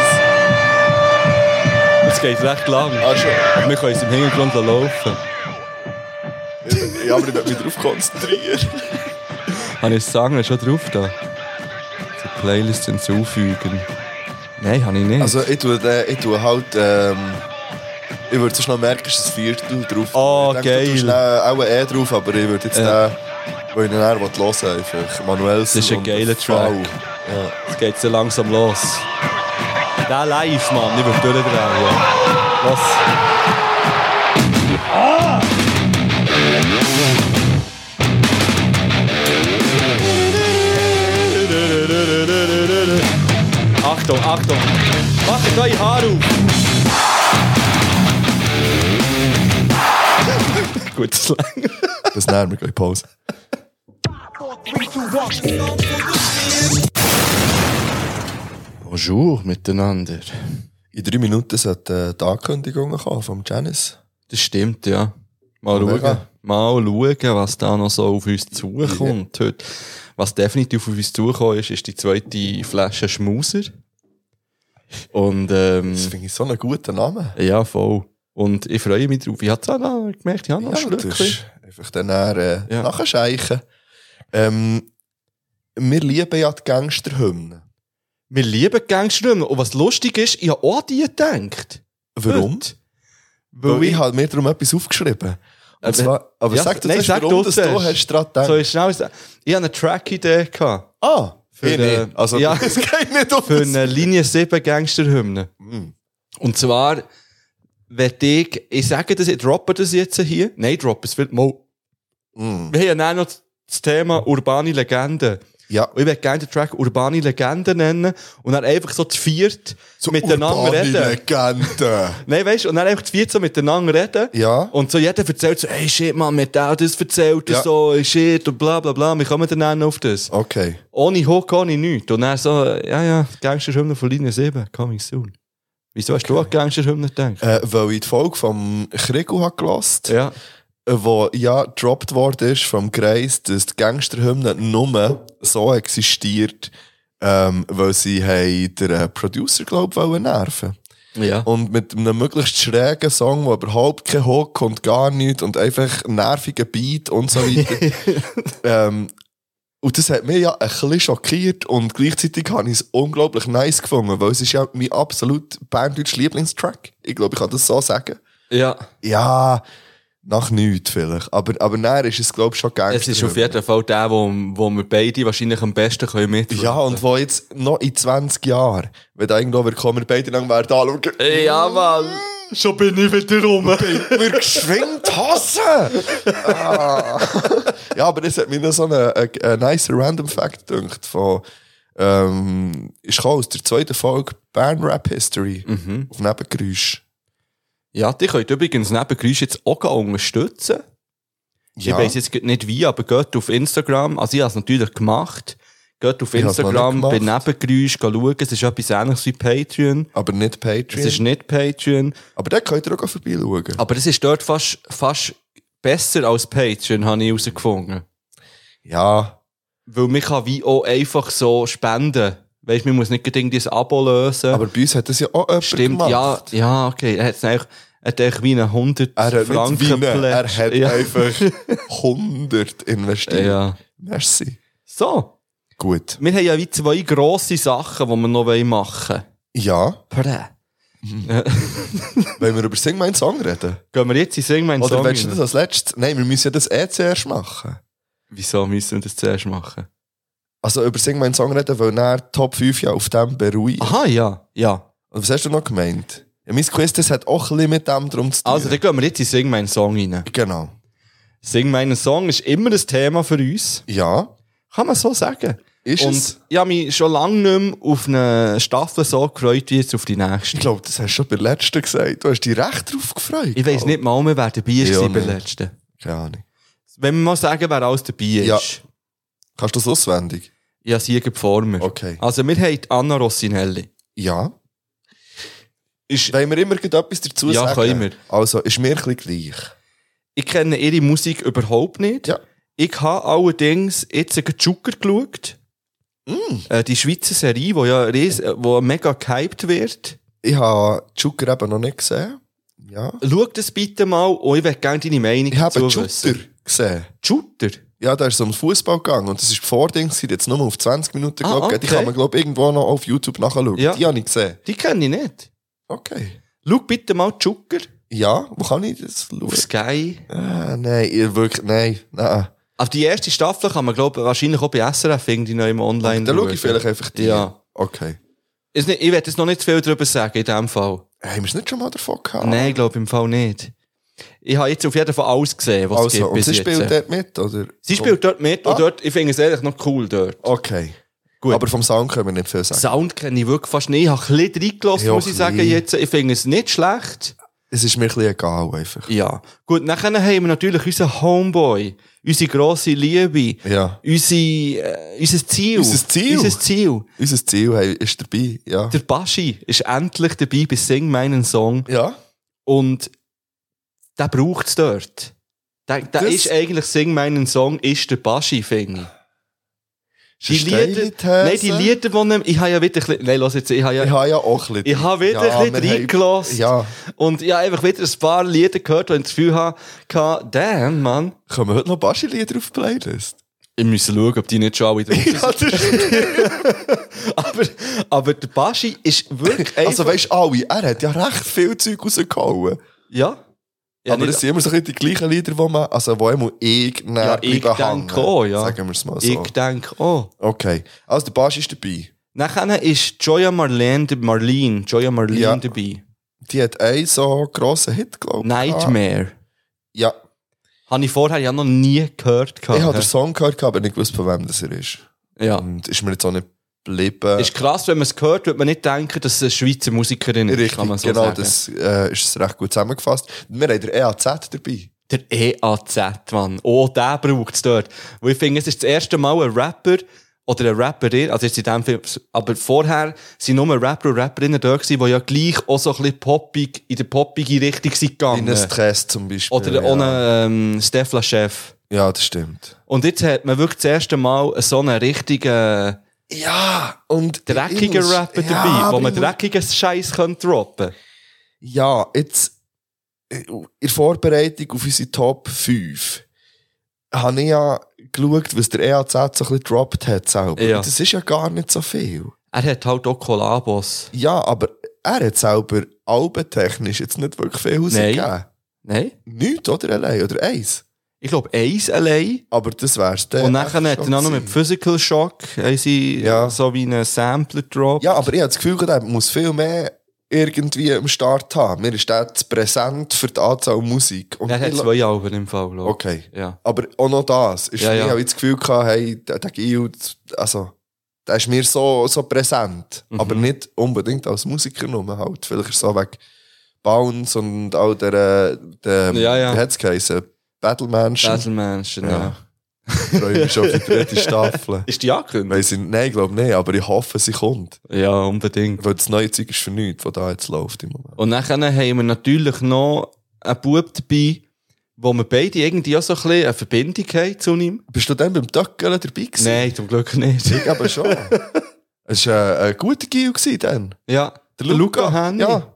es... Es geht recht lang. Ah, schon. Wir können es im Hintergrund laufen. Ja, aber ich werde mich drauf konzentrieren. Habe ich das Sangen schon drauf da? Zur Playlist hinzufügen. Nein, habe ich nicht. Also, ich tue, den, ich tue halt. Ähm, ich würde so schnell merken, ist ein Viertel drauf. Ah, ich denke, Du tust geil. dann auch eh drauf, aber ich würde jetzt Ja. den, weil ich ihn dann hören will, einfach. Manuel Das ist ein geiler Track. Jetzt geht es langsam los. Der live, Mann, ich würde durchdrehen. ja. Los. Ah! Achtung, Achtung! Macht euch Haare auf! Gut, das lang. Das nehmen wir gleich Pause. Bonjour miteinander. In drei Minuten sollte äh, die Ankündigung kommen vom Janis. Das stimmt, ja. Mal Mal schauen. schauen. Mal schauen, was da noch so auf uns zukommt heute. Was definitiv auf uns zukommt, ist, ist die zweite Flasche Schmuser. Und, ähm, Das finde ich so einen guten Namen. ja, voll. Und ich freue mich drauf. Ich habe es auch noch gemerkt, ich habe noch ein Ja, das Schlückchen. ist einfach dann eher, äh, Ja. nachscheichen. Ähm, wir lieben ja die Gangsterhymnen. Wir lieben Gangsterhymnen. Und was lustig ist, ich habe auch an die gedacht. Warum? Heute. Weil ich habe mir darum etwas aufgeschrieben. Aber- Und zwar, aber Ja, sag du nein, zuerst, sag warum du dass du zuerst. hast dran gedacht. So ist schnell. Ich habe eine Track-Idee gehabt. ah, Für ich eine- nicht. Also, Ja. es geht nicht um Für das. eine Linie 7 Gangsterhymne. Hm. Und zwar, wenn ich, ich sage das, ich droppe das jetzt hier. Nein, droppe es wird mal. Hm. Wir haben ja noch das Thema urbane Legenden. Ja, Und ich würde gerne den Track urbane Legenden nennen und dann einfach so zu viert so miteinander urbane reden. Legende. Nein, weißt du, und dann einfach zu viert so miteinander reden. Ja. Und so jeder erzählt so, ey shit, man, mir hat auch das erzählt Ja. und so, ey, shit und bla bla bla. Wir kommen dann auch noch auf das. Okay. Ohne Hook, ohne nichts. Und dann so, ja, ja, Gangsterhymne von Linie 7, coming soon. Wieso hast du an Gangsterhymne gedacht? Äh, weil ich die Folge vom Kriegel habe gehört habe, Ja. wo Eh, ja gedroppt worden ist vom Kreis, dass die Gangsterhymne nur so existiert, ähm, weil sie haben den äh, Producer, glaube ich, wollen nerven Ja. Und mit einem möglichst schrägen Song, der überhaupt kein Hook und gar nichts und einfach nervigen Beat und so weiter. ähm, und das hat mich ja ein bisschen schockiert und gleichzeitig habe ich es unglaublich nice gefunden, weil es ist ja mein absolut banddeutsch Lieblingstrack. Ich glaube, ich kann das so sagen. ja. Ja, nach nichts vielleicht. Aber, aber näher ist es, glaube ich, schon gängig. Es ist auf jeden Fall der, wo, wo wir beide wahrscheinlich am besten können mit. Ja, und wo jetzt noch in 20 Jahren, wenn da irgendwo wird kommen, wir beide lang werden anschauen, Ja, Mann. Schon bin ich wieder rum. wir geschwind hassen! ah. ja, aber das hat mir noch so einen, einen, einen nice random Fact gedacht von, ähm, ist gekommen aus der zweiten Folge Band Rap History Mhm. auf Nebengeräusch. Ja, die könnt übrigens Nebengeräusche jetzt auch gerne unterstützen. Ja. Ich weiss jetzt grad nicht wie, aber geht auf Instagram. Also ich habe es natürlich gemacht. Geht auf Ich hab's noch Instagram nicht bei gemacht. Nebengeräusch schauen. Es ist etwas ähnliches wie Patreon. Aber nicht Patreon. Es ist nicht Patreon. aber da könnt ihr auch vorbeischauen. Aber es ist dort fast, fast besser als Patreon, habe ich herausgefunden. Ja, Weil man kann wie auch einfach so spenden. Weißt, man muss nicht grad irgendwie ein Abo lösen. aber bei uns hat das ja auch jemand Stimmt, gemacht. ja, ja, okay. Er hat's eigentlich, er hat eigentlich wie einen 100 Er hat Franken nicht Wien, er geplätscht. hat ja. einfach 100 investiert. ja. Merci. So. Gut. Wir haben ja wie zwei grosse Sachen, die wir noch machen Ja, wollen. wenn wir über Sing meinen Song reden. Gehen wir jetzt in Sing meinen Oder Song willst du rein? das als letztes? Nein, wir müssen ja das eh zuerst machen. Wieso müssen wir das zuerst machen? Also über Sing meinen Song reden, weil er Top 5 ja auf dem beruht. Aha, ja. Ja. Und was hast du noch gemeint? Ja, mein Quiz, das hat auch ein bisschen mit dem drum zu tun. Also, dann gehen wir jetzt in Sing meinen Song rein. genau. Sing meinen Song ist immer ein Thema für uns. Ja, Kann man so sagen. ist Und es? ich habe mich schon lange nicht mehr auf eine Staffel so gefreut, wie jetzt auf die nächste. Ich glaube, das hast du schon bei der letzten gesagt. Du hast dich recht drauf gefreut. Ich weiss nicht mal mehr, wer dabei ist Ja, ja, bei der nein. letzten. Keine Ahnung. Wenn wir mal sagen, wer alles dabei ist. Ja. Kannst du das auswendig? Ja, Sieger Former. Okay. Also, wir haben die Anna Rossinelli. Ja. Ist, Wollen wir immer gleich etwas dazu Ja, sagen? können wir. Also, ist mir ein bisschen gleich. ich kenne ihre Musik überhaupt nicht. Ja. Ich habe allerdings jetzt einen Joker geschaut. Mm. Äh, die Schweizer Serie, die ja ries- äh, wo mega gehypt wird. Ich habe Joker eben noch nicht gesehen. Ja. Schau das bitte mal und ich möchte gerne deine Meinung Ich habe dazu Joker wissen. gesehen. Shooter? Ja, da ist es um Fußball gegangen und das ist Vording, sie hat jetzt nur auf 20 Minuten Ah, glaub, ich. Die okay. kann man glaub, irgendwo noch auf YouTube nachschauen. Ja. Die habe ich gesehen. Die kenne ich nicht. Okay. Schau bitte mal Joker Ja, wo kann ich das schauen? auf Sky. Ah, nein, ihr wirklich, nein, nein. Auf die erste Staffel kann man glaube wahrscheinlich auch bei SRF irgendwie noch immer online Dann schaue ich vielleicht einfach die. Ja. Okay. Ist nicht, ich werde jetzt noch nicht zu viel darüber sagen in dem Fall. Haben wir es nicht schon mal davon gehabt? Nein, ich glaube im Fall nicht. Ich habe jetzt auf jeden Fall alles gesehen, was es Also, gibt und bis sie jetzt. spielt dort mit, oder? Sie spielt dort mit Ah. und dort, ich finde es ehrlich noch cool dort. Okay. Gut. Aber vom Sound können wir nicht viel sagen. Sound kenne ich wirklich fast nicht. Ich habe ein bisschen reingelassen, Ja, muss ich sagen ein bisschen. jetzt. Ich finde es nicht schlecht. Es ist mir ein bisschen egal, einfach. Ja. Gut, nachher haben wir natürlich unseren Homeboy, unsere grosse Liebe, Ja. unser, äh, unser Ziel. Unser Ziel? Unser Ziel. Unser Ziel hey, ist dabei, ja. Der Baschi ist endlich dabei bei Sing meinen Song Ja. und der braucht es dort. Der, der Das- ist eigentlich Sing meinen Song, ist der Baschi, finde ich. Die Lieder, nein, die Lieder, die nicht- ich habe ja wieder ein bisschen, nein, lass jetzt, ich habe ja, Ich habe ja auch ein bisschen. ich habe wieder ja, ein wir bisschen haben- reingelassen. Ja, Und ich habe einfach wieder ein paar Lieder gehört, wo ich das Gefühl hatte, damn, Mann. können wir heute noch Baschi-Lieder auf die Playlist? Ich muss schauen, ob die nicht schon alle drauf sind. Ja, das ist- aber, aber der Baschi ist wirklich also einfach- weißt du, alle, er hat ja recht viel Zeug rausgehauen. ja. ja. aber nicht- das sind immer so ein bisschen die gleichen Lieder, die man, also wo immer ich nehmen, Ja, ich bleiben denke auch, ja. Sagen wir es mal so. ich denke, oh. okay, also der Baschi ist dabei. Nachher ist Joya Marlene, de- Marlene, Joya Marlene Ja. dabei. Die hat einen so grossen Hit, glaube ich. Nightmare. Ja, Habe ich vorher ja noch nie gehört. ich habe hä? den Song gehört, aber nicht gewusst, von wem das er ist. ja. Und ist mir jetzt auch nicht geblieben. Ist krass, wenn man es hört, wird man nicht denken, dass es eine Schweizer Musikerin ist, Richtig, kann man so genau, sagen. das äh, ist recht gut zusammengefasst. Wir haben den EAZ dabei. Der EAZ, Mann. Oh, der braucht es dort. Weil ich finde, es ist das erste Mal ein Rapper oder eine Rapperin, also jetzt in dem Film, aber vorher sind nur Rapper und Rapperinnen da gewesen, die ja gleich auch so ein bisschen poppig, in der poppige Richtung sind In einem gegangen. Stress zum Beispiel. Oder ja. ohne ähm, Stefla-Chef. Ja, das stimmt. Und jetzt hat man wirklich das erste Mal so einen richtigen Ja, und. dreckigen ich muss- Rapper ja, dabei, aber wo ich man muss- dreckigen Scheiß könnte droppen. Ja, jetzt. äh, In der Vorbereitung auf unsere Top 5 habe ich ja geschaut, was der EAZ so ein bisschen gedroppt hat selber. Ja. Und Das ist ja gar nicht so viel. Er hat halt auch Kollabos. Ja, aber er hat selber albentechnisch jetzt nicht wirklich viel rausgegeben. Nein? Nichts, oder? Allein, oder eins. Ich glaube, eins allein. Aber das wär's dann. Und nachher echt hat er schon noch mit gewesen. Physical Shock haben sie Ja. so eh, wie einen Sampler Drop. Ja, aber ich habe das Gefühl, gehabt, er muss viel mehr irgendwie am Start haben. Mir ist der zu präsent für die Anzahl Musik. Und er hat ich- zwei Alben im Fall, glaub ich. Okay. Ja. Aber auch noch das. Ist Ja, für mich ja. habe ich das Gefühl gehabt, hey, der, der Gil, also, der ist mir so, so präsent. Mhm. Aber nicht unbedingt als Musiker nur halt. Vielleicht ist er so wegen Bounce und all der, äh, der Ja, ja. wie hat's geheissen? Battle Mansion. Battle Mansion, ja. Ja. Ich freue mich schon auf die dritte Staffel. Ist die angekündigt? Weiss ich, nein, ich glaube nicht, aber ich hoffe, sie kommt. Ja, unbedingt. Weil das neue Zeug ist für nichts, was da jetzt läuft im Moment. Und nachher haben wir natürlich noch einen Bub dabei, wo wir beide irgendwie auch so ein bisschen eine Verbindung haben zu ihm. Bist du dann beim Töckeln dabei gewesen? Nein, zum Glück nicht. Ich aber schon. es war äh, ein guter Gil gewesen dann. Ja, der Luca, Henny. Ja.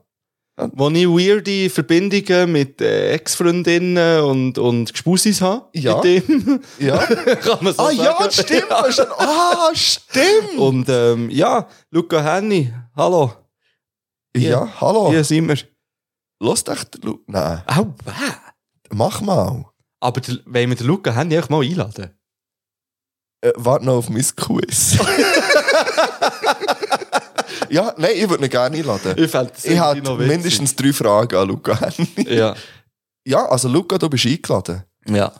Wo ich weirde Verbindungen mit äh, Ex-Freundinnen und, und Gespusis habe. Ja. Mit ihm. ja. Kann man so Ah sagen. ja, stimmt. Ja. hast du- Ah, stimmt. Und ähm, ja, Luca Henny, hallo. ja, hallo. Hier sind wir. Lass dich, der Lu Nein, Oh. Au, wow. mach mal. Aber der, wenn wir den Luca Henny einfach mal einladen. Äh, warte noch auf mein Quiz. ja, nein, ich würde ihn gerne einladen. Ich fände das Ich irgendwie habe noch nou witzig. mindestens drei Fragen an Luca Henni. Ja. Ja, also Luca, du bist eingeladen. ja.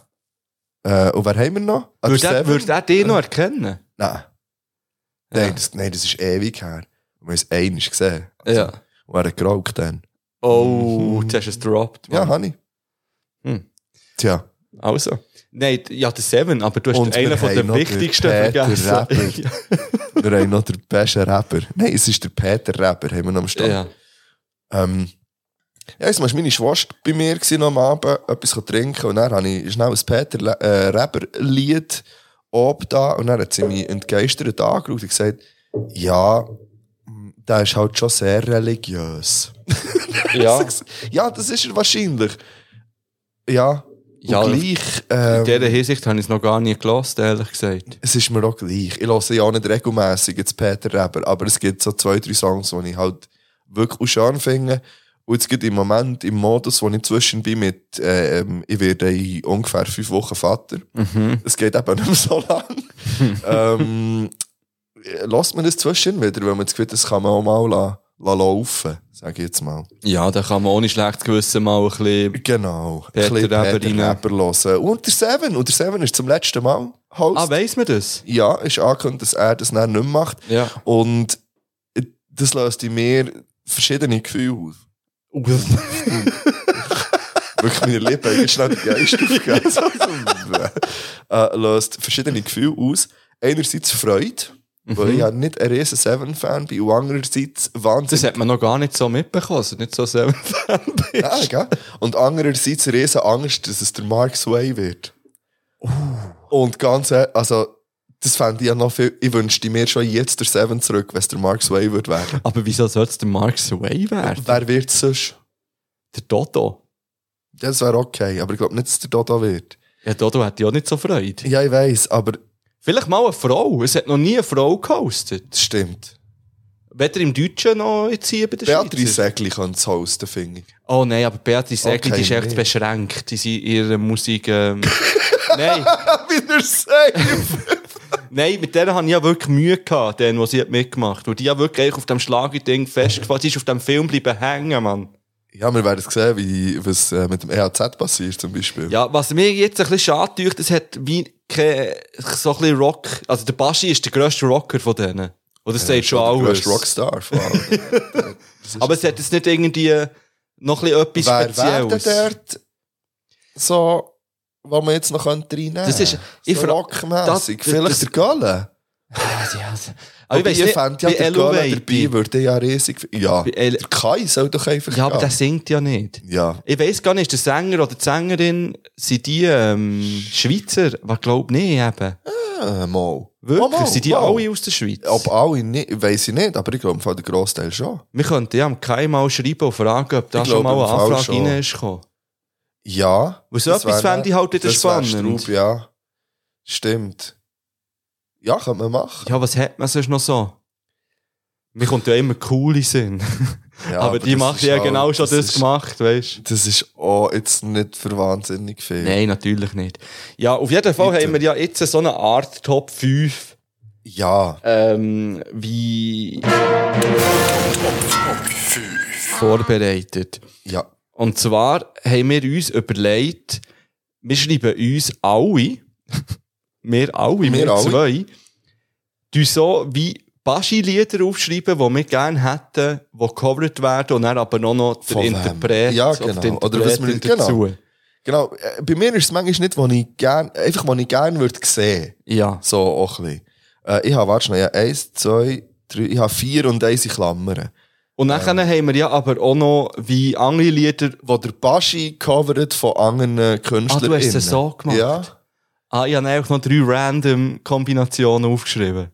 Äh, und wer haben wir noch? Ah, Würde der er, Seven? würde er dich noch erkennen? Nein. Ja. Nein, das, nein, das ist ewig her. Wir haben es einmal gesehen. Ja. Und er hat geraucht dann. Oh, jetzt hast du es gedroppt. Ja, Mann. habe ich. Hm. Tja. Also. Nein, ja, der Seven, aber du hast Und einen wir von haben den noch den wichtigsten Peter vergessen. Wir haben noch den besten Rapper. Nein, es ist der Peter Rapper, haben wir noch am Start. ja. Ähm, ja, jetzt war meine Schwester bei mir gewesen, am Abend, etwas trinken und dann habe ich schnell ein Peter äh, Rapper-Lied ob da und dann hat sie mich entgeistert angeschaut und gesagt, ja, der ist halt schon sehr religiös. Ja. ja, das ist er wahrscheinlich. Ja, Ja, und gleich, In ähm, dieser Hinsicht habe ich es noch gar nie gelesen, ehrlich gesagt. es ist mir auch gleich. Ich höre ja auch nicht regelmässig jetzt Peter Reber, aber es gibt so zwei, drei Songs, die ich halt wirklich auch schön finde. Und jetzt gibt im Moment im Modus, wo ich zwischen bin mit, äh, ähm, ich werde in ungefähr fünf Wochen Vater. Mhm. Es geht eben nicht mehr so lang. ähm, lasst man das zwischen wieder, weil man das Gefühl, hat, das kann man auch mal la, la laufen, sage ich jetzt mal. Ja, da kann man ohne schlechtes Gewissen mal ein bisschen... Genau. Peter Ein bisschen Reber rein. Reber hören. Und der Seven, und der Seven ist zum letzten Mal Host. Ah, weiss man das? Ja, ist angekündigt, dass er das dann nicht mehr macht. Ja. Und das löst in mir verschiedene Gefühle aus. Wirklich, meine Lippen haben jetzt schnell den Geist aufgegeben. äh, löst verschiedene Gefühle aus. Einerseits Freude, weil ich ja nicht ein riesen Seven-Fan bin, und andererseits Das wahnsinnig... hat man noch gar nicht so mitbekommen, dass du nicht so selber Fan bist. Ja, Ah, gell? Und andererseits riesen Angst, dass es der Mark Sway wird. Und ganz, e- also, Das fände ich ja noch viel. Ich wünschte mir schon jetzt der Seven zurück, wenn es der Mark Sway würde werden. Aber wieso soll es der Mark Sway werden? Wer wird es sonst? Der Toto. Das wäre okay, aber ich glaube nicht, dass der Dodo wird. Ja, Toto hat ja auch nicht so Freude. Ja, ich weiss, aber Vielleicht mal eine Frau. Es hat noch nie eine Frau gehostet. das stimmt. Weder im Deutschen noch jetzt hier bei der Beatrice Schweizer. Segli könnte es hosten, finde ich. Oh nein, aber Beatrice Egli, Okay, die ist echt nee. beschränkt in sie- ihrer Musik. Ähm, nein, Wieder safe! nein, mit der habe ich ja wirklich Mühe gehabt, den, was sie hat mitgemacht. Weil die ja wirklich eigentlich auf dem Schlagerding festgefasst Sie ist, auf dem Film bleiben hängen, Mann. ja, wir werden sehen, wie, was äh, mit dem EHZ passiert, zum Beispiel. Ja, was mir jetzt ein bisschen schade tut, es hat wie kein, so ein bisschen Rock. Also der Baschi ist der grösste Rocker von denen. Oder das sagt schon Du alles. bist Rockstar. vor allem. Aber es hat jetzt nicht irgendwie noch ein bisschen etwas Wer wäre Spezielles. denn dort so, was man jetzt noch könnte reinnehmen könnte? Das ist- ich so fra- rockmässig. das- Vielleicht das- der Göllen. Aber ich Also, weiss nicht, fände ja bei der Elo Göllen Wapi- dabei, würde ja riesig... Ja, Bei El- der Kai soll doch einfach Ja, aber der gehen. singt ja nicht. Ja, Ich weiss gar nicht, ist der Sänger oder die Sängerin, sind die ähm, Schweizer? Was glaub nicht eben. äh, mal. Wirklich, Mal, mal, sind die mal. alle aus der Schweiz? Ob alle nicht, weiss ich nicht, aber ich glaube, im Fall der Grossteil schon. Wir könnten ja am Kai mal schreiben und fragen, ob da Ich schon glaub, mal eine im Fall Anfrage schon. rein ist gekommen. Ja. Weil so das etwas wär- fände ich halt wieder das wär spannend. Straub, ja. Stimmt. Ja, könnte man machen. Ja, was hat man sonst noch so? Mir kommt ja immer cool in Sinn. Ja, aber, die das macht ist ja auch- genau schon das ist- gemacht, weißt du? Das ist auch jetzt nicht für wahnsinnig viel. Nein, natürlich nicht. Ja, auf jeden Fall Bitte. haben wir ja jetzt so eine Art Top 5, Ja. ähm, wie... Vorbereitet. Ja. Und zwar haben wir uns überlegt, wir schreiben uns alle, wir alle, wir, alle. zwei, du so wie Baschi-Lieder aufschreiben, die wir gerne hätten, die gecovert werden und dann aber noch, noch der Von wem? Interpret Ja, oder die genau. Oder was wir- Interpretin dazu. Genau. äh, Bei mir ist es manchmal nicht, was ich gerne, einfach, was ich gerne würde sehen. Ja. So, auch ein bisschen. Äh, ich habe, warte schnell, ja, eins, zwei, drei, ich habe vier und eins in Klammern. Und nachher haben wir ja aber auch noch wie andere Lieder, Wo der Baschi covert von anderen Künstlern. Ah, du hast es so gemacht? Ja. ah, ich habe einfach noch drei random Kombinationen aufgeschrieben.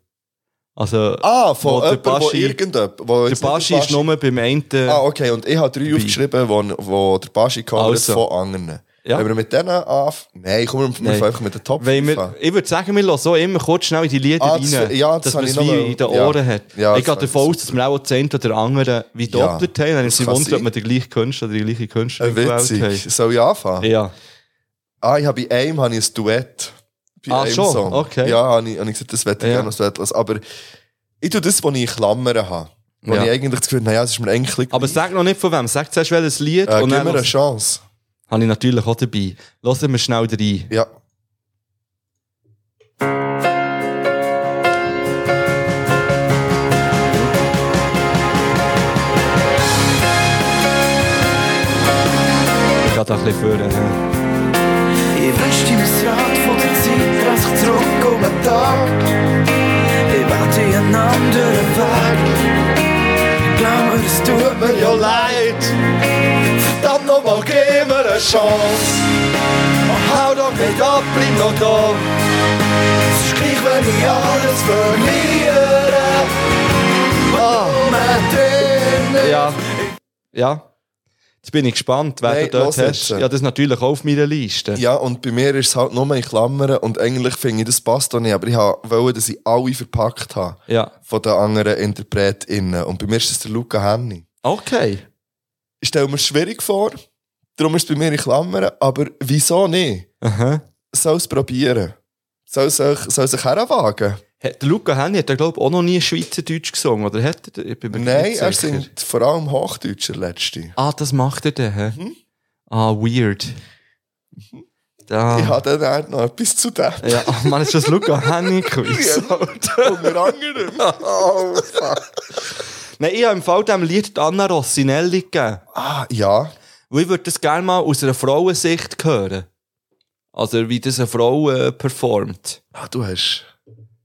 Also, Ah, von Wo der jemandem, Baschi- wo irgendjemand, wo der jetzt nicht Baschi ist nur beim einen, Ah, okay, und ich habe drei Dabei. aufgeschrieben, wo, wo der Baschi covert Also. von anderen. Ja. Wenn wir mit denen anfangen... Nein, komm, wir Nein. fangen einfach mit den Top Weil 5 wir, an. ich würde sagen, wir lassen so immer kurz schnell in die Lieder Ah, das- rein, ja, das dass man habe ich es noch wie wollen. in den Ja. Ohren hat. Ja, ich gehe das davon aus, dass wir auch den einen oder anderen wie Ja. doppelt haben, dann Das ist es kann wundert, ob sein. wir die gleiche Künstler oder die gleiche Künstlerin Äh, gewählt witzig. Soll ich anfangen? haben. Ja. Ah, ich habe bei einem habe ich ein Duett. Bei Ah, einem schon? Okay. Ja, habe ich, habe ich gesagt, das wette ich Ja. gerne als Duett lassen. Aber ich tue das, was ich in Klammern habe. Wo Ja. ich eigentlich das Gefühl habe, naja, es ist mir eigentlich... gleich. Aber sag noch nicht von wem. Sag zuerst welches Lied Ah, äh, und gib dann mir eine los- Chance. habe ich natürlich auch dabei. Hören wir schnell rein. Ja. Ich gehe da ein bisschen vorne. Ich wünschte ihm ein Rad von der Zeit, dass ich zurück um den Tag. Ich wette einen anderen Weg. Ich glaube, es tut mir ja leid. Verdammt nochmal, gib mir eine Chance. Und hau doch nicht ab, bleib noch da. Es ist gleich, wenn ich alles verliere. Oh, Ah. mein Ding. Ja. Ja. Jetzt bin ich gespannt, wer Nein, du dort los hast. jetzt. Ja, das ist natürlich auch auf meiner Liste. Ja, und bei mir ist es halt nur in Klammern und eigentlich finde ich, das passt auch nicht, aber ich habe- wollte, dass ich alle verpackt habe Ja. von den anderen InterpretInnen. Und bei mir ist es der Luca Henni. Okay. Ich stelle mir schwierig vor, darum ist es bei mir in Klammern, aber wieso nicht? Aha. Soll es probieren? Soll es sich, soll es sich heranwagen? Hat der Luca Henni hat er, glaube ich, auch noch nie Schweizerdeutsch gesungen, oder hat er? Ich bin mir Nein, nicht er sicher. singt vor allem Hochdeutscher letzte. Ah, das macht er dann, hä? Mhm. Ah, weird. Da. Ich habe dann auch noch etwas zu dem. Ah. Ja, oh Mann, ist das Luca Henni quiz Unter anderem. Oh, fuck. Nein, ich habe im Fall diesem Lied die Anna Rossinelli gegeben. Ah, ja. Und ich würde das gerne mal aus einer Frauensicht hören. Also, wie das eine Frau äh, performt. Ah, du hast...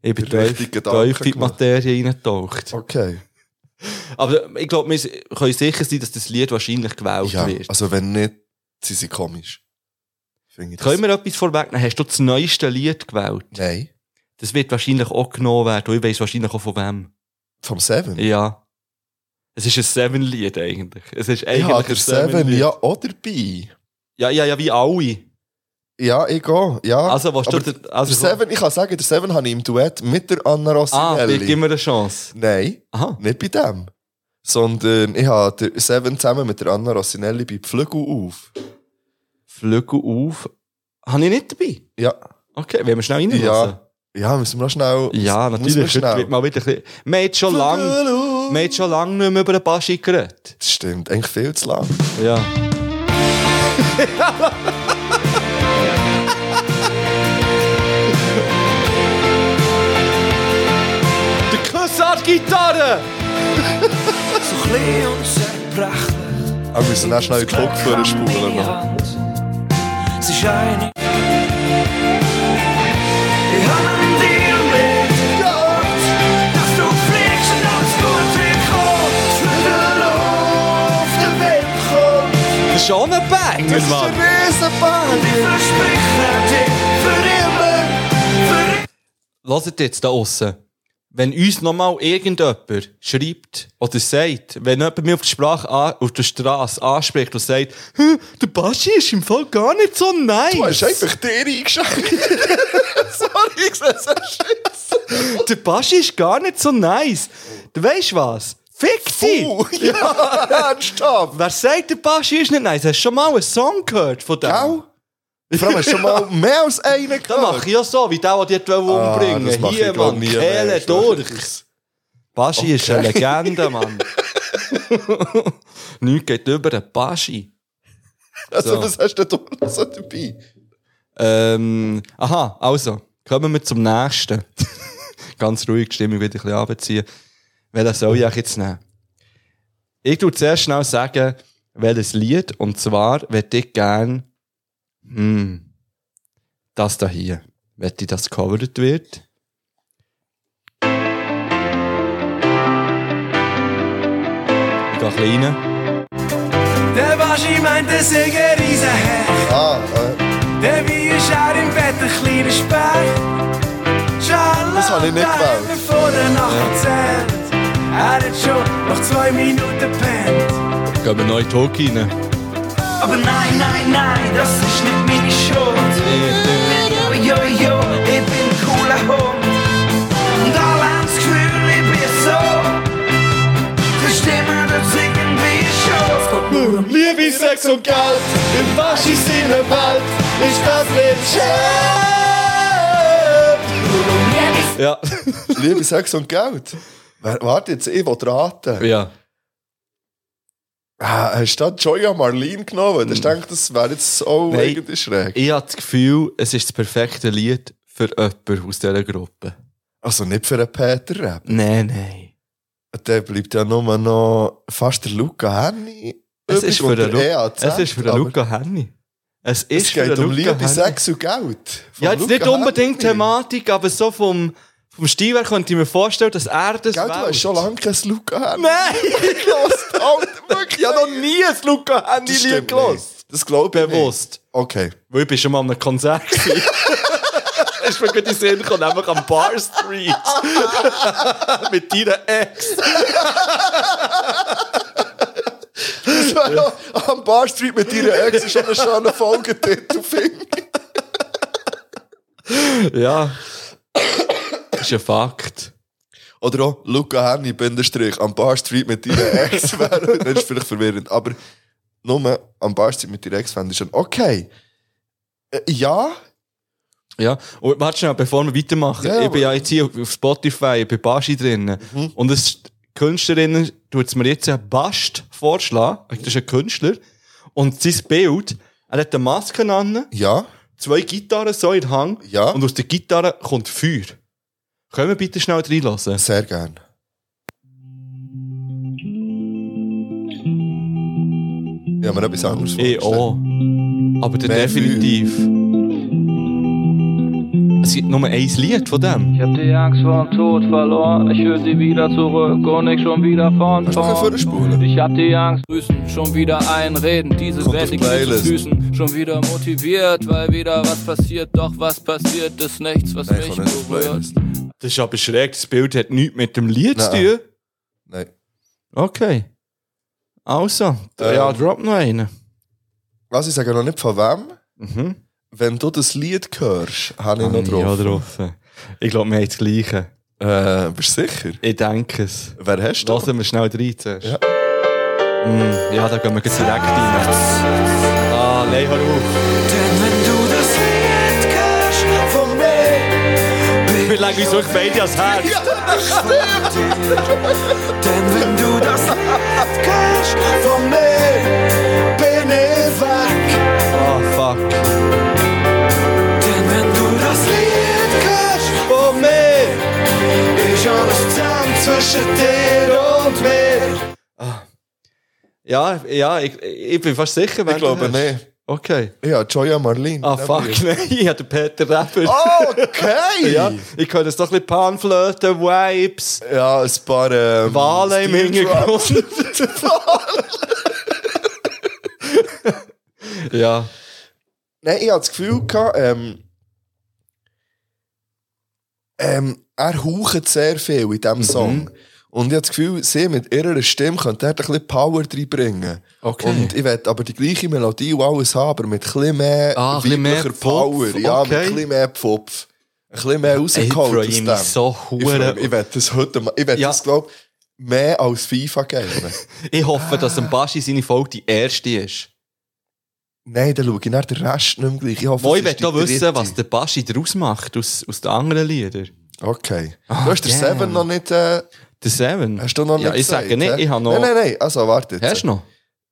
Ich bin Die tief, richtigen Gedanken tief in die gemacht. Materie reingetaucht. Okay. Aber ich glaube, wir können sicher sein, dass das Lied wahrscheinlich gewählt Ja, wird. also wenn nicht, sind sie komisch. Finde ich das- Können wir etwas vorwegnehmen? Hast du das neueste Lied gewählt? Nein. Das wird wahrscheinlich auch genommen werden. Und ich weiss wahrscheinlich auch von wem. Vom Seven? Ja. Es ist ein Seven-Lied eigentlich. Es ist Ich eigentlich habe der ein Seven Seven-Lied. ja auch dabei. ja, ja, ja, wie alle. Ja, ich auch. Ja. Also, was Aber du der- also der Seven, ich kann sagen, der Seven habe ich im Duett mit der Anna Ah, dir Rossinelli. gib mir eine Chance. Nein, Aha. nicht bei dem. Sondern äh, ich habe der Seven zusammen mit der Anna Rossinelli bei Pflügel auf. Flügel auf. Habe ich nicht dabei? Ja. Okay, wollen wir schnell reinlassen? Ja. Ja, müssen wir noch schnell. Ja, müssen natürlich. Heute Wir wird schnell. mal wieder ein bisschen... Wir haben schon lange... Wir haben schon lange nicht mehr über den Baschi geredet. Das stimmt, eigentlich viel zu lang. Ja. Der Kuss hat Gitarre! So klein und sehr prächtig. Aber wir müssen auch schnell in die Kopfhörer spulen. noch. Sie scheinen. Ich hab an dir nicht gedacht, dass du fliegst und aufs gute kommst. Flügel auf den Wind kommt. Das ist schon ein Banger, Mann! Und ich versprich dir dich für immer. Für immer. Hört jetzt da aussen. Wenn uns nochmal irgendjemand schreibt oder sagt, wenn jemand mich auf der, Sprache an, auf der Straße anspricht und sagt, «Hä, der Baschi ist im Fall gar nicht so nice. Du Oh, hast einfach dir eingeschenkt. Sorry, ich sehe so scheiße. Der Baschi ist gar nicht so nice. Du weißt was? Fick dich! Uh, ja, ernsthaft. Wer sagt, der Baschi ist nicht nice? Hast du schon mal einen Song gehört von dem? Gell? Vor allem hast du schon mal mehr als einen Da mache ich ja so, wie der, der dich umbringen das will. mach ich, Hier, glaub, Mann, nie Kehle mehr. durch. Baschi ist eine Legende, Mann. Nichts geht über den Baschi. Also, So. was hast du denn da so dabei? Ähm, aha, also, kommen wir zum nächsten. Ganz ruhig, die Stimmung wieder ein bisschen runterziehen. Welchen soll ich euch jetzt nehmen? Ich tu zuerst schnell sagen, welches Lied, und zwar würde ich gern, hm, das da hier. Wette ich, dass gecovert wird? Ich gehe ein bisschen rein. Der Waschi meint, es sei ein Riesenherr. Ah, äh, Der Wein ist auch im Bett ein kleiner Speer. Schalala, Das habe ich nicht gewählt. mir vor der Nacht erzählt. Er hat schon noch zwei Minuten pennt. Gehen wir neu in die Talk rein. Aber nein, nein, nein, das ist nicht meine Schuld. Jo, jo, ich bin ein cooler Hund. Und alle haben das Gefühl, ich bin so. Verstimmen das irgendwie schon. Liebe, Sex und Geld, im Faschis in der Welt, ist das nicht schön? Ja, Liebe Sex und Geld. Wer- Warte jetzt, ich will raten. ja. Ah, hast du da Joya Marlene genommen? Weil Du denkst, das wäre jetzt auch Hm. Nein. irgendwie schräg. Ich habe das Gefühl, es ist das perfekte Lied für jemanden aus dieser Gruppe. Also nicht für einen Peter Rap. Nein, nein. Der bleibt ja nur noch fast der Luca Henni. Es ist für übrig den, und Lu der EAZ, es ist für den E aber Luca Henni. Es ist Es für geht den um Luca Liebe, Henni. Sex und Geld. Von Ja, jetzt Luca nicht unbedingt Henni. Thematik, aber so vom, vom Stil her könnte ich mir vorstellen, dass er das Gell, du wählt. hast schon lange kein Luca Henni. Nein! gelost. Alter, wirklich. Ich habe noch nie ein Luca Das Henni-Lied stimmt gehört. nicht. Das glaube ich Bewusst. nicht. Okay. Weil ich bin schon mal an einem Konzert gewesen. ist mir gut in den Sinn gekommen, nämlich am Bar Street. Mit deiner Ex. Am Bar Street mit deiner Ex ist schon ein schöner Folgetitel, finde ich. Ja. Ist ein Fakt. Oder auch Luca Henni, Bindestrich, am Bar Street mit deiner Ex wäre. Das ist vielleicht verwirrend, aber nur am Bar Street mit deiner Ex fände ich schon okay. Äh, ja, Ja. Und warte schnell, bevor wir weitermachen. Ja, ich bin ja Mhm. jetzt hier auf Spotify, ich bin Baschi drinnen. Und es, die Künstlerin tut mir jetzt einen Bast vorschlagen. Das ist ein Künstler. Und sein Bild, er hat eine Maske an. ja. zwei Gitarren so in den Hang Ja. und aus der Gitarre kommt Feuer. Können wir bitte schnell reinlassen? Sehr gern. Ja, mir etwas anderes Eh, vorgestellt. oh. Aber der Mehr definitiv. Es es gibt nur ein Lied von dem. Ich hab die Angst vorm Tod verloren, ich höre sie wieder zurück und ich schon wieder von Ah. Hast du keine vorn. Viertelspulen? Ich hab die Angst, grüßen, schon wieder einreden, diese Kommt Welt auf liegt mir zu Playlist. Füßen. Schon wieder motiviert, weil wieder was passiert, doch was passiert ist nichts, was Nein, mich von uns berührt. Playlist. Das ist aber schräg, das Bild hat nichts mit dem Lied zu Nein. tun. Nein. Okay. Also, Ähm. ja, drop noch einen. Was, Also, ich sage noch nicht von wem. Mhm. Wenn du das Lied hörst, habe ich Hab noch ich auch drauf. getroffen. Ich glaube, wir haben das Gleiche. Äh, bist du sicher? Ich denke es. Wer hast du? Lassen wir schnell rein zuerst. Ja. dus. Mm, ja, da gehen wir gleich direkt rein. Ah, nein, hör auf. Wir legen uns wirklich beide ans Herz. Ah, fuck. Ja, ja, ich, ich bin fast sicher, wenn Ich glaube du hast. nicht. Okay. Ja, Joya Marlene. dus. Ah, Der fuck, Lied. nein, ich habe den Peter Rapper. Oh, Okay! Ja, ich höre jetzt doch ein bisschen Panflöten, Vibes, Ja, ein paar. Ähm, Wale im Steel-Drop. Hintergrund. ja. Nein, ich hatte das Gefühl, gehabt, ähm, ähm, er haucht sehr viel in Mhm. diesem Song. Und ich habe das Gefühl, sie mit ihrer Stimme könnte er ein bisschen Power reinbringen. Okay. Und ich werde aber die gleiche Melodie und alles haben, aber mit ein bisschen mehr Ah, ein bisschen mehr weiblicher Pfupf, Power. Ja, mit okay. ein bisschen mehr Pfupf. Ein bisschen mehr Ey, rausgeholt freue ich mich aus dem. so Ich freue hure- mich. Ich werde das heute mal, ich werde Ja. das, glaube ich, mehr als FIFA geben. Ich hoffe, dass dem Baschi seine Folge die erste ist. Nein, dann schaue ich nach den Rest nicht mehr gleich. Ich hoffe, Wo es ich ist will auch die wissen, dritte. was der Baschi daraus macht, aus, aus den anderen Liedern. Okay. Ah, du hast den damn. Seven noch nicht. Äh, Der Seven. hast du noch ja, nicht ich sage gesagt, nicht, hä? ich habe noch. Nein, nein, nein. Also, warte. Hast du noch?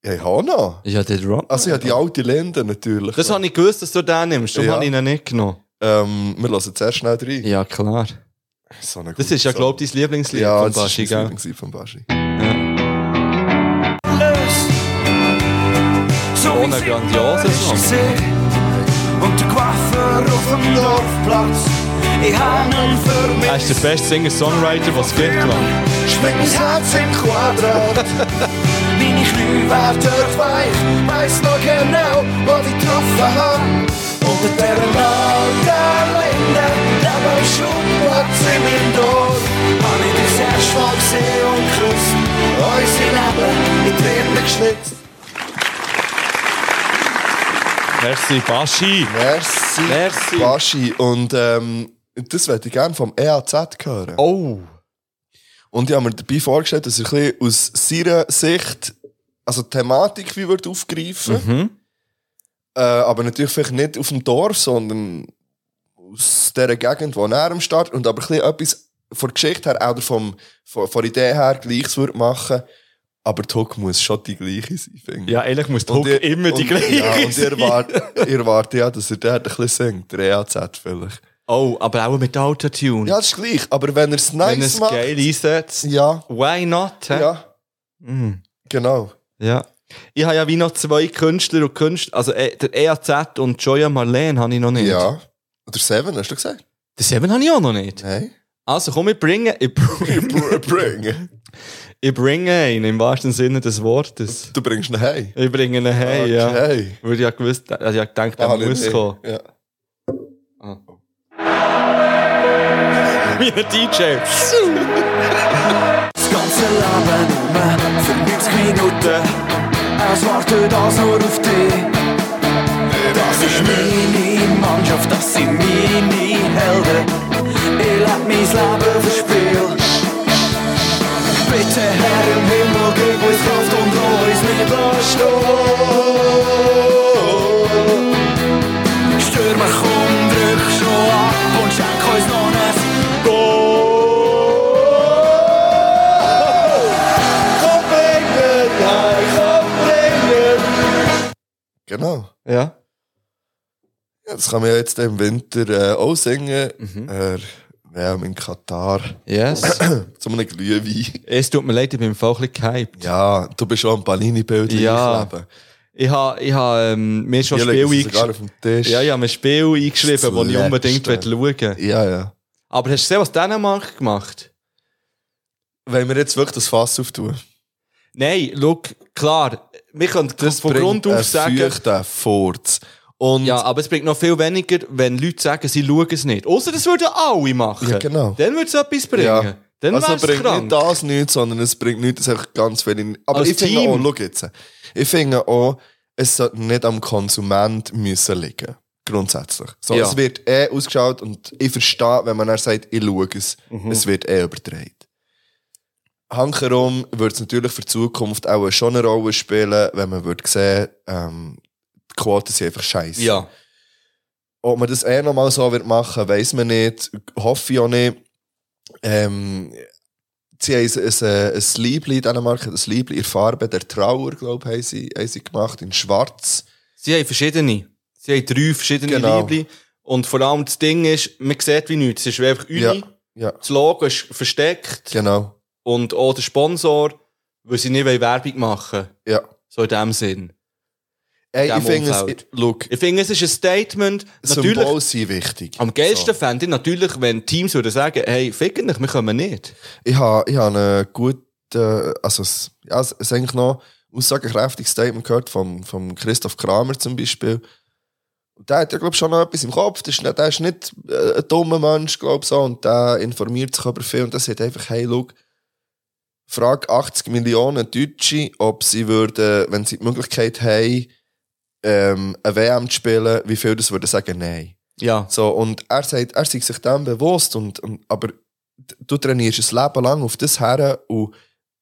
Ja, ich habe noch. Ja, der Rob. Also, ich habe die alte Linde natürlich. das noch. habe ich gewusst, dass du den nimmst. Darum Ja. habe ich ihn nicht genommen. ähm, wir lassen zuerst schnell rein. Ja, klar. So eine Das gute ist ja, Sache. glaube ich, dein Lieblingslied ja, von das ist Baschi, mein gell? Lieblingslied von Baschi. Ohne grandiose Song. Er ist der beste Singer-Songwriter, was es gibt. Mann. Schmeckt mein Herz im Quadrat. Meine Knie werden weich. Weiss noch genau, wo ich getroffen habe. Unter der alten Linde, da war ich Schubplatz in meinem Dorf. Hab ich das erste Mal gesehen und geküsst. Unsere Leben in Tränen geschnitzt. Merci, Baschi. Merci. Merci. Baschi. Und ähm, das würde ich gerne vom EAZ hören. Oh. Und ich habe mir dabei vorgestellt, dass ich ein bisschen aus seiner Sicht, also die Thematik wie würde aufgreifen Mhm. äh, aber natürlich vielleicht nicht auf dem Dorf, sondern aus dieser Gegend, wo er am Start und aber ein bisschen etwas von der Geschichte her oder vom, von, von der Idee her Gleiches würde machen. Aber die Hook muss schon die gleiche sein, finde ich. Ja, ehrlich muss der Und Hook ihr- immer die und- gleiche Ja, und ihr sein. erwartet, ihr erwartet ja, dass er dort ein bisschen singt, der EAZ vielleicht. Oh, aber auch mit Autotune. Ja, das ist gleich, aber wenn er es nice Wenn es macht... geil einsetzt. Ja, Why not? hä? ja, Mhm. genau. Ja. Ich habe ja wie noch zwei Künstler und Künstler, also äh, der EAZ und Joya Marlene habe ich noch nicht. Ja. Oder Seven, hast du gesagt? Den Seven habe ich auch noch nicht. Nein. Also komm, ich bringe, ich, br- Br- äh, Bring. ich bringe einen, im wahrsten Sinne des Wortes. Du bringst ihn heim. Ich bringe ihn hey, ja. Okay. Weil ich ja gewusst, also ich habe gedacht, der Ah, nicht muss ich. kommen. Ja. Wie ein DJ. Das ganze Leben um, für 90 Minuten. Es wartet alles nur auf dich. Das ist meine Mannschaft, das sind meine Helden. Ich lebe mein Leben fürs Spiel. Bitte Herr im Himmel, gib uns Kraft und lass uns nicht lassen. Stürme komm, drück schon ab und schenk uns noch ein Genau. Ja. Ja, das kann man ja jetzt im Winter äh, auch singen. Mhm. Äh, ja, in Katar. Yes. Zu einem Glühwein. es tut mir leid, ich bin im Fall ein bisschen gehypt. Ja, du bist schon am Panini-Bild Ja. leben. Ich habe ich ha, ähm, mir schon Hier ein liegen Spiel sie sogar auf eingeschrieben. dem Tisch. Ja, ich habe mir ein Spiel eingeschrieben, das ich unbedingt Letzte. schauen will. Ja, ja. Aber hast du gesehen, was Dänemark gemacht Wenn wir jetzt wirklich das Fass auftun, Nein, schau, klar, wir können das von Grund auf sagen. feuchten Furz. Und Ja, aber es bringt noch viel weniger, wenn Leute sagen, sie schauen es nicht. Außer das würden alle machen. Ja, genau. Dann würde es etwas bringen. Ja. Dann also wär's bringt krank. nicht das nichts, sondern es bringt nichts, dass einfach ganz viele... Aber Als ich finde Team. auch, schau jetzt, ich finde auch, es sollte nicht am Konsument müssen liegen. Grundsätzlich. So, Ja. Es wird eh ausgeschaut und ich verstehe, wenn man dann sagt, ich schaue es, Mhm. es wird eh übertragen. Hankerum wird es natürlich für die Zukunft auch schon eine Rolle spielen, wenn man würde sehen, ähm, die Quoten sind einfach scheiße. Ja. Ob man das eh nochmal so wird machen, weiß man nicht. Hoffe ich auch nicht. Ähm, sie haben ein, ein, ein Liebli in Dänemark, ein Liebli in Farbe der Trauer, glaube ich, haben sie, haben sie gemacht, in schwarz. Sie haben verschiedene. Sie haben drei verschiedene Genau. Liebli. Und vor allem das Ding ist, man sieht wie nichts. Es ist einfach Uni. Ja, ja. Das Logo ist versteckt. Genau. Und auch der Sponsor, weil sie nicht Werbung machen wollen. Ja. So in dem Sinn. Ey, Dem ich finde es, Umfeld. ich- schau, Ich finde, es ist ein Statement. Natürlich, Symbole sind wichtig. am geilsten So. fände ich natürlich, wenn Teams würden sagen, hey, ficken dich, wir kommen nicht. Ich habe ich hab einen guten, also es, ja, es ist eigentlich noch ein aussagekräftiges Statement gehört vom, vom Christoph Kramer zum Beispiel. Und der hat ja, glaube ich, schon noch etwas im Kopf. Der ist, nicht- der ist nicht äh, ein dummer Mensch, glaube ich, so. Und der informiert sich über viel. Und der sagt einfach, hey, schau, frag 80 Millionen Deutsche, ob sie würden, wenn sie die Möglichkeit haben, ähm, eine WM zu spielen, wie viel das würden sagen, nein. Ja. So, und er sagt, er sei sich dem bewusst, und, und, aber d- du trainierst ein Leben lang auf das her und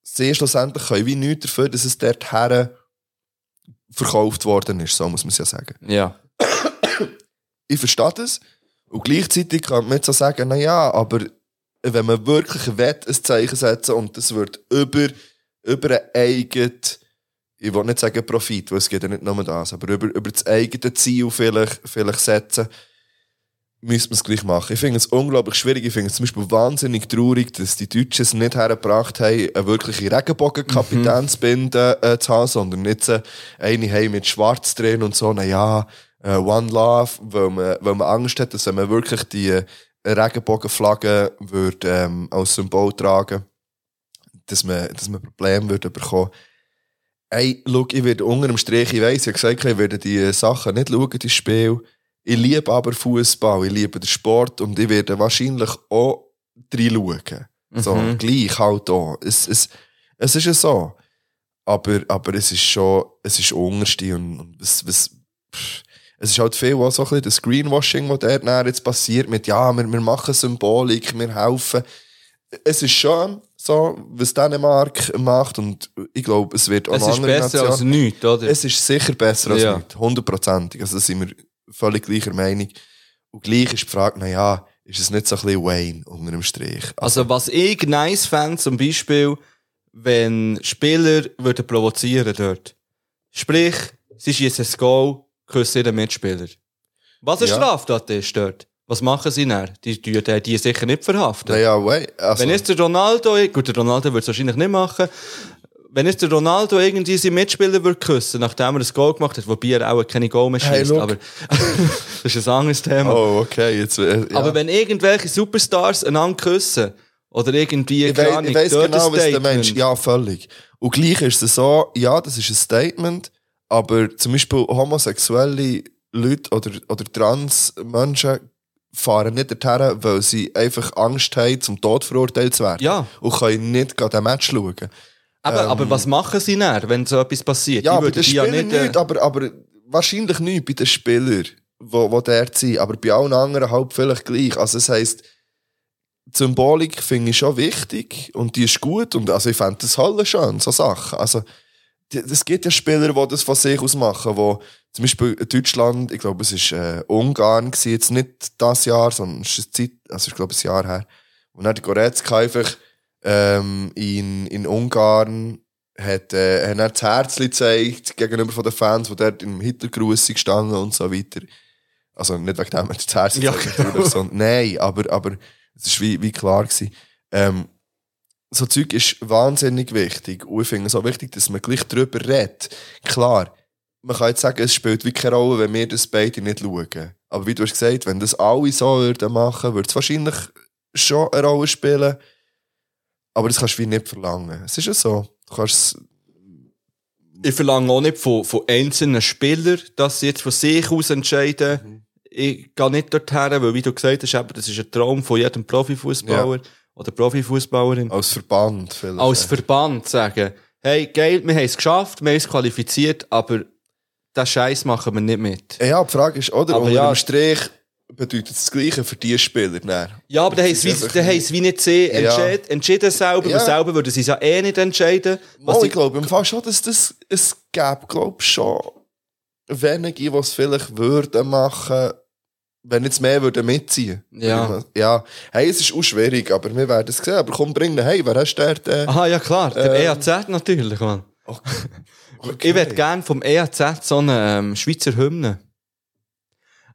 sehr schlussendlich können wie nichts dafür, dass es dort her verkauft worden ist, so muss man es ja sagen. Ja. Ich verstehe das und gleichzeitig kann man jetzt so sagen, naja, aber wenn man wirklich will, ein Zeichen setzen und das wird über, über einen eigenen, ich will nicht sagen Profit, weil es geht ja nicht nur um das, aber über, über das eigene Ziel vielleicht, vielleicht setzen, müsste man es gleich machen. Ich finde es unglaublich schwierig. Ich finde es zum Beispiel wahnsinnig traurig, dass die Deutschen es nicht hergebracht haben, eine wirkliche Regenbogenkapitänsbinde äh, zu haben, sondern nicht so eine haben mit Schwarz drin und so, naja, äh, One Love, weil man, weil man Angst hat, dass wenn man wirklich die äh, Regenbogenflagge würde, ähm, als Symbol tragen dass man, dass man Probleme würde bekommen. Ey, schau, ich werde unter dem Strich, ich weiss, ich habe gesagt, ich werde die äh, Sachen nicht schauen, die Spiel. Ich liebe aber Fußball, ich liebe den Sport und ich werde wahrscheinlich auch reinschauen. So, Mhm. gleich halt auch. Es, es, es ist ja so. Aber, aber es ist schon, es ist unterste und, und es, es, pff, es ist halt viel auch so ein bisschen das Greenwashing, was dort nachher jetzt passiert mit, ja, wir, wir machen Symbolik, wir helfen. Es ist schön, so, was Dänemark macht und ich glaube, es wird auch Es noch ist andere besser als Nationen- nichts, oder? es ist sicher besser als Ja. nicht. Hundertprozentig. Also, da sind wir völlig gleicher Meinung. Und gleich ist die Frage, naja, ist es nicht so ein bisschen Wayne unter dem Strich? Also, was ich nice fände, zum Beispiel, wenn Spieler würden provozieren dort. Sprich, sie schießen ein Goal, küssen den Mitspieler. Was eine Ja. Straftat ist dort. Was machen sie dann? Die, die, die, die sicher nicht verhaften. naja, Wayne. Also, Wenn jetzt der Ronaldo, gut, der Ronaldo würde es wahrscheinlich nicht machen, wenn jetzt der Ronaldo irgendwie seinen Mitspieler würde küssen, nachdem er ein Goal gemacht hat, wobei er auch keine Goal mehr Hey, schießt, look. aber das ist ein anderes Thema. oh, okay, jetzt, äh, ja. Aber wenn irgendwelche Superstars einander küssen, oder irgendwie, ich, keine wei- Ahnung, ich weiss dort ein genau, was der Statement. Mensch, ja, völlig. Und gleich ist es so, ja, das ist ein Statement, aber zum Beispiel homosexuelle Leute oder, oder trans Menschen fahren nicht dorthin, weil sie einfach Angst haben, zum Tod verurteilt zu werden. Ja. Und können nicht gerade den Match schauen. Aber, aber was machen sie dann, wenn so etwas passiert? Ähm. Ja, Die aber würden das die Spieler nicht, äh, aber, aber wahrscheinlich nicht bei den Spielern, wo, wo dort sind, aber bei allen anderen halt vielleicht gleich. Also das heisst, die Symbolik finde ich schon wichtig und die ist gut und also ich fände das halt schön, so Sachen. Also die- es gibt ja Spieler, die das von sich aus machen, wo zum Beispiel Deutschland, ich glaube es ist äh, Ungarn gewesen, jetzt nicht das Jahr, sondern es ist eine Zeit, also ich glaube ein Jahr her, und dann hat Goretzka einfach ähm, in, in Ungarn hat, äh, hat er das Herzchen gezeigt gegenüber von den Fans, die dort im Hitlergruß sind gestanden und so weiter. Also nicht wegen dem, er hat das Herzchen Ja, gezeigt, genau. natürlich, sondern, nein, aber, aber es war wie, wie klar. Gewesen. Ähm, so Zeug ist wahnsinnig wichtig. Und ich finde es auch wichtig, dass man gleich drüber redet. Klar, man kann jetzt sagen, es spielt wie keine Rolle, wenn wir das beide nicht schauen. Aber wie du hast gesagt, wenn das alle so würden machen, würde es wahrscheinlich schon eine Rolle spielen. Aber das kannst du wie nicht verlangen. Es ist ja so. Du kannst Ich verlange auch nicht von, von einzelnen Spielern, dass sie jetzt von sich aus entscheiden. Mhm. Ich gehe nicht dorthin, weil, wie du gesagt hast, eben, das ist ein Traum von jedem Profifußballer oder Profifußballerin. als Verband vielleicht. Als Verband sagen, hey, geil, wir haben es geschafft, wir haben es qualifiziert, aber den Scheiß machen wir nicht mit. ja, die Frage ist, Aber oder? Aber unter ja. dem Strich bedeutet das Gleiche für die Spieler. Dann. Ja, aber dann haben sie ist wie, einfach dann haben sie wie nicht gesehen, Ja. entschied, entschieden selber, Ja. weil selber würden sie es ja eh nicht entscheiden. Was Oh, ich glaube, im Fall schon, dass das, es gäbe, glaube ich, schon wenige, die es vielleicht würden machen, wenn jetzt mehr würden mitziehen. Ja. Ja. Hey, es ist auch schwierig, aber wir werden es sehen. Aber komm, bring ihn. Hey, wer hast du dort? Äh? Aha, ja klar, der Ähm. EAZ natürlich, Mann. Okay. Ich würde gerne vom EAZ so eine ähm, Schweizer Hymne.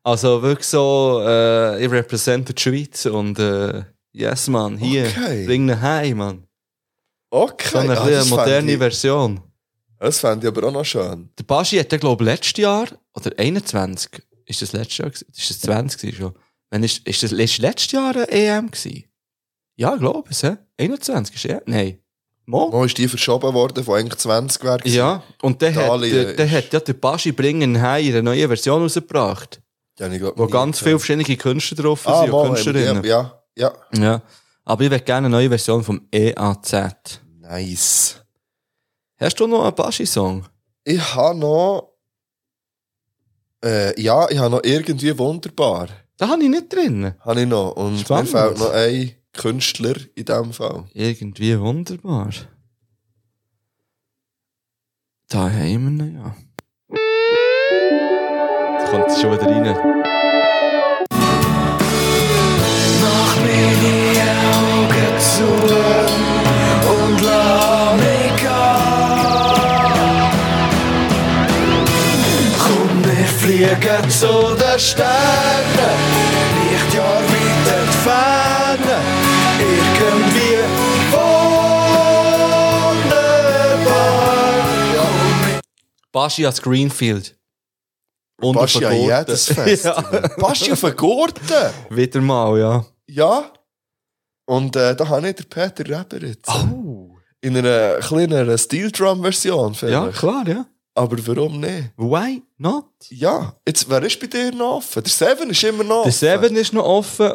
Also wirklich so, äh, ich represente die Schweiz und äh, yes, Mann, hier, Okay. bring ihn heim, Mann. Okay. So eine Ah, kleine das moderne fände ich, Version. Das fände ich aber auch noch schön. Der Baschi hat, glaube ich, letztes Jahr, oder 21, ist das letztes Jahr? gewesen? Ist das 20 gewesen schon? Wenn ist, ist das ist letztes Jahr eine EM gewesen? Ja, ich glaube es, hä? 21 ist er? Nein. Mo? Wo ist die verschoben worden, von eigentlich 20 wäre? gewesen? Ja, und der hat, Italien der, der ist- hat ja der Baschi Bringen heim in eine neue Version rausgebracht, Die habe ich, glaub, wo nie ganz gesehen. viele verschiedene Künstler drauf ah, sind, und mal, ja, Künstlerinnen. Ja, ja, ja. Aber ich würde gerne eine neue Version vom E EAZ. Nice. Hast du noch einen Baschi-Song? Ich habe noch. Äh, ja, ich habe noch irgendwie wunderbar. Den habe ich nicht drin. Habe ich noch. Und Spannend. mir fehlt noch ein Künstler in diesem Fall. Irgendwie wunderbar. Da haben wir ihn, ja. Jetzt kommt es schon wieder rein. Mach mir die Augen zu und lass mich gehen. Komm, wir fliegen zu den Sternen, nicht Jahr weit entfernt, irgendwie wunderbar. Baschi als Greenfield. Und Baschi auf an den Gurten. jedes Fest. Ja. Baschi auf den Gurten! Wieder mal, ja. Ja. Und äh, da habe ich den Peter Reber jetzt. Oh. In einer kleineren Steel Drum Version Ja, vielleicht. klar, ja. Aber warum nicht? Why not? Ja, jetzt, wer ist bei dir noch offen? Der Seven ist immer noch Der offen. Seven ist noch offen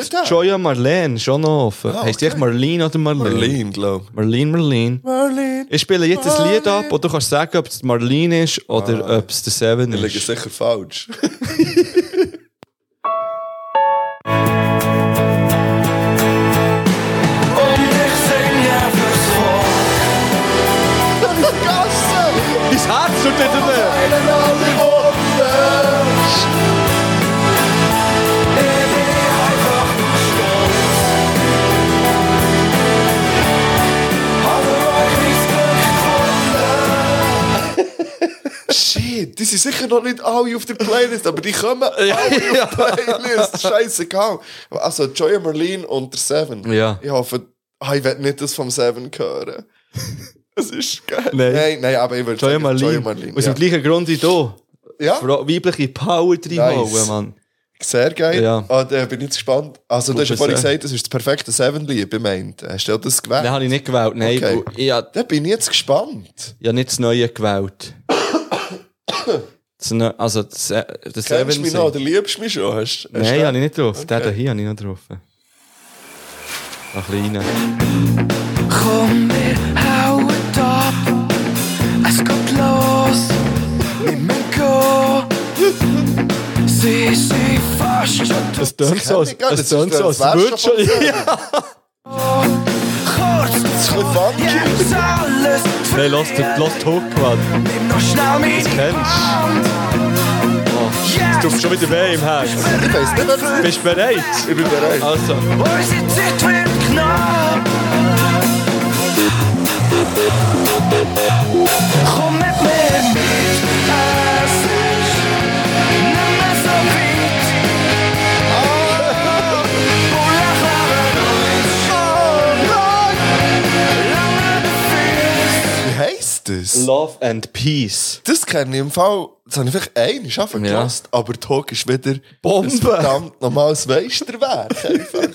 und er da? Joya Marlene schon noch offen. Ah, Heißt die okay. echt Marlene oder Marlene? Berlin, glaube Marlene, Marlene. ich. Berlin. Ich spiele jetzt ein Lied ab und du kannst sagen, ob es Marlene ist oder ob es der Ah. Seven Ich liege ist. sicher falsch. Und ich singe fürs Volk. Gassen! Dein Herz tut wieder weh. Einen alle Wunder! Shit, die sind sicher noch nicht alle auf der Playlist, aber die kommen alle auf die Playlist. Scheißegal. Also, Joya Merlin und der Seven. Ja. Ich hoffe, ah, ich werde nicht das vom Seven hören. Es ist geil. Nein. nein, nein, aber ich würde Joya Marlene. Aus Ja. dem gleichen Grund wie du. ja, Fra- Weibliche Power reinholen, Mann. sehr geil. Ja. Ah, da bin ich jetzt gespannt. Also, du Gut, hast ja vorhin das, äh, gesagt, das ist das perfekte Seven-Lied, ich meint. Hast du ja das gewählt? Nein, habe ich nicht gewählt. Nein, Okay. weil ich habe Da bin ich jetzt gespannt. ich hab nicht das Neue gewählt. das ne also, das, äh, das Kennst du Seven. mich noch oder liebst du mich schon? Hast, hast Nein, du- habe ich nicht drauf. Den Den hier habe ich noch drauf. Ein kleiner. Komm, wir hauen ab. Es geht los. Nicht mehr gehen. Sie sind fast schon tot. Es tönt so, als- ich gar nicht. es tönt Das so, als ist- das würde wär's schon schon. Ja. Kurz bisschen davor, funky. jetzt alles Nein, lass den lass den Hook, Mann. Nimm noch schnell meine Kennst Hand. Jetzt du? Du schon wieder weh im Herz. Ich weiss nicht, ob ich Bist du bereit? bin bereit. Also, Unsere Zeit wird knapp. Komm mit mir mit, es ist nicht mehr so weit. Oh, und lach aber uns. Oh, nein, lange du fehlst. Wie heisst das? Love and Peace. Das kenne ich im Fall, das habe ich vielleicht einmal schaffen Ja. gelassen, aber Talk ist wieder Bombe. ein verdammt normales Meisterwerk. einfach.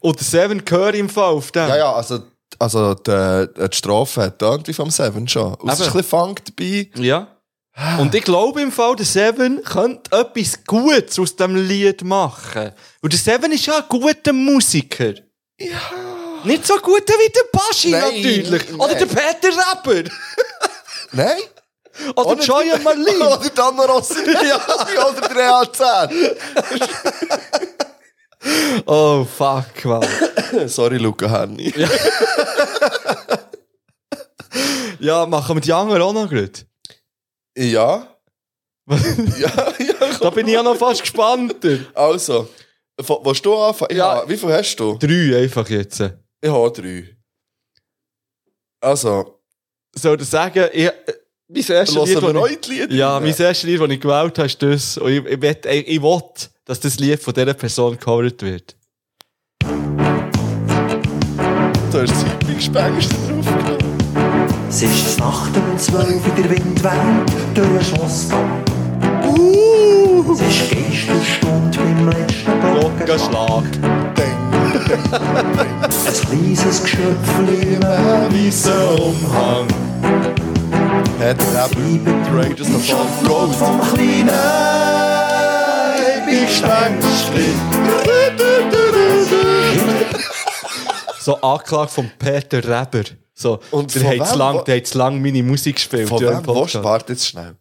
Und der Seven Curry im Fall auf dem. ja, ja, also, also die, die Strophe hat irgendwie vom Seven schon. Und es ist ein Eben. bisschen Funk dabei. Ja. Und ich glaube im Fall, der Seven könnte etwas Gutes aus dem Lied machen. Und der Seven ist ja ein guter Musiker. Ja. Nicht so gut wie der Baschi Nein, natürlich. nein. Oder der Peter Rapper. Nein? Oder Oder- Joya Marlin. Oder Dana Rossi. ja. Oder der AZ. oh, fuck, man. Sorry, Luca Henni. Ja, machen wir die anderen auch noch gut. Ja. ja, ja. Da bin ich ja noch fast gespannter. Also, wo- willst du anfangen? Ja. Ja. Wie viel hast du? Drei einfach jetzt. Ich habe drei. Also, Soll ich sagen, ich, äh, mein erstes hören wir das ich- noch ein Lied? Ja, mein erstes Lied, das ich gewählt habe, ist das. Und ich, ich, will, ich, ich will, dass das Lied von dieser Person gecovert wird. Du hast Zeitungsspengster draufgenommen. Es ist Nacht um zwölf, der Wind weint durch den Schlossgang. Es ist gestern Stunde beim letzten Glockenschlag. Glockenschlag. Ein kleines Geschöpfchen im Weißer Umhang. Hat er eben Raiders of Old Schafrot Road. vom kleinen So Anklage von Peter Reber. So, Und der von hat zu wem lang, wo- der hat zu lang meine Musik gespielt. Von ja, im wem willst du? Podcast. Warte jetzt schnell.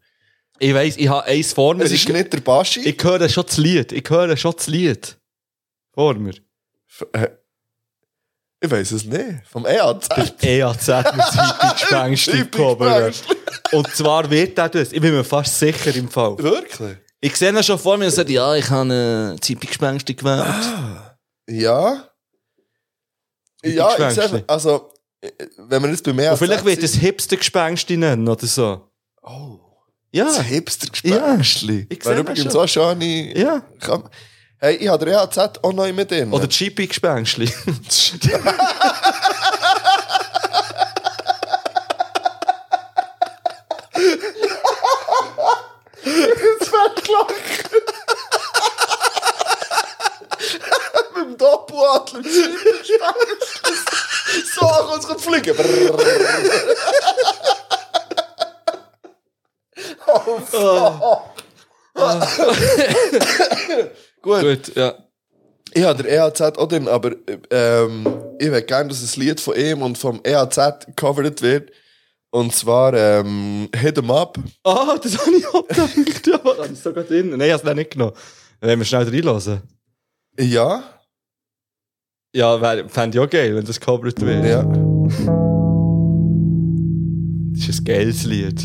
Ich weiss, ich habe eins vor mir. Es Ich, ist nicht der Baschi. ich höre schon das Lied. Ich höre schon das Lied. Vor mir. Äh, Ich weiß es nicht. Vom EAZ. EAZ E mit Zeitungsgespenst gekommen. Zeitungsgespenst. Und zwar wird er das. Ich bin mir fast sicher im Fall. Wirklich? Ich sehe ihn schon vor mir und sagt, ja, ich habe eine Zeitungsgespenst gewählt. Ah, Ja. Mit Ja, ich Gespenstchen. sehe, also, äh, wenn man jetzt bei mir. Und vielleicht wird es Hipster-Gespenst nennen oder so. Oh. Ja. Das Hipster-Gespenstli. Ja, ich Wäre sehe übrigens das so eine schöne. Ja. Kam- Hey, ich habe den EAZ auch noch mit drin. Oder Chippy-Gespenstli. mit dem Doppeladler. so, kommt's gut fliegen. Oh. Oh, Gut, ja. Ich habe den EAZ auch drin, aber ähm, ich würde gerne, dass ein Lied von ihm und vom EAZ gecovert wird. Und zwar ähm, Hit 'em Up. Ah, das habe ich auch gedacht. Ja, das habe ich sogar drin. Nein, ich habe es nicht genommen. Dann werden wir schnell reinlassen. Ja. Ja, wär- fände ich auch geil, wenn das gecovert wird. Ja. Das ist ein geiles Lied.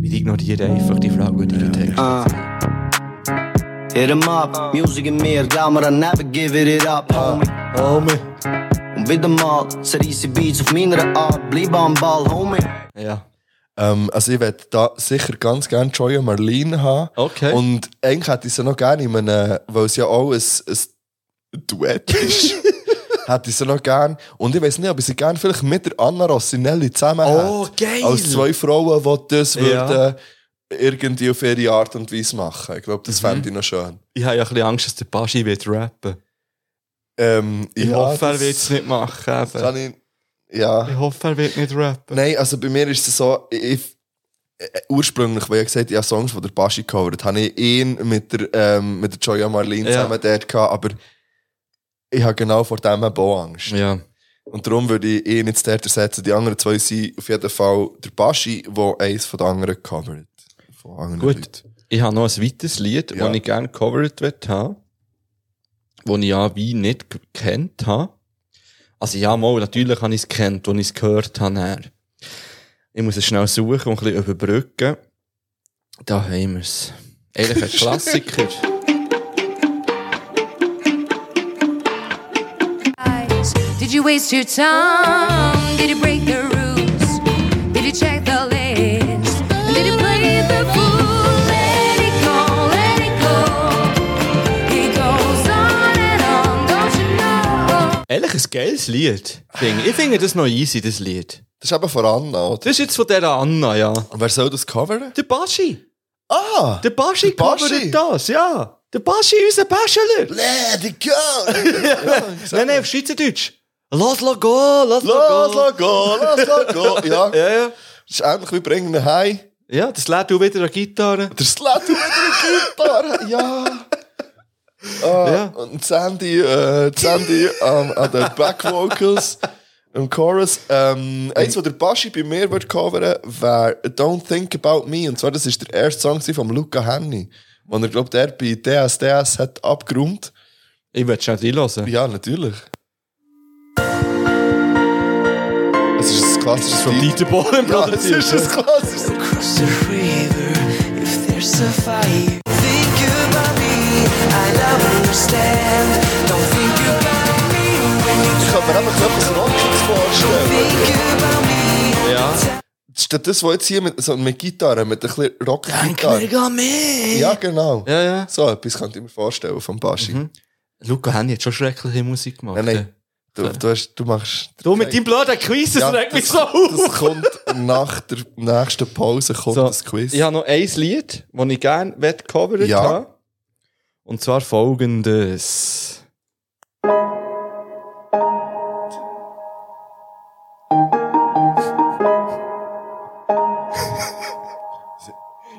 Wir ignorieren einfach die Frage, die du Text Hit 'em up, music in mir, glaub mir, I never give it up, homie. Oh, man. Und wieder mal, zerreisse Beats auf meiner Art, bleib am Ball, homie. Ja. Ähm, also ich werde da sicher ganz gerne Joya Marlene haben. Okay. Und eigentlich hätte ich sie noch gerne in einem, weil es ja auch ein, ein Duett ist. hätte ich sie noch gerne. Und ich weiß nicht, ob ich sie gerne vielleicht mit der Anna Rossinelli zusammen Oh, hätte. geil. Als zwei Frauen, die das Ja. würden irgendwie auf ihre Art und Weise machen. Ich glaube, das Mhm. fände ich noch schön. Ich habe ja ein bisschen Angst, dass der Baschi wird rappen. Ähm, Ich ja, hoffe, er das wird es nicht machen. Kann eben. ich, ja. Ich hoffe, er wird nicht rappen. Nein, also bei mir ist es so, ich, äh, ursprünglich, weil ich gesagt habe, ich habe Songs von der Baschi gecovert, habe ich ihn mit der, ähm, mit der Joya Marlene Ja. zusammen dort gehabt, aber ich habe genau vor dem eben auch Angst. Ja. Und darum würde ich ihn jetzt dort ersetzen. Die anderen zwei sind auf jeden Fall der Baschi, der eins von den anderen covert. Von anderen Gut. Leuten. Ich habe noch ein weiteres Lied, Ja. das ich gerne gecovert möchte haben. Das ich ja wie nicht ge- gekannt habe. Also ja, mal, natürlich habe ich es gekannt, als ich es gehört habe. Dann. Ich muss es schnell suchen und ein bisschen überbrücken. Da haben wir es. Eigentlich ein Klassiker. Did you waste your time? Did you break the rules? Did you check the list? And Did you play the fool? Let it go, let it go. It goes on and on, don't you know? Ehrlich eigentlich ein geiles Lied. finde Ich Ich finde das noch easy, das Lied. Das ist eben von Anna, oder? Das ist jetzt von dieser Anna, ja. Und wer soll das covern? Der Baschi. Ah! Der Baschi der Baschi. covert das, ja. Der Baschi, unser Bachelor. Let it go! nein, nein, auf Schweizerdeutsch. Lass la go, lass la Lass go. la go, lass la go! Ja, Ja, ja. das ist ähnlich wie «Bring ihn heim». Ja, das lädt du wieder an die Gitarre. Der Slat wieder eine Gitarre, ja. Ah, Ja. Und Sandy, äh, Sandy ähm, an den Backvocals im Chorus. Ähm, eins, was der Baschi bei mir wird covern wäre Don't Think About Me. Und zwar, das ist der erste Song von Luca Henny, wo er, glaube der bei DSDS hat abgerundet. Ich will schnell reinhören. Ja, natürlich. Es ist ein klassisches Von Lied. Dieter Bohlen, Ja, Brother. es ist ein klassisches across the river if there's a fight. Think about me, I understand. Don't think about me when you Ich kann mir einfach so etwas Rockes vorstellen. think about me. Ja. Statt das, was jetzt hier mit, so mit Gitarre, mit ein bisschen Rock-Gitarre. Mega me. Ja, genau. Ja, ja. So etwas könnte ich mir vorstellen vom Baschi. Luca Henny hat schon schreckliche Musik gemacht. Nein, nein. Du, du, hast, du machst. Du mit deinem blöden Quiz, das Ja, regt mich das- so Das auf. kommt nach der nächsten Pause kommt So, das Quiz. Ich habe noch ein Lied, das ich gerne covert Ja. ja. habe. Und zwar folgendes.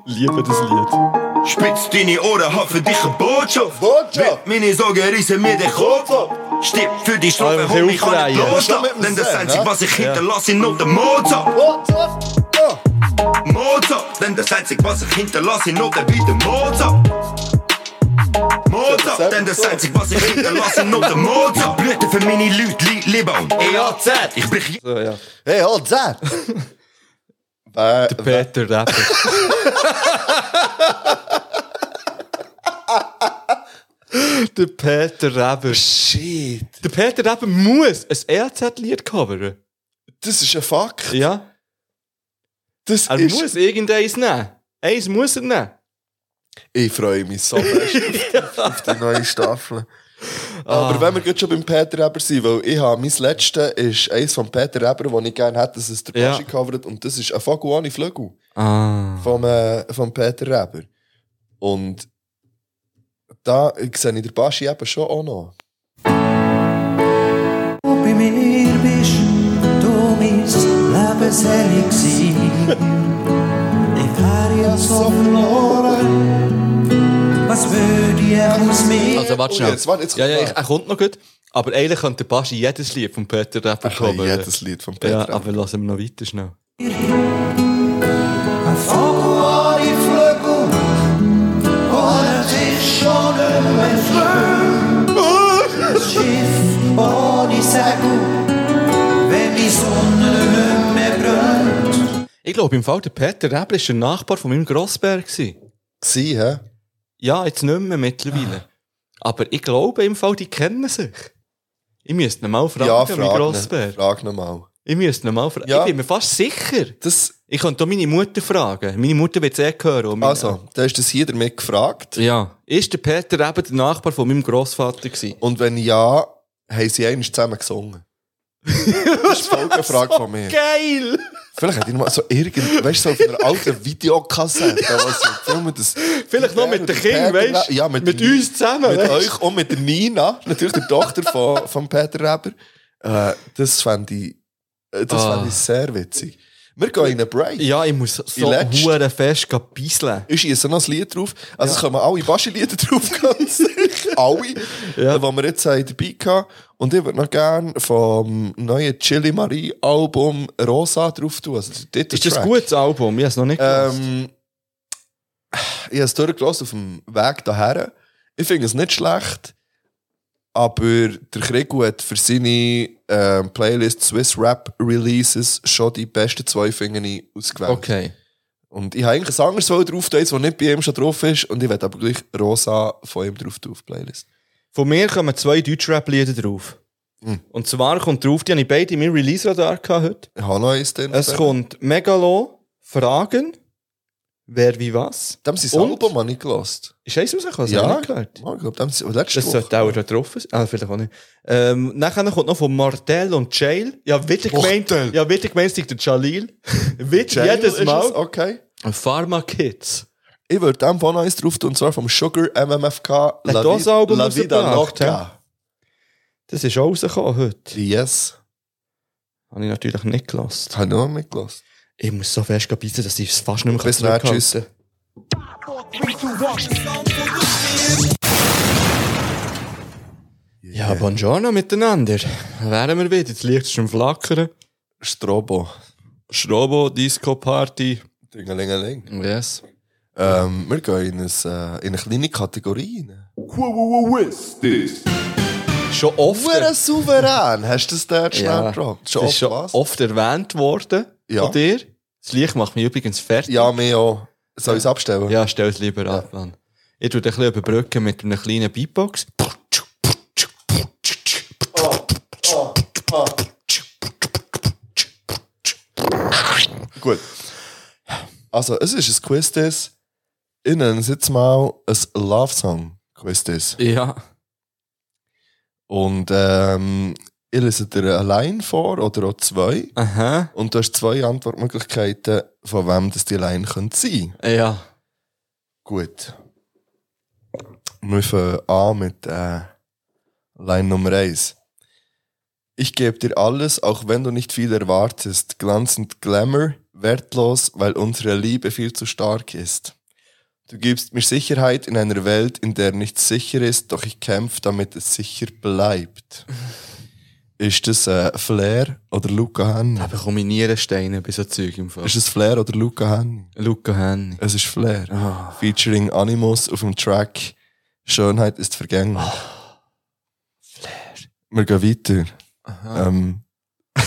Liebe das Lied. Spitz deine Ohren, hab für dich eine Botschaft. Botschaft. Wenn meine Sorgen reissen mir den Kopf ab. Stipp für die Strafe, Einfach hol mich an aufreihen. den Bloßschlag. Damit Denn das sehen, Einzige, ne? was ich hinterlasse, sind nur der Mozart. Mozart! Ja. Mozart. Denn das Einzige, was ich hinterlasse, sind nur der wieder Mozart. Mozart, denn das Einzige, was ich hinterlasse, sind nur der Mozart. Blüte für meine Leute, Lied, Liebe und EAZ. Ich brich So, ja. Hey, Eh, halt Zert! Wer- wer- Peter Rapper. Der Peter Rapper. Shit! Der Peter Rapper muss ein EAZ-Lied covern. Das ist ein Fakt. Ja. Das Er ist, Also, muss irgendeins nehmen. Eins muss er nehmen. Ich freue mich so fest auf, auf die neue Staffel. Ah. Aber wenn wir gerade schon beim Peter Eber sind, weil ich habe, mein letztes ist eins von Peter Eber, das ich gerne hätte, dass es der Ja. Baschi covert, und das ist ein Vogel ohne Flügel Ah. vom, äh, vom Peter Eber. Und da sehe ich den Baschi eben schon auch noch. du bei mir bist, du mein Lebenselixier. Ich wäre ja so verloren, was würde ich aus mir? Also, warte Oh, schnell. jetzt, warte, jetzt ja, ja, kommt ich, er kommt noch gut. Aber eigentlich könnte der Baschi jedes Lied von Peter Rapper Ich habe covern. jedes Lied von Peter äh, Ja, Eber. aber lassen wir noch weiter schnell. Ein Vogel ohne Flügel, ohne Tisch, ohne Flügel. Ein Schiff oh, ohne Segel, wenn die Sonne nicht mehr brennt. Ich glaube, im Fall der Peter Rapper war ein Nachbar von meinem Grossberg. gewesen. Sie, hä? Ja, jetzt nicht mehr mittlerweile. Ah. Aber ich glaube, im Fall, die kennen sich. Ich müsste ihn mal fragen, Ja, meinen frag, ne, Grossberg. frag nochmal. Ich müsste ihn mal fragen. Ja. Ich bin mir fast sicher. Das, Ich könnte auch meine Mutter fragen. Meine Mutter wird es eh hören. und meine- also, da ist das hier damit gefragt. Ja. Ist der Peter eben der Nachbar von meinem Grossvater gewesen? Und wenn ja, haben sie einmal zusammen gesungen. Das ist die Folgefrage von mir. Geil! Vielleicht hätte ich noch mal so irgend, weißt du, so auf einer alten Videokassette, ja. was ich filme, das. Vielleicht noch mit den Kindern, Peter- weißt du? Ja, mit, mit den- uns zusammen. Mit weisst du? euch und mit der Nina, natürlich der Tochter von, von Peter Reber. Äh, das fände ich, äh, das Ah. fände ich sehr witzig. Wir gehen in einen Break. Ja, ich muss In so letzter- hure fest gehen bisseln. Ich schieße noch ein Lied drauf. Also, es kommen alle Baschi-Lieder drauf, ganz sicher. alle, Ja. äh, die wir jetzt haben dabei hatten. Und ich würde noch gerne vom neuen Chili Marie-Album Rosa drauf tun. Also, der Ist das Titeltrack. ein gutes Album? Ich habe es noch nicht gehört. Ähm, ich habe es durchgelassen auf dem Weg daher. Ich finde es nicht schlecht, aber der Krieg hat für seine ähm, Playlist Swiss Rap Releases schon die besten zwei Finger ausgewählt. Okay. Und ich habe eigentlich ein anderes Wollen drauf, das, was nicht bei ihm schon drauf ist, und ich werde aber gleich Rosa von ihm drauf tun auf die Playlist. Von mir kommen zwei Deutschrap-Lieder drauf. Hm. Und zwar kommt drauf, die habe ich beide in meinem Release-Radar gehabt heute. Ich habe noch eins drin. Es kommt Megalo, Fragen Wer wie was? Dem sein Album habe ich gelost. Ist eins rausgekommen? Ja, Hab ich gehört? Ja, ich glaube, dem ist letzte Das sollte auch da drauf sein. Ah, vielleicht auch nicht. Ähm, nachher kommt noch von Martel und Jail. Ja, wieder gemeint. Ja, wieder gemeint, es sei der Jalil. wieder Jail jedes ist Mal. es, okay. Pharma Kids. Ich würde dem von eins drauf tun, und zwar vom Sugar MMFK Hat Vi- das Album La Vida rausgebracht, hä? Loca. Das ist auch rausgekommen heute. Yes. Habe ich natürlich nicht gelassen. Habe ich noch nicht gelassen. Ich muss so fest beißen, dass ich es fast nicht mehr Bis dann, tschüss. zurückhalten kann. Ja, buongiorno miteinander. Wären wir wieder. Das Licht ist am Flackern. Strobo. Strobo, Disco-Party. Dingelingeling. Yes. Ähm, wir gehen in, ein, äh, in eine kleine Kategorie rein. Schon oft. Hure souverän. Hast du das dort schnell gedroppt? Schon oft, schon oft erwähnt worden Ja. von dir. Das Licht macht mich übrigens fertig. Ja, mir auch. Soll ich es abstellen? Ja, stell es lieber ab, Mann. Ich tue ein bisschen überbrücken mit einer kleinen Beatbox. Gut. Also, es ist ein Quiz, das. Ich nenne es jetzt mal ein Love Song Quiz, das. Ja. Und ähm, ich lese dir allein vor oder auch zwei. Aha. Und du hast zwei Antwortmöglichkeiten, von wem das die Line könnte sein. Ja. Gut. Wir fangen an mit äh, Line Nummer eins. Ich gebe dir alles, auch wenn du nicht viel erwartest. Glanzend Glamour, wertlos, weil unsere Liebe viel zu stark ist. Du gibst mir Sicherheit in einer Welt, in der nichts sicher ist, doch ich kämpfe, damit es sicher bleibt. Ist das äh, Flair oder Luca Henny? Da bekomme ich nie einen Stein bei so Zeug im Fall. Ist es Flair oder Luca Henny? Luca Henny. Es ist Flair. Featuring Animus auf dem Track Schönheit ist vergänglich. Flair. Wir gehen weiter. Ähm,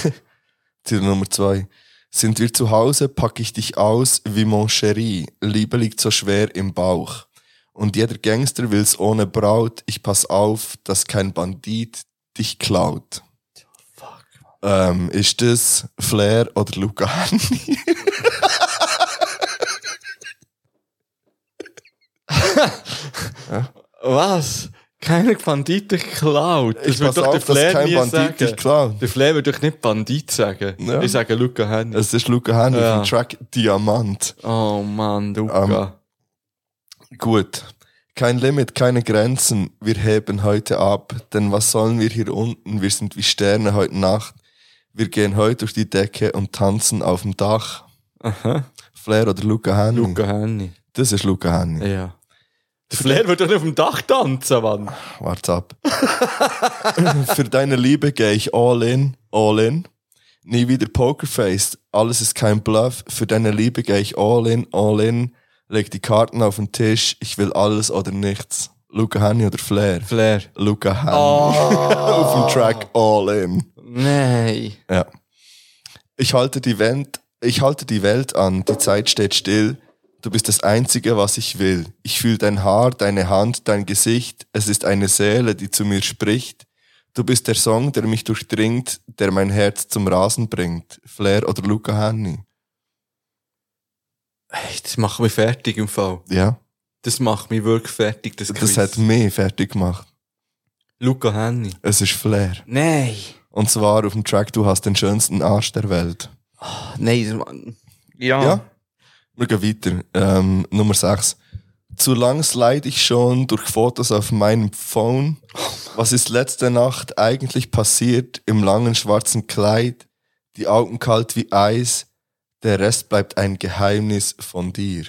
Titel Nummer zwei. Sind wir zu Hause, packe ich dich aus wie mon chéri. Liebe liegt so schwer im Bauch. Und jeder Gangster will's ohne Braut. Ich pass auf, dass kein Bandit dich klaut. Ähm, ist das Flair oder Luca Henny? Was? Keiner Bandit dich klaut. Das Ich wird pass doch der auf, dass Flair kein nie Bandit sagen. dich klaut. Der Flair wird doch nicht Bandit sagen. Ja. Ich sage Luca Henny. Es ist Luca Henny Ja. vom Track Diamant. Oh Mann, Luca. Gut. Kein Limit, keine Grenzen. Wir heben heute ab. Denn was sollen wir hier unten? Wir sind wie Sterne heute Nacht. Wir gehen heute durch die Decke und tanzen auf dem Dach. Aha. Flair oder Luca Henny? Luca Henny. Das ist Luca Henny. Ja. Der hm. Flair wird doch nicht auf dem Dach tanzen, Mann. Warte ab. Für deine Liebe gehe ich all in, all in. Nie wieder Pokerface. Alles ist kein Bluff. Für deine Liebe gehe ich all in, all in. Leg die Karten auf den Tisch. Ich will alles oder nichts. Luca Henny oder Flair? Flair. Luca Henny. Auf dem Track All In. Nein. Ja. Ich halte die Welt, ich halte die Welt an, die Zeit steht still. Du bist das Einzige, was ich will. Ich fühle dein Haar, deine Hand, dein Gesicht. Es ist eine Seele, die zu mir spricht. Du bist der Song, der mich durchdringt, der mein Herz zum Rasen bringt. Flair oder Luca Henny. Ey, das macht mich fertig im Fall. Ja. Das macht mich wirklich fertig, das Quiz. Das hat mich fertig gemacht. Luca Henny. Es ist Flair. Nein. Und zwar auf dem Track Du hast den schönsten Arsch der Welt. Nein, Mann. Ja. Ja. Wir gehen weiter. Ähm, Nummer 6. Zu lang slide ich schon durch Fotos auf meinem Phone. Was ist letzte Nacht eigentlich passiert im langen schwarzen Kleid? Die Augen kalt wie Eis. Der Rest bleibt ein Geheimnis von dir.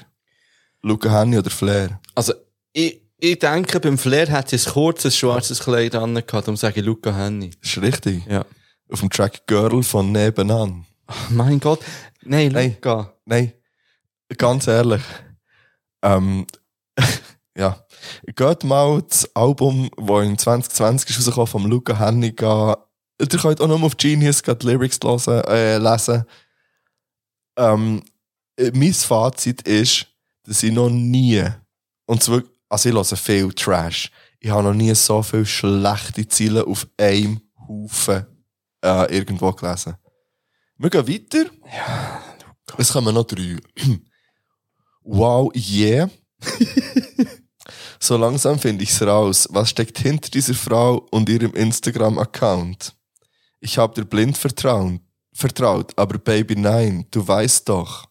Luca Henny oder Flair? Also, ich, ich denke, beim Flair hat sie ein kurzes schwarzes Kleid an, darum sage ich Luca Henny. Das ist richtig. Ja. Auf dem Track Girl von Nebenan. Mein Gott. Nein, Nein. Luca. Nein, ganz ehrlich. Ähm, ja. Geht mal das Album, das im 2020 ist rausgekommen von Luca Henniga. Ihr könnt auch nur auf Genius gleich die Lyrics hören, äh, lesen. Ähm, äh, mein Fazit ist, dass ich noch nie, und zwar, also ich höre viel Trash, ich habe noch nie so viele schlechte Ziele auf einem Haufen äh, irgendwo gelesen. Wir gehen weiter. Es kommen noch drei. Wow, yeah. so langsam finde ich's raus. Was steckt hinter dieser Frau und ihrem Instagram-Account? Ich hab dir blind vertraut, vertraut, aber Baby, nein, du weißt doch,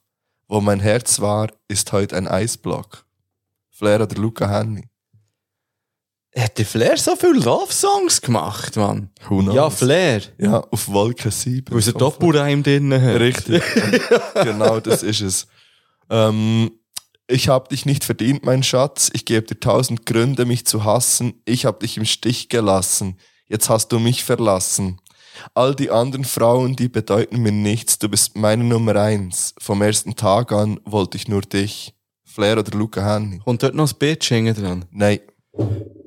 wo mein Herz war, ist heute ein Eisblock. Flair oder Luca Henny? Hat der Flair so viele Love-Songs gemacht, Mann? Who knows? Ja, Flair. Ja, auf Wolke 7. Weil es einen Doppelreim drin hat. Richtig. genau, das ist es. Ähm, ich hab dich nicht verdient, mein Schatz. Ich gebe dir tausend Gründe, mich zu hassen. Ich hab dich im Stich gelassen. Jetzt hast du mich verlassen. All die anderen Frauen, die bedeuten mir nichts. Du bist meine Nummer eins. Vom ersten Tag an wollte ich nur dich. Flair oder Luca Henny? Und dort noch das Bitch hängen dran. Nein.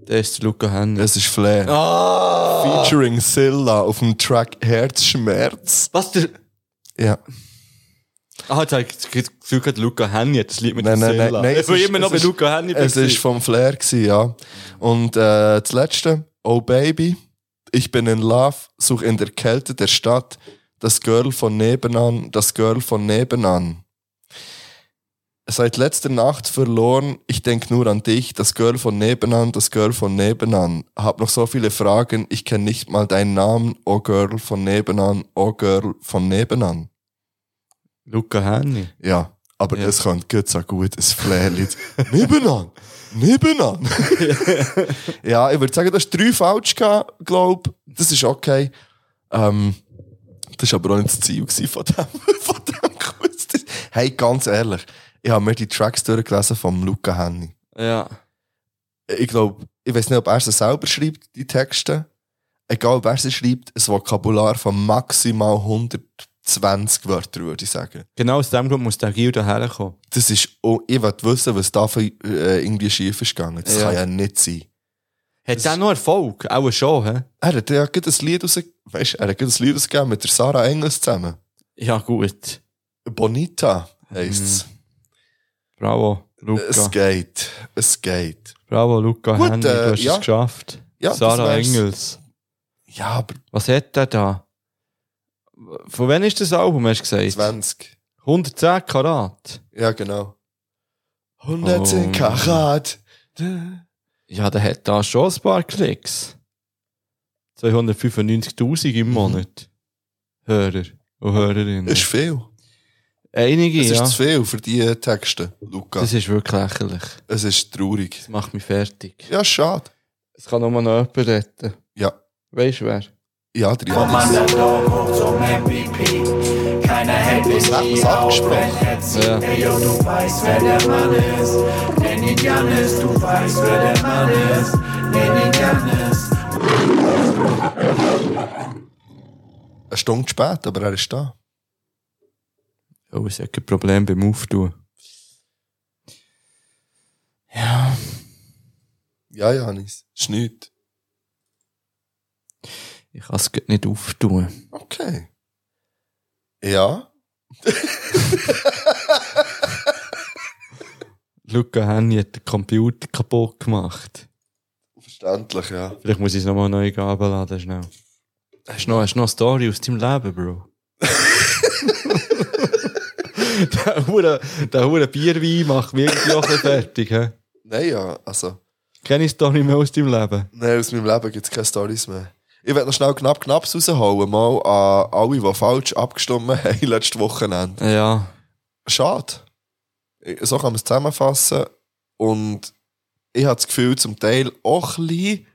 Das ist Luca Henny. Das ist Flair. Ah. Featuring Silla auf dem Track Herzschmerz. Was der. Ja. Ah, jetzt habe ich das Gefühl, gerade Luca Henny hat das Lied mit Nein, der nein, nein, Silla. nein. Ich war es ist- immer noch bei es ist- Luca Henny. Es gewesen. ist vom Flair, gewesen, ja. Und äh, das letzte, Oh Baby, ich bin in Love, such in der Kälte der Stadt das Girl von nebenan, das Girl von nebenan. Seit letzter Nacht verloren, ich denk nur an dich, das Girl von nebenan, das Girl von nebenan. Hab noch so viele Fragen, ich kenn nicht mal deinen Namen, oh Girl von nebenan, oh Girl von nebenan. Luca Henny. Ja, aber es könnte gut so gut ein Flair-Lied. nebenan! Nebenan! ja, ich würde sagen, das ist drei falsch glaube Das ist okay. Ähm, das war aber auch nicht das Ziel gewesen von dem, von dem Quiz. Das- Hey, ganz ehrlich, ich habe mir die Tracks durchgelesen von Luca Henny. Ja. Ich glaube, ich weiß nicht, ob er sie selber schreibt, die Texte. Egal, wer sie schreibt, ein Vokabular von maximal 120 Wörtern, würde ich sagen. Genau aus dem Grund muss der Gil daherkommen. Das ist, oh, ich will wissen, was da für, äh, irgendwie schief ist gegangen. Das Ja. kann ja nicht sein. Hat der noch Erfolg? Auch schon, hä? Er hat ja gerade ein Lied rausgegeben, weißt, er hat gerade ein Lied rausgegeben mit der Sarah Engels zusammen. Ja, gut. Bonita heisst's. Mhm. Bravo, Es Luca. geht. Es geht. Bravo, Luca Gut, Henny, du äh, hast ja. es geschafft. Ja, das Sarah wär's. Engels. Ja, aber Was hat der da? Von wann ist das Album, hast du gesagt? 20. 110 Karat. Ja, genau. 110 Oh. Karat. Ja, der hat da schon ein paar Klicks. 295.000 im Monat. Hörer und Hörerinnen. Das ist viel. Einige, Es ja. ist zu viel für die Texte, Luca. Das ist wirklich lächerlich. es ist traurig. Das macht mich fertig. Ja, schade. Es kann nur noch jemand retten. Ja. Weißt du wer? Ja, der Vom Janis. Underdog hoch zum MVP. Keiner hält dich hat man's hier auf, abgesprochen? wenn er zieht. Ja. Ey, yo, du weißt, wer der Mann ist. Nenn ihn Janis, du weißt, wer der Mann ist. Nenn ihn Janis. Eine Stunde spät, aber er ist da. Oh, es hat kein Problem beim Auftun. Ja. Ja, Janis. Ist nichts. Ich kann es nicht auftun. Okay. Ja. Luca Henny hat den Computer kaputt gemacht. Verständlich, ja. Vielleicht muss ich es nochmal neu abladen, schnell. Hast du noch, hast du noch eine Story aus deinem Leben, Bro? der hure, der hure Bierwein macht mich irgendwie auch ein bisschen fertig, hä? Nein, ja, also. Keine Story mehr aus deinem Leben. Nein, aus meinem Leben gibt es keine Stories mehr. Ich werde noch schnell knapp knapp raushauen, mal an alle, die falsch abgestimmt haben letztes Wochenende. Ja. Schade. So kann man es zusammenfassen. Und ich habe das Gefühl, zum Teil auch ein bisschen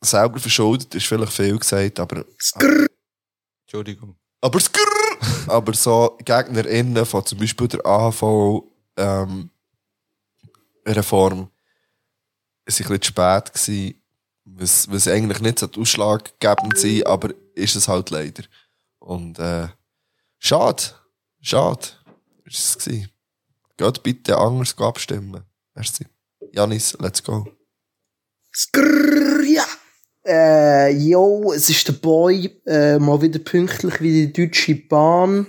selber verschuldet, ist vielleicht viel gesagt, aber. Entschuldigung. Aber, skrrr, aber so GegnerInnen von zum Beispiel der AHV-Reform sind ein bisschen zu spät gewesen, was, was eigentlich nicht so ausschlaggebend sein sollte, aber ist es halt leider. Und äh, schade, schade ist es gewesen. Geht bitte anders abstimmen. Merci. Janis, let's go. Skrrr, ja. Äh, yo, es ist der Boy, äh, mal wieder pünktlich wie die Deutsche Bahn.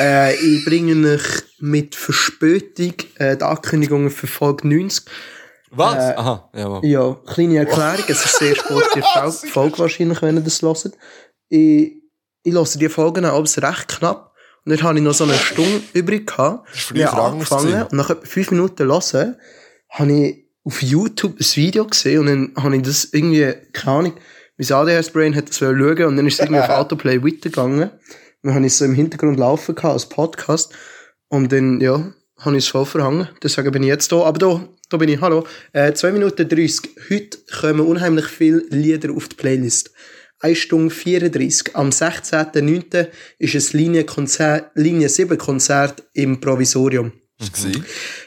Äh, ich bringe euch mit Verspätung äh, die Ankündigungen für Folge 90. Was? Äh, Aha, jawohl. Ja, kleine Erklärung, es ist sehr sportlich Folge, Folge wahrscheinlich, wenn ihr das hört. Ich, ich höre die Folgen an, aber es recht knapp. Und dann hatte ich noch so eine Stunde übrig. Gehabt. Das ist früher ich für Angst angefangen gewesen. und nach etwa fünf Minuten hören, habe ich auf YouTube ein Video gesehen und dann habe ich das irgendwie, keine Ahnung, mein ADHS-Brain hat das wollen schauen und dann ist es irgendwie auf Autoplay weitergegangen. Und dann habe ich es so im Hintergrund laufen gehabt als Podcast und dann, ja, habe ich es voll verhangen. Deswegen bin ich jetzt da. Aber da, da bin ich. Hallo. Äh, 2 Minuten 30. Heute kommen unheimlich viele Lieder auf die Playlist. 1 Stunde 34. Am 16.09. ist ein Linie-Konzert, Linie 7-Konzert im Provisorium. Mhm.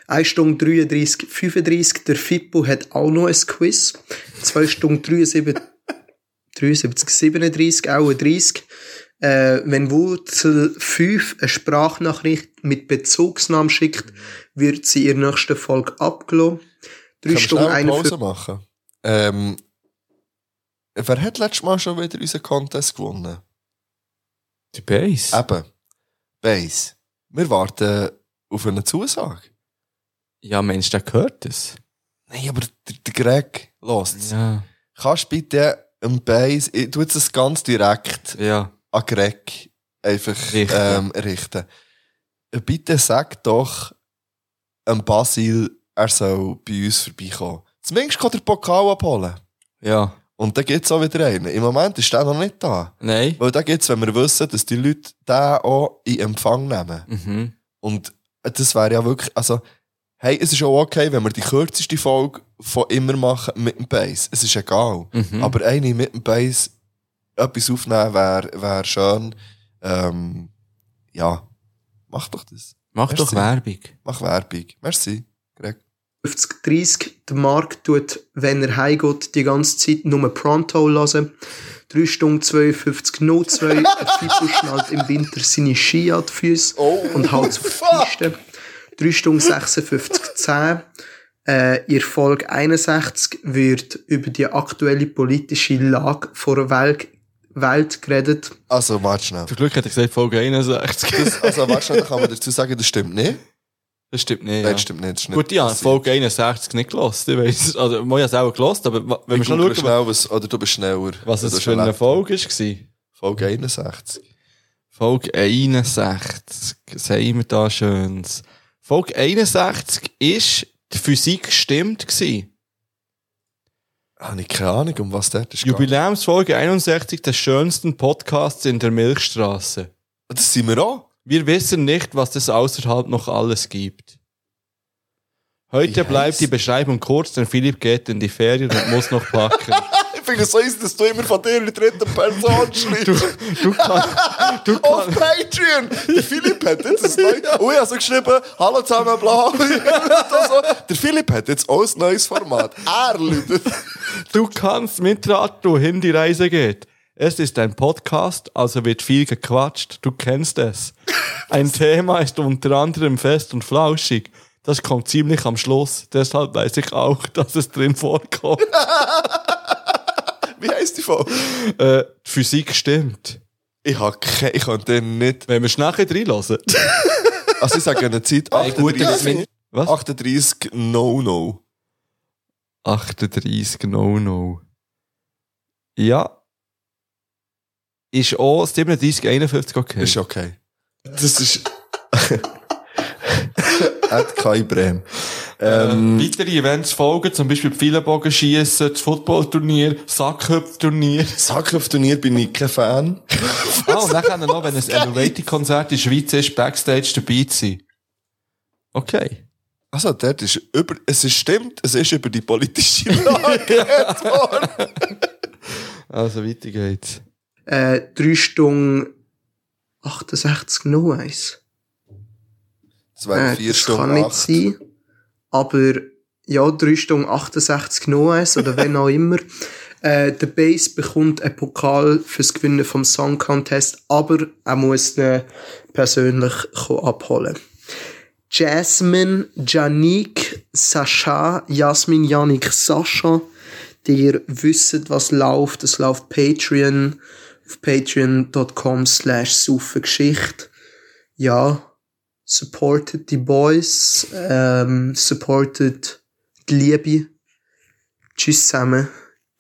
1 Stunde 33, 35. Der Fippo hat auch noch ein Quiz. 2 Stunden 73, 73 37, auch ein 30. Äh, wenn Wurzel 5 eine Sprachnachricht mit Bezugsnamen schickt, wird sie in der nächsten Folge abgelassen. 3 Können wir Stunden schnell eine 41. Pause machen? Ähm, wer hat letztes Mal schon wieder unseren Contest gewonnen? Die Base. Eben. Base. Wir warten auf eine Zusage. Ja, Mensch, der gehört es. Nein, aber der, der Greg lässt es. Ja. Kannst bitte im Base, ich tu jetzt das ganz direkt ja. an Greg einfach Richten. Ähm, richten. Bitte sag doch dem Basil, er soll bei uns vorbeikommen. Zumindest kann der Pokal abholen. Ja. Und dann gibt es auch wieder einen. Im Moment ist der noch nicht da. Nein. Weil da gibt es, wenn wir wissen, dass die Leute den auch in Empfang nehmen. Mhm. Und das wäre ja wirklich, also, hey, es ist auch okay, wenn wir die kürzeste Folge von immer machen mit dem Bass. Es ist egal. Mhm. Aber eine mit dem Bass etwas aufnehmen wäre wär schön. Ähm, ja, mach doch das. Mach doch Werbung. Mach Werbung. Merci, Greg. 50, 30. Der Marc tut, wenn er heimgeht, die ganze Zeit nur Pronto lassen. 3 Stunden 52, 02. Ein Fippo schnallt im Winter seine Ski an die Füße und haut auf die Piste. 3 Stunden 56, 10. Äh, in Folge 61 wird über die aktuelle politische Lage vor der Welt, Welt geredet. Also, warte schnell. Zum Glück hätte ich gesagt Folge 61. Das, also, warte schnell, da kann man dazu sagen, das stimmt nicht. Das stimmt nicht. Nein, ja. das stimmt nicht, das ist nicht Gut, ich habe passiert. Folge 61 nicht gelassen. Ich weiss, also, man hat es auch gelassen, aber wa- wenn wir Ich schon google schauen, schnell, was, oder du bist schneller. was Du es hast für eine Laptop. Folge war. Folge 61. Folge 61. Sehen wir da Schönes. Folge 61 ist die Physik stimmt gewesen. Habe ich keine Ahnung, um was dort ist. gegangen. Jubiläumsfolge 61 des schönsten Podcasts in der Milchstraße. Das sind wir auch. Wir wissen nicht, was es außerhalb noch alles gibt. Heute bleibt die Beschreibung kurz, denn Philipp geht in die Ferien und muss noch packen. Ich finde es so easy, dass du immer von dir in der dritten Person schreibst. Du, du kannst. Du Auf Patreon! Der Philipp hat jetzt ein neues. Und ich habe so geschrieben: Hallo zusammen, bla. Und so. Der Philipp hat jetzt auch ein neues Format. Er läutet. Du kannst mitraten, wohin die Reise geht. Es ist ein Podcast, also wird viel gequatscht. Du kennst es. Ein Thema ist unter anderem fest und flauschig. Das kommt ziemlich am Schluss. Deshalb weiß ich auch, dass es drin vorkommt. Wie heisst die Folge? Äh, die Physik stimmt. Ich, hab ke- ich kann den nicht. Wenn wir es nachher reinlassen. Also, ich sage eine Zeit: Nein, gut, das 38. sind- Was? Ah, 38 No-No. 38 No-No. Ja. Ist auch 37, 51 okay. Ist okay. Das ist. Hat kein Bremen. Ähm, weitere Events folgen, zum Beispiel Pfeilenbogenschiessen, das Footballturnier, Sackhüpfturnier. Sackhüpfturnier bin ich kein Fan. Ah, und dann können noch, wenn ein Elevated-Konzert in der Schweiz ist, Backstage dabei zu sein. Okay. Also, dort ist über, es ist stimmt, es ist über die politische Lage geredet worden. Also, weiter geht's. Äh, 3 Stunden 68, 01. Es wären Äh, vier Stunden. kann nicht acht. sein. Aber ja, 3 Stunden 68 Noes oder wenn auch immer. Äh, der Bass bekommt einen Pokal fürs Gewinnen vom Song Contest, aber er muss ihn persönlich kommen abholen. Jasmine, Janik, Sascha, Jasmin, Janik, Sascha, die ihr wisst, was läuft. Es läuft Patreon auf patreon.com slash Saufengeschichte. Ja, supported die Boys, um, ähm, supported die Liebe. Tschüss zusammen.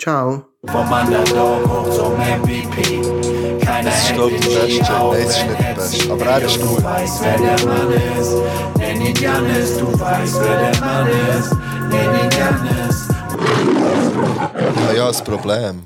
Ciao. Vom Underdog hoch zum MVP. Keiner Das ist, hält glaub ich, den der beste. Ski auf, Nein, es ist nicht der wenn er beste, zieht. aber er ist Jo, gut. Du weißt, wer der Mann ist. Nenn ihn Janis, du weißt, wer der Mann ist. Nenn ihn Janis. Ah ja, ein Problem.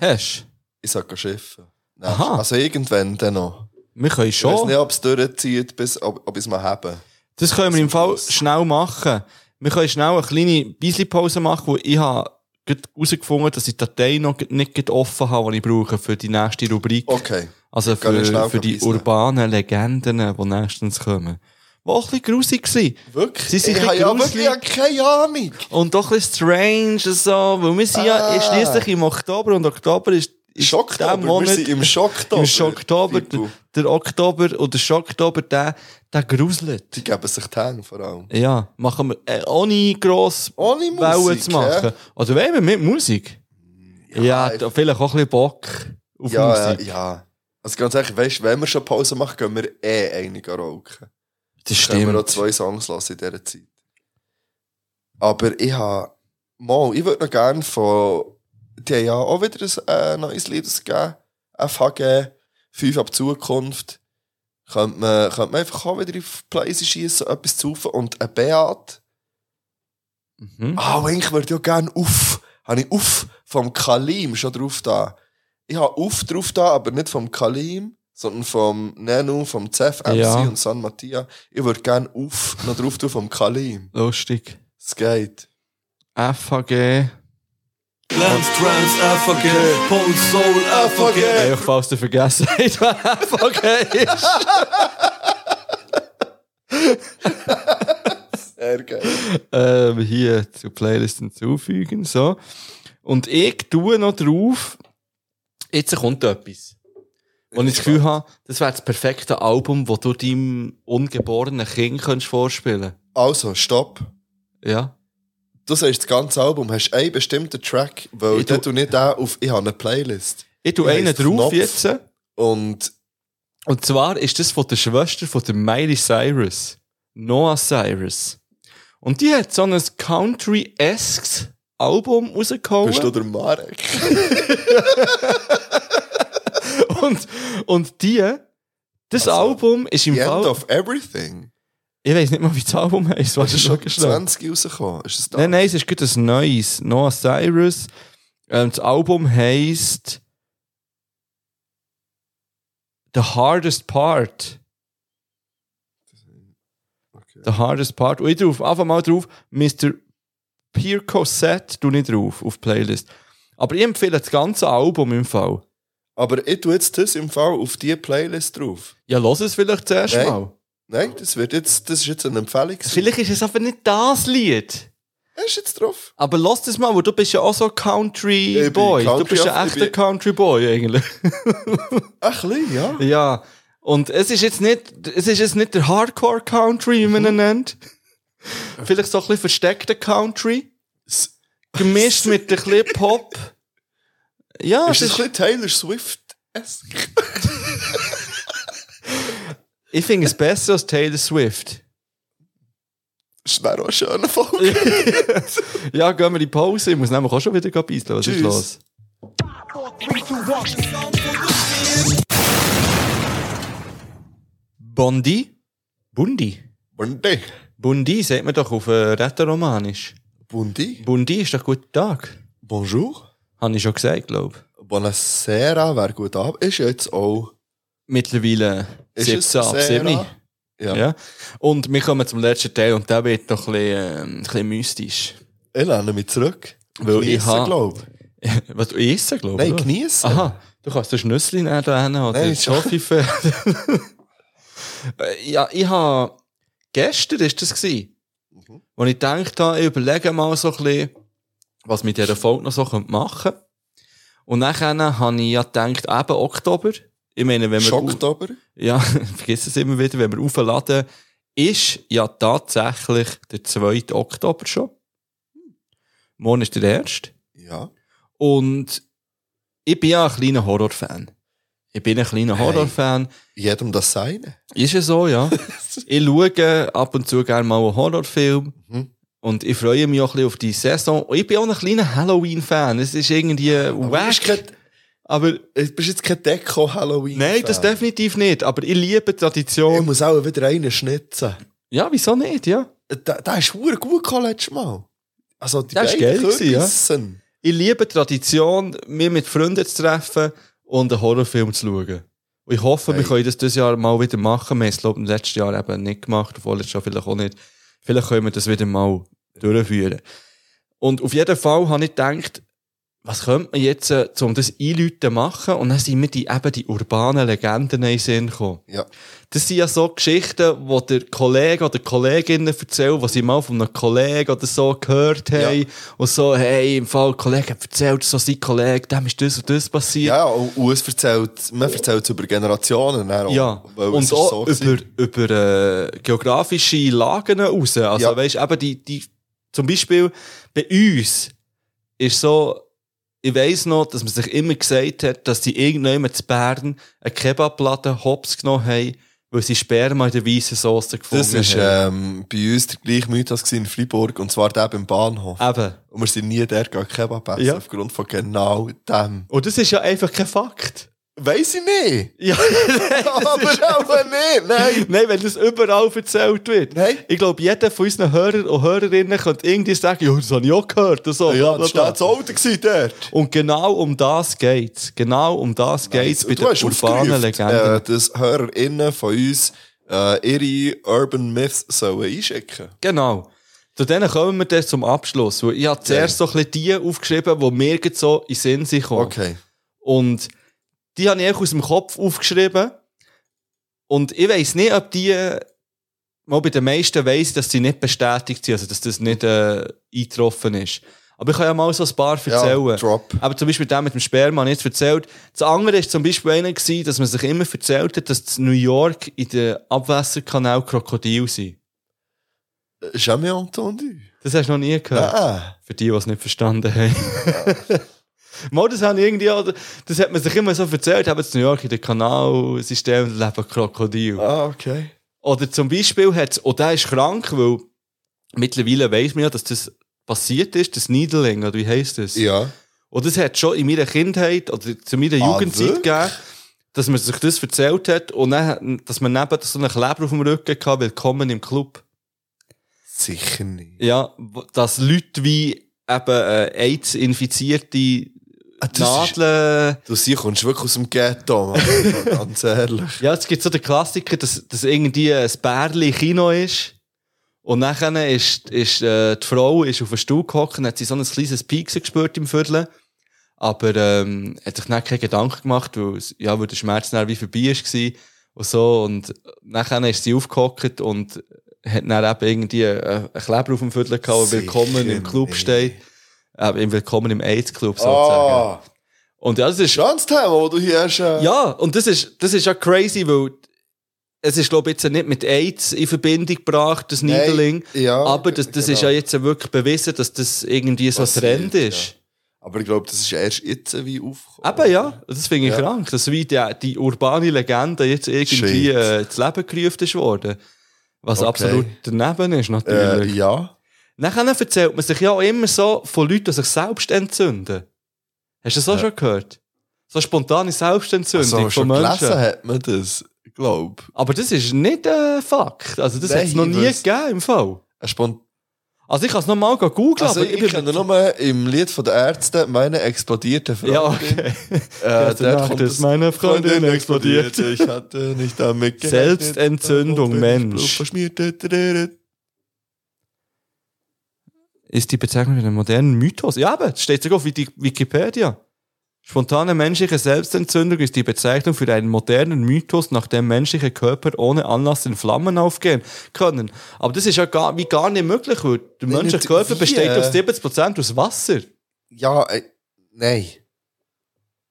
Hast du? Ich sage schiffen. Nein, Also irgendwann dann noch. Wir können schon. Ich weiß nicht, ob es durchzieht, bis, ob, ob ich es mal habe. Das können wir im Fall schnell machen. Wir können schnell eine kleine Beisli-Pause machen, weil ich habe gerade herausgefunden, dass ich die Datei noch nicht gerade offen habe, die ich brauche für die nächste Rubrik. Okay. Also Dann geh ich für, schnell für die beiseln. urbanen Legenden, die nächstens kommen. Die auch ein bisschen grusig waren. Wirklich? Sie sind ich ein habe bisschen ja gruselig wirklich keine Ahnung. und doch ein bisschen strange und so, weil wir sind Ah. ja schliesslich im Oktober und Oktober ist, ist Schocktober, der wir Monat, sind im Schocktober. Im Schocktober, der, der Oktober und der Schocktober, der, der gruselt. Die geben sich die Hände vor allem. Ja, machen wir äh, ohne gross Ohne Musik, Wellen zu machen. ja. Oder wollen wir mit Musik? Ja, da vielleicht auch ein bisschen Bock auf ja, Musik. ja, ja. Also ganz ehrlich, weißt, wenn wir schon Pause machen, gehen wir eh einig rauchen. Das Können wir stimmt. auch zwei Songs lassen in dieser Zeit. Aber ich habe... Mal, ich würde noch gerne von... Die haben ja auch wieder ein äh, neues Lied ausgegeben. FHG, 5 ab Zukunft. Könnte man, könnte man einfach auch wieder auf Plays schießen, etwas zu rufen. Und ein Beat... Mhm. Ah, und eigentlich würde ich ja gerne auf... Habe ich auf vom Kalim schon drauf da. Ich habe auf drauf da, aber nicht vom Kalim, sondern vom Nenu, vom Zef, MC Ja. und San Mattia. Ich würde gerne auf noch drauf tun vom Kalim. Lustig. Es geht. FHG. Lance Trans FAG, Pole Soul FAG. Einfach falls du vergessen hast, was FHG ist. Sehr geil. ähm, hier zu Playlist hinzufügen. So. Und ich tue noch drauf, jetzt kommt etwas. Und ich das Gefühl habe, das wäre das perfekte Album, das du deinem ungeborenen Kind könntest vorspielen Also, stopp. Ja. Du sagst das ganze Album, hast einen bestimmten Track, weil Ich tu- ich tu nicht auch auf, ich habe eine Playlist. Ich tue heisse einen drauf Knopf. jetzt. Und, und zwar ist das von der Schwester von der Miley Cyrus. Noah Cyrus. Und die hat so ein Country-esques Album rausgehauen. Bist du der Marek? und, und die, Also, das Album ist im The Fall... End of Everything. Ich weiß nicht mal, wie das Album heißt. Was ist ist schon schon 20 rausgekommen. Ist es da? Nein, nein, es ist gerade ein neues. Noah Cyrus. Ähm, das Album heisst The Hardest Part. The Hardest Part. Und ich drauf, einfach mal drauf, Mr. Pirko Set, du nicht drauf, auf die Playlist. Aber ich empfehle das ganze Album im Fall. Aber ich tu jetzt das im Fall auf die Playlist drauf. Ja, lass es vielleicht zuerst Nein. mal. Nein, das, wird jetzt, das ist jetzt eine Empfehlung. Vielleicht ist es aber nicht das Lied. Er ist jetzt drauf. Aber lass das mal, weil du bist ja auch so Country Ich bin Boy. du Country- bist ja ich echter bin- Country Boy eigentlich. Ein bisschen, ja. Ja. Und es ist jetzt nicht, es ist jetzt nicht der Hardcore Country, wie man Mhm. ihn nennt. Vielleicht so ein bisschen versteckter Country. Gemischt mit ein bisschen Pop. Ja, ist es das ist- ein bisschen Taylor Swift? ich finde es besser als Taylor Swift. Das wäre auch eine schöne Folge. Ja, gehen wir in die Pause. Ich muss nämlich auch schon wieder gehen beißen. Was ist Tschüss. los? Bondi? Bundi? Bundi. Bundi sagt man doch auf äh, Rätoromanisch. Bundi? Bundi ist doch guten Tag. Bonjour. Habe ich schon gesagt, glaube ich. Buonasera wäre gut ab. Ist ja jetzt auch. Mittlerweile Ist es 17 ab Sarah? 7. Ja. Und wir kommen zum letzten Teil und der wird doch ein bisschen, äh, ein bisschen mystisch. Ich lerne mich zurück. Weil ich Geniessen, ha- glaub. Was du essen, glaube ich? Nein, oder? geniessen. Aha, du kannst das Schnüssel nehmen da hin oder Nein, das Toffifee. Äh, ja, ich habe. Gestern war das. Gewesen, Wo ich gedacht habe, ich überlege mal so ein bisschen, was mit dieser Folge noch so könnte machen könnte. Und nachher habe ich ja gedacht, eben Oktober. Ich meine, wenn wir. Schocktober? Ja, vergiss es immer wieder, wenn wir aufladen, ist ja tatsächlich der 2. Oktober schon. Morgen ist der 1. Ja. Und ich bin ja ein kleiner Horrorfan. Ich bin ein kleiner Horrorfan. Jedem das Seine. Ist ja so, ja. ich schaue ab und zu gerne mal einen Horrorfilm. Und ich freue mich auch ein bisschen auf die Saison. Und Ich bin auch ein kleiner Halloween-Fan. Es ist irgendwie wack. Aber du bist jetzt kein Deko-Halloween. Nein, das definitiv nicht. Aber ich liebe Tradition. Ich muss auch wieder einen schnitzen. Ja, wieso nicht? Ja. Der, der ist verdammt gut gekommen letztes Mal. Also, die Der ist geil beiden gewesen, ja. Kürbissen. Ich liebe Tradition, mich mit Freunden zu treffen und einen Horrorfilm zu schauen. Und ich hoffe, wir können das dieses Jahr mal wieder machen. Wir haben es, glaube ich, im letzten Jahr eben nicht gemacht, vorletztes Jahr vielleicht auch nicht. Vielleicht können wir das wieder mal durchführen. Und auf jeden Fall habe ich gedacht, was könnte man jetzt, äh, um das einläuten machen? Und dann sind mir die, eben die urbanen Legenden in den Sinn gekommen. Ja. Das sind ja so Geschichten, die der Kollege oder Kolleginnen erzählen, die sie mal von einem Kollegen oder so gehört haben. Und so, hey, im Fall, der Kollege hat erzählt, so sein Kollege, dem ist das und das passiert. Ja, und und es erzählt, man erzählt es über Generationen. dann auch. Ja, Weil es und ist auch so gewesen. über, über äh, geografische Lagen raus. Also, Ja. weißt eben die, die, zum Beispiel bei uns ist so, ich weiss noch, dass man sich immer gesagt hat, dass die irgendjemand zu Bern eine Kebabplatte Hops genommen haben, weil sie Sperma in der weißen Sauce gefunden Das ist haben. ähm, bei uns der gleiche Mythos gewesen in Freiburg, und zwar der beim Bahnhof. Eben. Und wir sind nie der gegangen, Kebab essen, Ja. aufgrund von genau dem. Und das ist ja einfach kein Fakt. Weiss ich nicht. Ja, aber auch nicht, nein. Nein, wenn das überall erzählt wird. Ich glaube, jeder von unseren Hörern und Hörerinnen könnte irgendwie sagen, ja, das habe ich auch gehört. Und so, bla, Ja, bla, das bla. war das Auto gewesen dort. Und genau um das geht's. Genau um das geht's bei Du den hast urbanen aufgerufen, Legenden. Äh, dass HörerInnen von uns äh, ihre Urban Myths sollen einschicken Genau. Zu denen kommen wir dann zum Abschluss. Weil ich habe zuerst so ein bisschen die aufgeschrieben, die mir gerade so in den Sinn sind gekommen. Okay. Und die habe ich echt aus dem Kopf aufgeschrieben. Und ich weiss nicht, ob die, mal bei den meisten weiss, ich, dass sie nicht bestätigt sind, also dass das nicht äh, eingetroffen ist. Aber ich kann ja mal so ein paar erzählen. Aber zum Beispiel der mit dem Sperma habe ich jetzt erzählt. Das andere ist zum Beispiel einer gewesen, dass man sich immer erzählt hat, dass in New York in den Abwässerkanal Krokodil sind. Jamais entendu. Das hast du noch nie gehört. Ah. Für die, die es nicht verstanden haben. Mal, das haben irgendwie, auch- das hat man sich immer so erzählt, eben in New York in den Kanalsystemen leben Krokodil. Ah, okay. Oder zum Beispiel hat und der ist krank, weil mittlerweile weiss man ja, dass das passiert ist, das Needling, oder wie heisst das? Ja. Und das hat schon in meiner Kindheit oder zu meiner Ah, Jugendzeit wirklich? gegeben, dass man sich das erzählt hat und dann, hat- dass man neben so einen Kleber auf dem Rücken hatte, willkommen im Club. Sicher nicht. Ja, wo- dass Leute wie eben äh, AIDS-infizierte Nadeln... Du siehst, kommst wirklich aus dem Ghetto, Mann. ganz ehrlich. Ja, es gibt so den Klassiker, dass, dass irgendwie ein Bärli Kino ist. Und nachher ist, ist äh, die Frau ist auf einen Stuhl gehockt und hat sie so ein kleines Pieksen gespürt im Viertel. Aber ähm, hat sich dann keine Gedanken gemacht, weil, es- ja, weil der Schmerz dann wie vorbei war. Und so. Und nachher ist sie aufgehockt und hat dann eben irgendwie äh, einen Kleber auf dem Viertel gehabt, der Sicher willkommen im Club steht. Äh, im willkommen im AIDS-Club sozusagen. Ah, Und ja, das ist. ganz Thema, das du hier hast. Äh, Ja, und das ist, das ist ja crazy, weil es ist, glaube ich, jetzt nicht mit AIDS in Verbindung gebracht, das Nein, Needling. ja, aber das, das ist genau. ja jetzt wirklich bewiesen, dass das irgendwie so ein Passiert, Trend ist. Aber ich glaube, das ist erst jetzt wie aufgekommen. Eben, ja. Das finde ich Ja. krank, dass wie die, die urbane Legende jetzt irgendwie Shit. äh, ins Leben gerufen ist worden. Was Okay. absolut daneben ist, natürlich. Äh, ja. Nachher erzählt man sich ja auch immer so von Leuten, die sich selbst entzünden. Hast du das auch schon gehört? So spontane Selbstentzündung Also, von schon Menschen. gelesen hat man das, glaube Aber das ist nicht ein Fakt. Also, das Nein, hat es noch ich nie weiss- gegeben im Fall. Spont also, ich kann es noch mal googeln, also, aber ich, ich bin. kenne nur im Lied von den Ärzten meine explodierte Freundin. Ja, okay. Äh, Gestern dort Nacht kommt ist das- meine Freundin explodiert. Ich hatte nicht damit gerechnet. Selbstentzündung, Mensch. Verschmiert. Ist die Bezeichnung für einen modernen Mythos? Ja, aber, das steht sogar auf Wiki- Wikipedia. Spontane menschliche Selbstentzündung ist die Bezeichnung für einen modernen Mythos, nach dem menschliche Körper ohne Anlass in Flammen aufgehen können. Aber das ist ja gar, wie gar nicht möglich, weil der Nein, menschliche nicht Körper wie, besteht äh. auf 70% aus Wasser. Ja, äh, nein.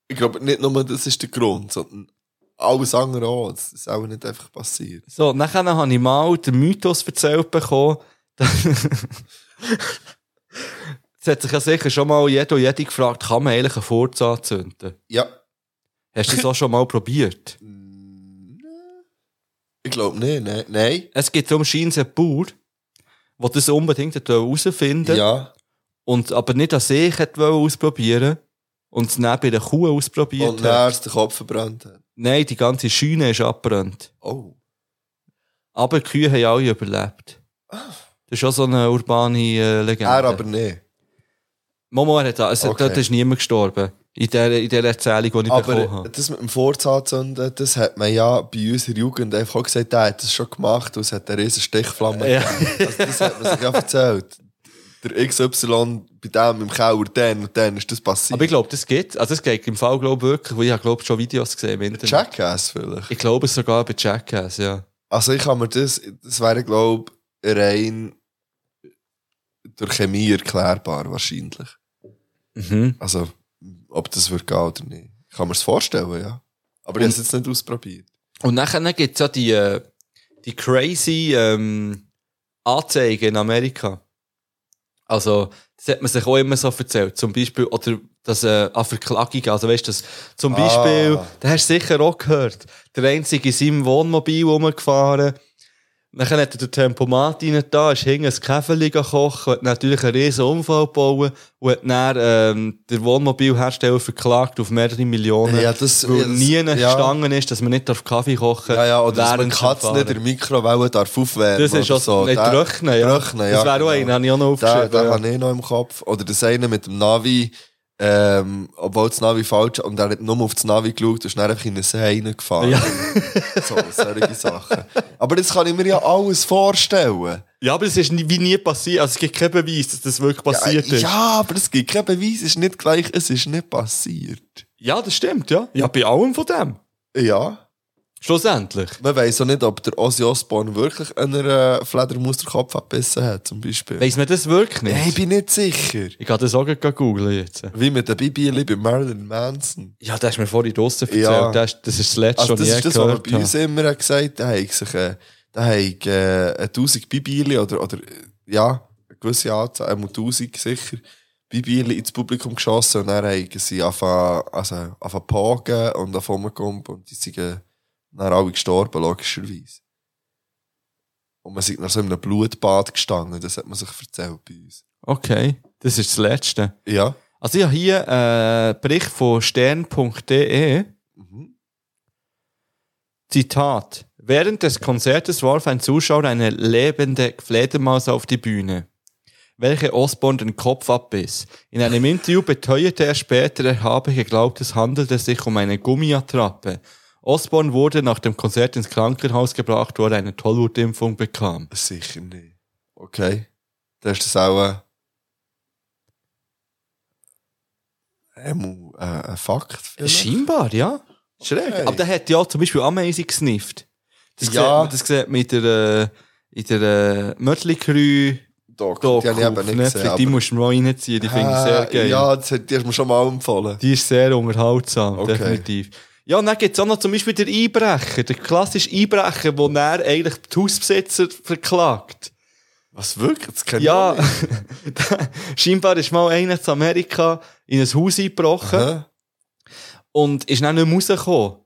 Ich glaube, nicht nur das ist der Grund, sondern alles andere auch. Das ist auch nicht einfach passiert. So, nachher habe ich mal den Mythos erzählt bekommen. Es hat sich ja sicher schon mal jeder und jede gefragt, kann man eigentlich einen Furz anzünden? Ja. Hast du das auch schon mal probiert? Ich glaube nicht, ne, nein. nein. Es gibt darum scheinbar einen Bauer, der das unbedingt hat herausfinden Ja. Und aber nicht an sich hat wollen ausprobieren und es dann bei der Kuh ausprobiert Und dann ist der Kopf verbrannt. hat. Nein, die ganze Scheune ist abgebrannt. Oh. Aber die Kühe haben alle überlebt. Das ist auch so eine urbane äh, Legende. Ah. Er aber nicht. Momo, er hat, es hat, Okay. dort ist niemand gestorben. In der, in der Erzählung, die ich bekommen Aber habe. das mit dem Furz anzünden, das hat man ja bei uns in der Jugend einfach auch gesagt, der hat das schon gemacht und es hat eine riesen Stichflamme Ja. gegeben. also Das hat man sich ja erzählt. Der XY bei dem im Keller, dann und dann ist das passiert. Aber ich glaube, das geht. Also, das geht im Fall, glaube ich, wirklich, weil ich habe, glaube ich, schon Videos gesehen im Internet. Jackass vielleicht? Ich glaube es sogar bei Jackass, ja. Also ich kann mir das, das wäre glaube ich rein durch Chemie erklärbar wahrscheinlich. Mhm. Also ob das wird gehen oder nicht. Ich kann mir das vorstellen, ja. Aber ich habe es jetzt nicht ausprobiert. Und nachher gibt es ja die, äh, die crazy ähm, Anzeigen in Amerika. Also, das hat man sich auch immer so erzählt. Zum Beispiel, oder dass äh, an Verklagung, also weißt du, dass zum Ah. Beispiel, da hast du sicher auch gehört, der Einzige in seinem Wohnmobil rumgefahren. Dann hat er den Tempomat rein da, ist hinten ein Käferli gekocht, hat natürlich einen riesen Unfall gebaut und hat dann ähm, den Wohnmobilhersteller verklagt auf mehrere Millionen, Ja, das- weil ja, das- nie eine ja. gestanden ist, dass man nicht darf Kaffee kochen Ja, ja, oder dass man während die dem Katze Fahren. nicht in der Mikrowelle darf aufwärmen Das ist oder auch so. Nein, Der- Tröchnen, ja. Tröchnen, ja. Das wäre auch einer, habe ich auch noch Den, aufgeschrieben. den ja. habe ich noch im Kopf. Oder das eine mit dem Navi, ähm, obwohl das Navi falsch und er hat nur auf das Navi geschaut und ist dann einfach in einen See gefahren. Ja. so, solche Sachen. Aber das kann ich mir ja alles vorstellen. Ja, aber es ist nie- wie nie passiert. Also es gibt keinen Beweis, dass das wirklich passiert ja, ist. Äh, ja, aber es gibt keinen Beweis, es ist nicht gleich, es ist nicht passiert. Ja, das stimmt, ja. Ja, bei allem von dem. Ja. Schlussendlich. Man weiß auch nicht, ob der Ozzy Osbourne wirklich einer äh, Fledermaus den Kopf abgebissen hat, zum Beispiel. Weiss man das wirklich nicht? Nein, ich bin nicht sicher. Ich kann das auch gleich googeln jetzt. Wie mit der Bibeli bei Marilyn Manson. Ja, das hast du mir vorhin draussen erzählt. Ja. Das, ist- das ist das Letzte, Also was das ich je ist das, was man gehört bei uns habe. immer hat gesagt da haben sich äh, da haben, äh, 1000 Bibeli oder, oder äh, ja, eine gewisse Anzahl, einmal 1000 sicher, Bibeli ins Publikum geschossen und dann haben sie angefangen also, angefangen zu pogen und angefangen rumzukommen und die sind äh, dann alle gestorben, logischerweise. Und man sind dann so in einem Blutbad gestanden, das hat man sich erzählt bei uns. Okay, das ist das Letzte. Ja. Also ich habe hier äh, einen Bericht von stern.de. Zitat. Während des Konzertes warf ein Zuschauer eine lebende Fledermaus auf die Bühne, welche Osborn den Kopf abbiss. In einem Interview beteuerte er später, er habe geglaubt, es handelte sich um eine Gummiattrappe. Osborn wurde nach dem Konzert ins Krankenhaus gebracht, wo er eine Tollwutimpfung bekam. Sicher nicht. Okay. Da ist das auch ein, ein, äh, ein Fakt. vielleicht. Scheinbar, ja. Schräg. Okay. Aber der hat ja zum Beispiel Ameisen gesnifft. Das Ja. ja. Sieht, man- das sieht man in der, äh, in der äh, Mötley-Crew. Doku, Oh die habe ich eben nicht gesehen, Die aber- musst du mal reinziehen, die finde ich Ah, sehr geil. Ja, das hat, die hast du mir schon mal empfohlen. Die ist sehr unterhaltsam, Okay. definitiv. Ja, und dann gibt es auch noch zum Beispiel den Einbrecher, den klassischen Einbrecher, der dann eigentlich die Hausbesitzer verklagt. Was wirklich? Das kenn ich Ja, auch nicht. scheinbar ist mal einer zu Amerika in ein Haus eingebrochen und ist dann nicht mehr rausgekommen.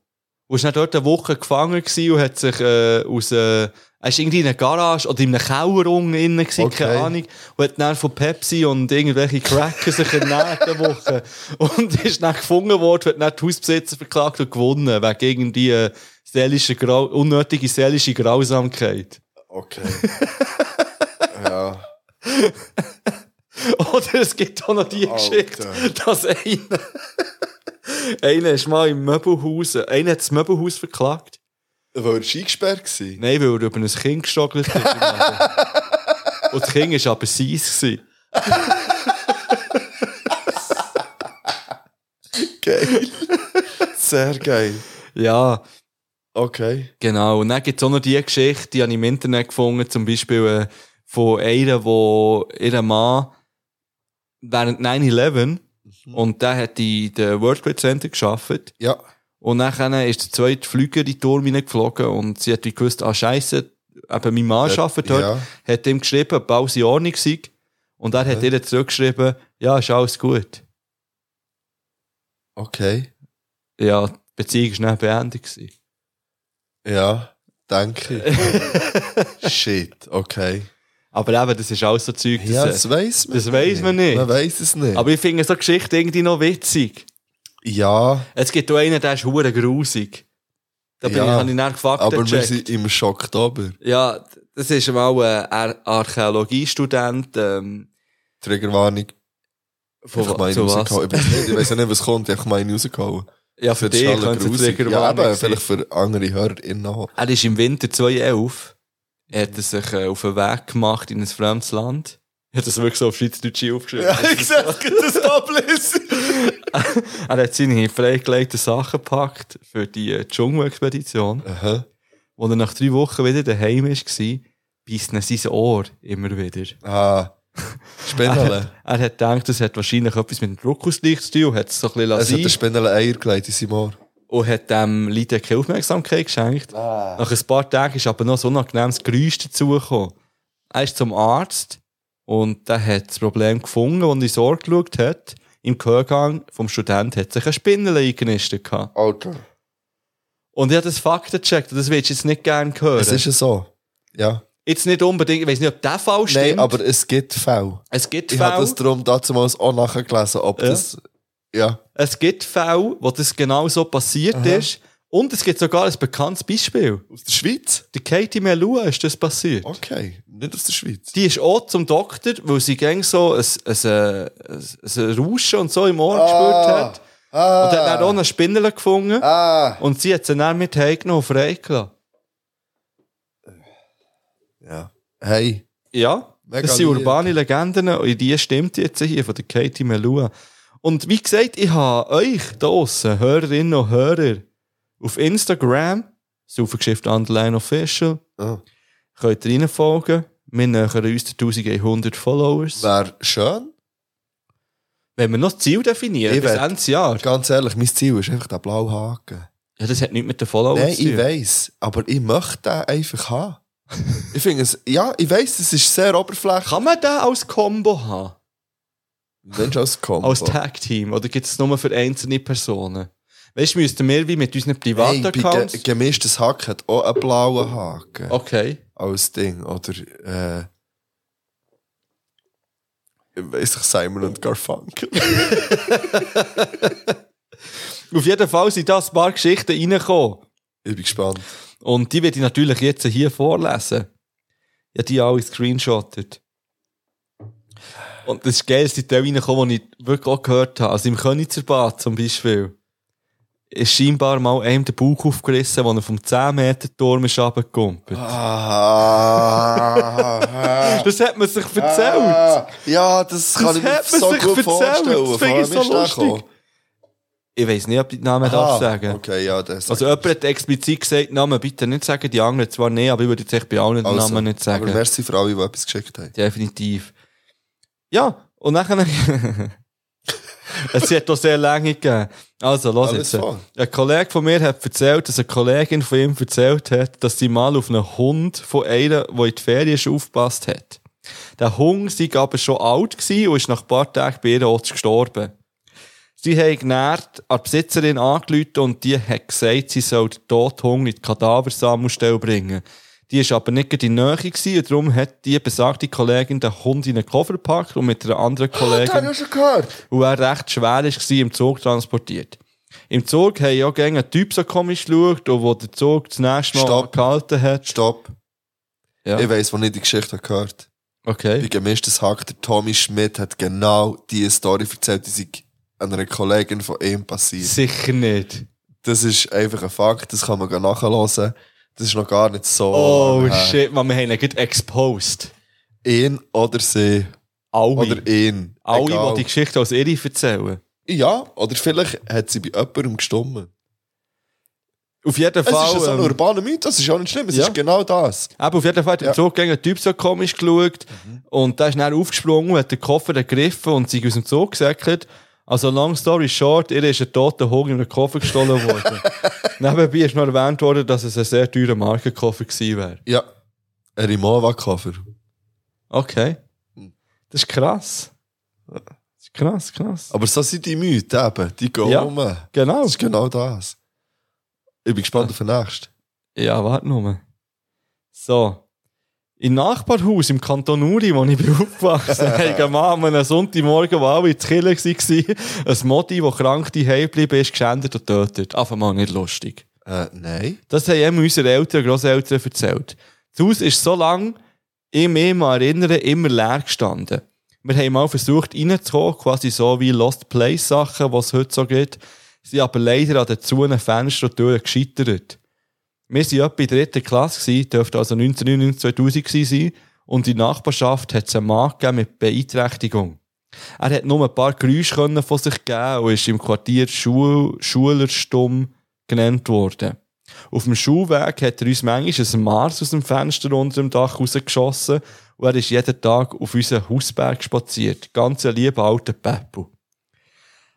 Und ist dann dort eine Woche gefangen gewesen und hat sich äh, aus, äh, er ist irgendwie in einer Garage oder in einem Keller unten drin gewesen, keine Okay. Ahnung, und hat dann von Pepsi und irgendwelche Cracker sich ernährt eine Woche. Und ist dann gefunden worden, hat dann die Hausbesitzer verklagt und gewonnen, wegen irgendwie äh, seelische Grau unnötige seelische Grausamkeit. Okay. ja. Oder es gibt auch noch die Geschichte, dass einer, einer ist mal im Möbelhaus, einer hat das Möbelhaus verklagt. Weil er eingesperrt war? Nein, weil er über ein Kind gestockelt ist. im Laden. Und das Kind war aber seins. gewesen. Geil. Sehr geil. Ja. Okay. Genau. Und dann gibt es auch noch die Geschichte, die habe ich im Internet gefunden, zum Beispiel äh, von einer, wo ihren Mann während 9-11 und der hat in der World Trade Center geschafft. Ja. Und nachher ist der zweite Flüger in die Turm hineingeflogen und sie hat wie gewusst, ah, Scheiße, eben mein Mann Ja, arbeitet heute, Äh, ja. hat ihm geschrieben, ob alles in Ordnung sei. Und er hat ihr zurückgeschrieben, ja, ist alles gut. Okay. Ja, die Beziehung war dann beendet. gewesen. Ja. Danke. Shit. Okay. Aber eben, das ist alles so Zeug. Ja, das weiss man. Das weiss man nicht. Man weiss es nicht. Aber ich finde so Geschichten irgendwie noch witzig. Ja. Es gibt auch einen, der ist hure grusig. Da bin Ja. ich, habe ich dann gefragt. Aber wir sind im Schocktober. Ja, das ist mal ein Ar Archäologiestudent. Ähm, Triggerwarnung. Von ich wa- meine zu was? rausgehauen. Ich weiß nicht- ich weiss ja nicht, was kommt. Ich habe meine rausgehauen. Ja, für Das ist Also dich schneller könnte es grusig. Ja, Triggerwarnung eben, sein. vielleicht für andere HörerInnen auch. er ist im Winter 2011. Er hat er sich äh, auf den Weg gemacht in ein fremdes Land. Er hat das wirklich so auf Schweizerdeutsch aufgeschrieben. sag, das ablesen. er hat seine freigelegten Sachen gepackt für die äh, Dschungel-Expedition. Wo er nach drei Wochen wieder daheim war, beißt ihn sein Ohr immer wieder. Ah, Spindele. Er, er hat gedacht, das hat wahrscheinlich etwas mit dem Druckausgleich zu tun, hat es so ein bisschen Es lassen. hat der Spindele Eier gelegt in seinem Ohr. und hat dem Leuten keine Aufmerksamkeit geschenkt. Ah. Nach ein paar Tagen ist aber noch so ein unangenehmes Geräusch dazugekommen. Er ist zum Arzt und der hat das Problem gefunden und in Sorge geschaut hat. Im Gehörgang vom Studenten hat sich eine Spindel eingenistet. gehabt. Alter. Und ich habe das Fakten gecheckt und das willst du jetzt nicht gerne hören. Es ist ja so. Ja. Jetzt nicht unbedingt, ich weiß nicht, ob der Fall stimmt. Nein, aber es gibt Fälle. Es gibt Ich habe Fälle. das darum damals auch nachgelesen, ob das... Ja. Es gibt Fälle, wo das genau so passiert Aha. ist. Und es gibt sogar ein bekanntes Beispiel. Aus der Schweiz? Die Katie Melua ist das passiert. Okay, nicht aus der Schweiz. Die ist auch zum Doktor, weil sie gäng so ein, ein, äh, ein, ein Rauschen und so im Ohr gespürt hat. Ah. Und hat dann auch eine Spindel gefunden. Und sie hat sie dann mit heimgenommen und freigelassen. Ja. Hey. Ja, Mega das sind lieb. urbane Legenden und in die stimmt jetzt hier von der Katie Melua. Und wie gesagt, ich habe euch draussen, Hörerinnen und Hörer, auf Instagram, Saufengeschäft Underline Official, Ah. könnt ihr reinfolgen. Wir nähern uns den 1100 Followers. Wäre schön. Wenn wir noch das Ziel definieren, Ich bis wett- Ende des Jahres. Ganz ehrlich, mein Ziel ist einfach der blaue Haken. Ja, das hat nichts mit den Followers Nein, zu ich tun. weiss, aber ich möchte den einfach haben. ich finde es, ja, ich weiss, es ist sehr oberflächlich. Kann man den als Combo haben? Mensch, als Combo. Als Tag-Team? Oder gibt es nur für einzelne Personen? Weißt du, müssten wir wie mit unseren privaten Hey, bei Accounts? ge gemischtes Hack hat auch einen blauen Haken. Okay. Als Ding. Oder, äh, ich weiss nicht, Simon und Garfunkel. Auf jeden Fall sind da ein paar Geschichten reingekommen. Ich bin gespannt. Und die werde ich natürlich jetzt hier vorlesen. Ja, die alle screenshottet. Und das ist geil, es sind da reingekommen, die ich wirklich auch gehört habe. Also im Königsbad zum Beispiel ist scheinbar mal einem der Bauch aufgerissen, als er vom 10-Meter-Turm ist runtergekumpelt. das hat man sich erzählt. Ah, Ja, das kann ich mir hat man so sich gut erzählt. vorstellen. Das Vor finde ich allem so ist der lustig. gekommen. Ich weiss nicht, ob ich den Namen Aha, darf sagen. Okay, ja, das Also jemand hat explizit gesagt, Namen bitte nicht sagen, die anderen zwar nicht, aber ich würde jetzt echt bei allen den Also, Namen nicht sagen. Aber merci für alle, die etwas geschickt haben. Definitiv. Ja, und nachher. es hat doch sehr lange gegeben. Also, los Alles jetzt. voll. Ein Kollege von mir hat erzählt, dass eine Kollegin von ihm erzählt hat, dass sie mal auf einen Hund von einer, der in die Ferien ist, aufgepasst hat. Der Hund sei aber schon alt gewesen und ist nach ein paar Tagen bei ihr auch gestorben. Sie haben genährt an die Besitzerin angelüht und die hat gesagt, sie soll den toten Hund in die Kadaversammelstelle bringen. Die war aber nicht gerade in der Nähe gewesen und darum hat die besagte Kollegin den Hund in einen Koffer gepackt und mit einer anderen Kollegin ich schon gehört. und er recht schwer war, im Zug transportiert. Im Zug haben ja gerne ein Typ so komisch geschaut, und wo der Zug das nächste Mal Stopp. gehalten hat. Stopp. Ja. Ich weiss, wo ich die Geschichte habe gehört Okay. Bei gemischtes Hack, der Tommy Schmidt hat genau diese Story erzählt, die sich einer Kollegin von ihm passiert. Sicher nicht. Das ist einfach ein Fakt, das kann man gerne nachhören. Das ist noch gar nicht so. Oh, lange her. shit, man, wir haben ihn gerade exposed. Ihn oder sie. Alle. Oder ihn. Alle, Egal. die die Geschichte als ihre erzählen. Ja, oder vielleicht hat sie bei jemandem gestummen. Auf jeden Es ist Fall. ja so ein ähm, urbaner Mythos, das ist auch nicht schlimm, es ja. ist genau das. Eben, auf jeden Fall hat im Ja. Zug gegen einen Typ so komisch geschaut. Und der ist dann aufgesprungen, hat den Koffer gegriffen und sich aus dem Zug gesäckelt. Also, long story short, ihr ist ein toter Hund in einem Koffer gestohlen worden. Nebenbei ist noch erwähnt worden, dass es ein sehr teurer Markenkoffer gewesen wäre. Ja. Ein Rimowa-Cover. Okay. Hm. Das ist krass. Das ist krass, krass. Aber so sind die Mythen eben, die gehen Ja, um. genau. Das ist genau das. Ich bin gespannt auf den nächsten. Ja, warte nur. So. Im Nachbarhaus, im Kanton Uri, wo ich bin aufgewachsen bin, haben am Abend, am Sonntagmorgen, wo alle in der Kirche waren, ein Modi, das krank daheim geblieben ist, geschändet und getötet. Einfach mal nicht lustig. Äh, nein. Das haben eben unsere Eltern und Grosseltern erzählt. Das Haus ist so lange, ich mich mal erinnere, immer leer gestanden. Wir haben mal versucht reinzukommen, quasi so wie Lost Place Sachen, was es heute so gibt, sind aber leider an den zuen Fenstern und Türen gescheitert. Wir waren etwa in der dritten Klasse, gewesen, dürfte also 1999, 2000 gewesen sein, und in der Nachbarschaft hat es einen Mann gegeben mit Beeinträchtigung. Er hat nur ein paar Geräusche können von sich geben und ist im Quartier Schul Schulerstumm genannt worden. Auf dem Schulweg hat er uns manchmal ein Mars aus dem Fenster unter dem Dach rausgeschossen und er ist jeden Tag auf unseren Hausberg spaziert. Ganz ein lieber alter Peppo.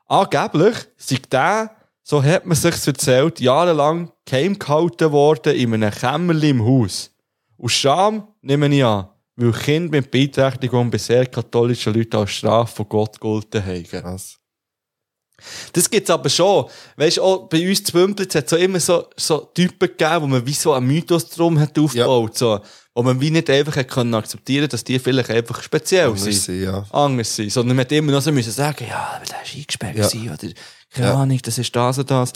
Angeblich sei der, so hat man sich's erzählt, jahrelang geheim gehalten worden in einem Kämmerli im Haus. Aus Scham nehme ich an, weil Kinder mit Beeinträchtigung bei sehr katholischen Leuten als Strafe von Gott gelten haben. Genau. Das gibt's aber schon. Weißt du, auch bei uns zu Bümplitz hat es immer so, so Typen gegeben, wo man wie so einen Mythos drum hat aufgebaut. So, wo man wie nicht einfach hat können akzeptieren dass die vielleicht einfach speziell Anders sind. sind, ja. Anders sind. Sondern man hat immer noch so müssen sagen, ja, aber der ist eingesperrt Ja. gewesen, oder keine Ja. Ahnung, das ist das und das.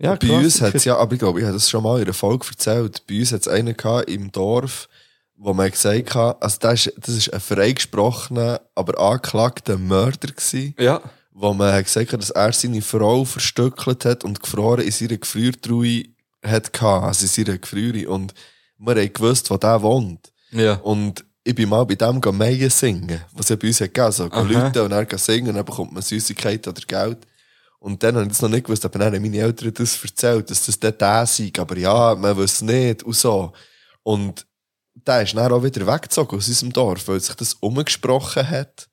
Ja, bei uns Klassiker. hat es ja, aber ich glaube, ich habe das schon mal in einer Folge erzählt. Bei uns hat es einen gehabt im Dorf, wo man gesagt hat, also das ist, das ist ein freigesprochener, aber angeklagter Mörder gewesen. Ja. Wo man hat gesagt hat, dass er seine Frau verstückelt hat und gefroren in seiner Gefriertruhe hat gehabt, also in seiner Gefriere. Und wir haben gewusst, wo der wohnt. Ja. Und ich bin mal bei dem gegangen, Meien singen, was ja bei uns hat gegeben. Also, Aha. Leute und dann singen und dann bekommt man Süßigkeit oder Geld. Und dann habe ich das noch nicht gewusst, aber dann haben meine Eltern das erzählt, dass das dann der sei. Aber ja, man weiß es nicht und so. Und der ist dann auch wieder weggezogen aus unserem Dorf, weil sich das umgesprochen hat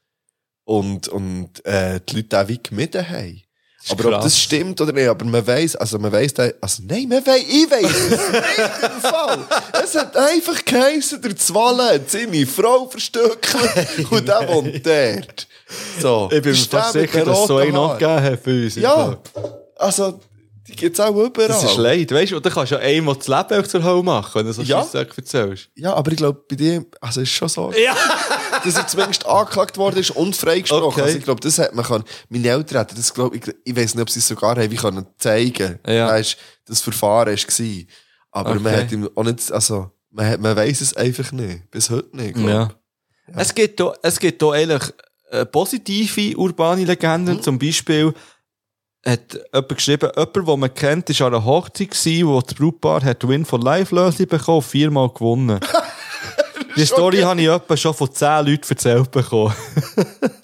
und, und äh, die Leute auch wie gemieden haben. ist Aber ob krass. das stimmt oder nicht, aber man weiß, also man weiß, also nein, man weiß, ich weiß es. Es hat einfach geheissen, der Zwalle hat seine Frau verstückelt und der wohnt dort. So. Ich bin mir Ist der fast mit sicher, den dass es so roten einen noch Haaren? gegeben hat für uns. Ja, also die gibt es auch überall. Das ist leid, weißt du? Und dann kannst du ja einmal das Leben auch zur Hölle machen, wenn du so Ja. Scheissdreck erzählst. Ja, aber ich glaube, bei dir, also ist schon so, dass er zumindest angeklagt worden ist und freigesprochen. Okay. Also ich glaube, das hat man können. Meine Eltern hätten das, glaube ich, ich weiß nicht, ob sie es sogar haben, wie können zeigen. Ja. Weißt, das Verfahren war. Aber man Okay. hat ihm auch nicht, also, man, hat- man weiß es einfach nicht. Bis heute nicht, glaube Ja. Es gibt da, es gibt da eigentlich äh, positive urbane Legenden. Zum Beispiel hat jemand geschrieben, jemand, den man kennt, war an einer Hochzeit, gewesen, wo das Brautpaar hat Win for Life Lösung bekommen, viermal gewonnen. Die Story habe ich etwa schon von zehn Leuten erzählt bekommen.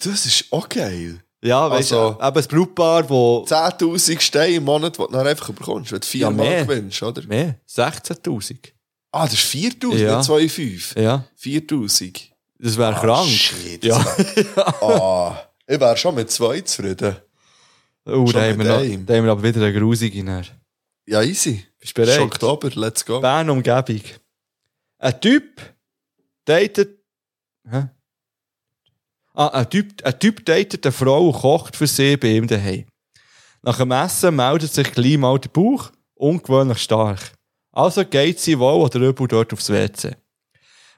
Das ist auch geil. Ja, weißt Also- du, eben das Brautpaar, wo 10.000 Steine im Monat, die du dann einfach bekommst, wenn du viermal mehr. gewinnst, oder? Mehr. 16.000. Ah, das ist 4.000, Ja. nicht 2,5. Ja. 4.000. Das wäre krank. Shit. Ja. Ah, ich wäre schon mit zwei zufrieden. Oh, Schon da haben, wir mit noch, einem. da haben wir aber wieder eine grusige näher. Ja, easy. Bist du bereit? Schon Oktober, let's go. Bern-Umgebung. Ein Typ datet. Hä? Ah, ein Typ, ein typ datet eine Frau und kocht für sie bei ihm daheim. Nach dem Essen meldet sich gleich mal der Bauch, ungewöhnlich stark. Also geht sie wohl oder übel dort aufs WC.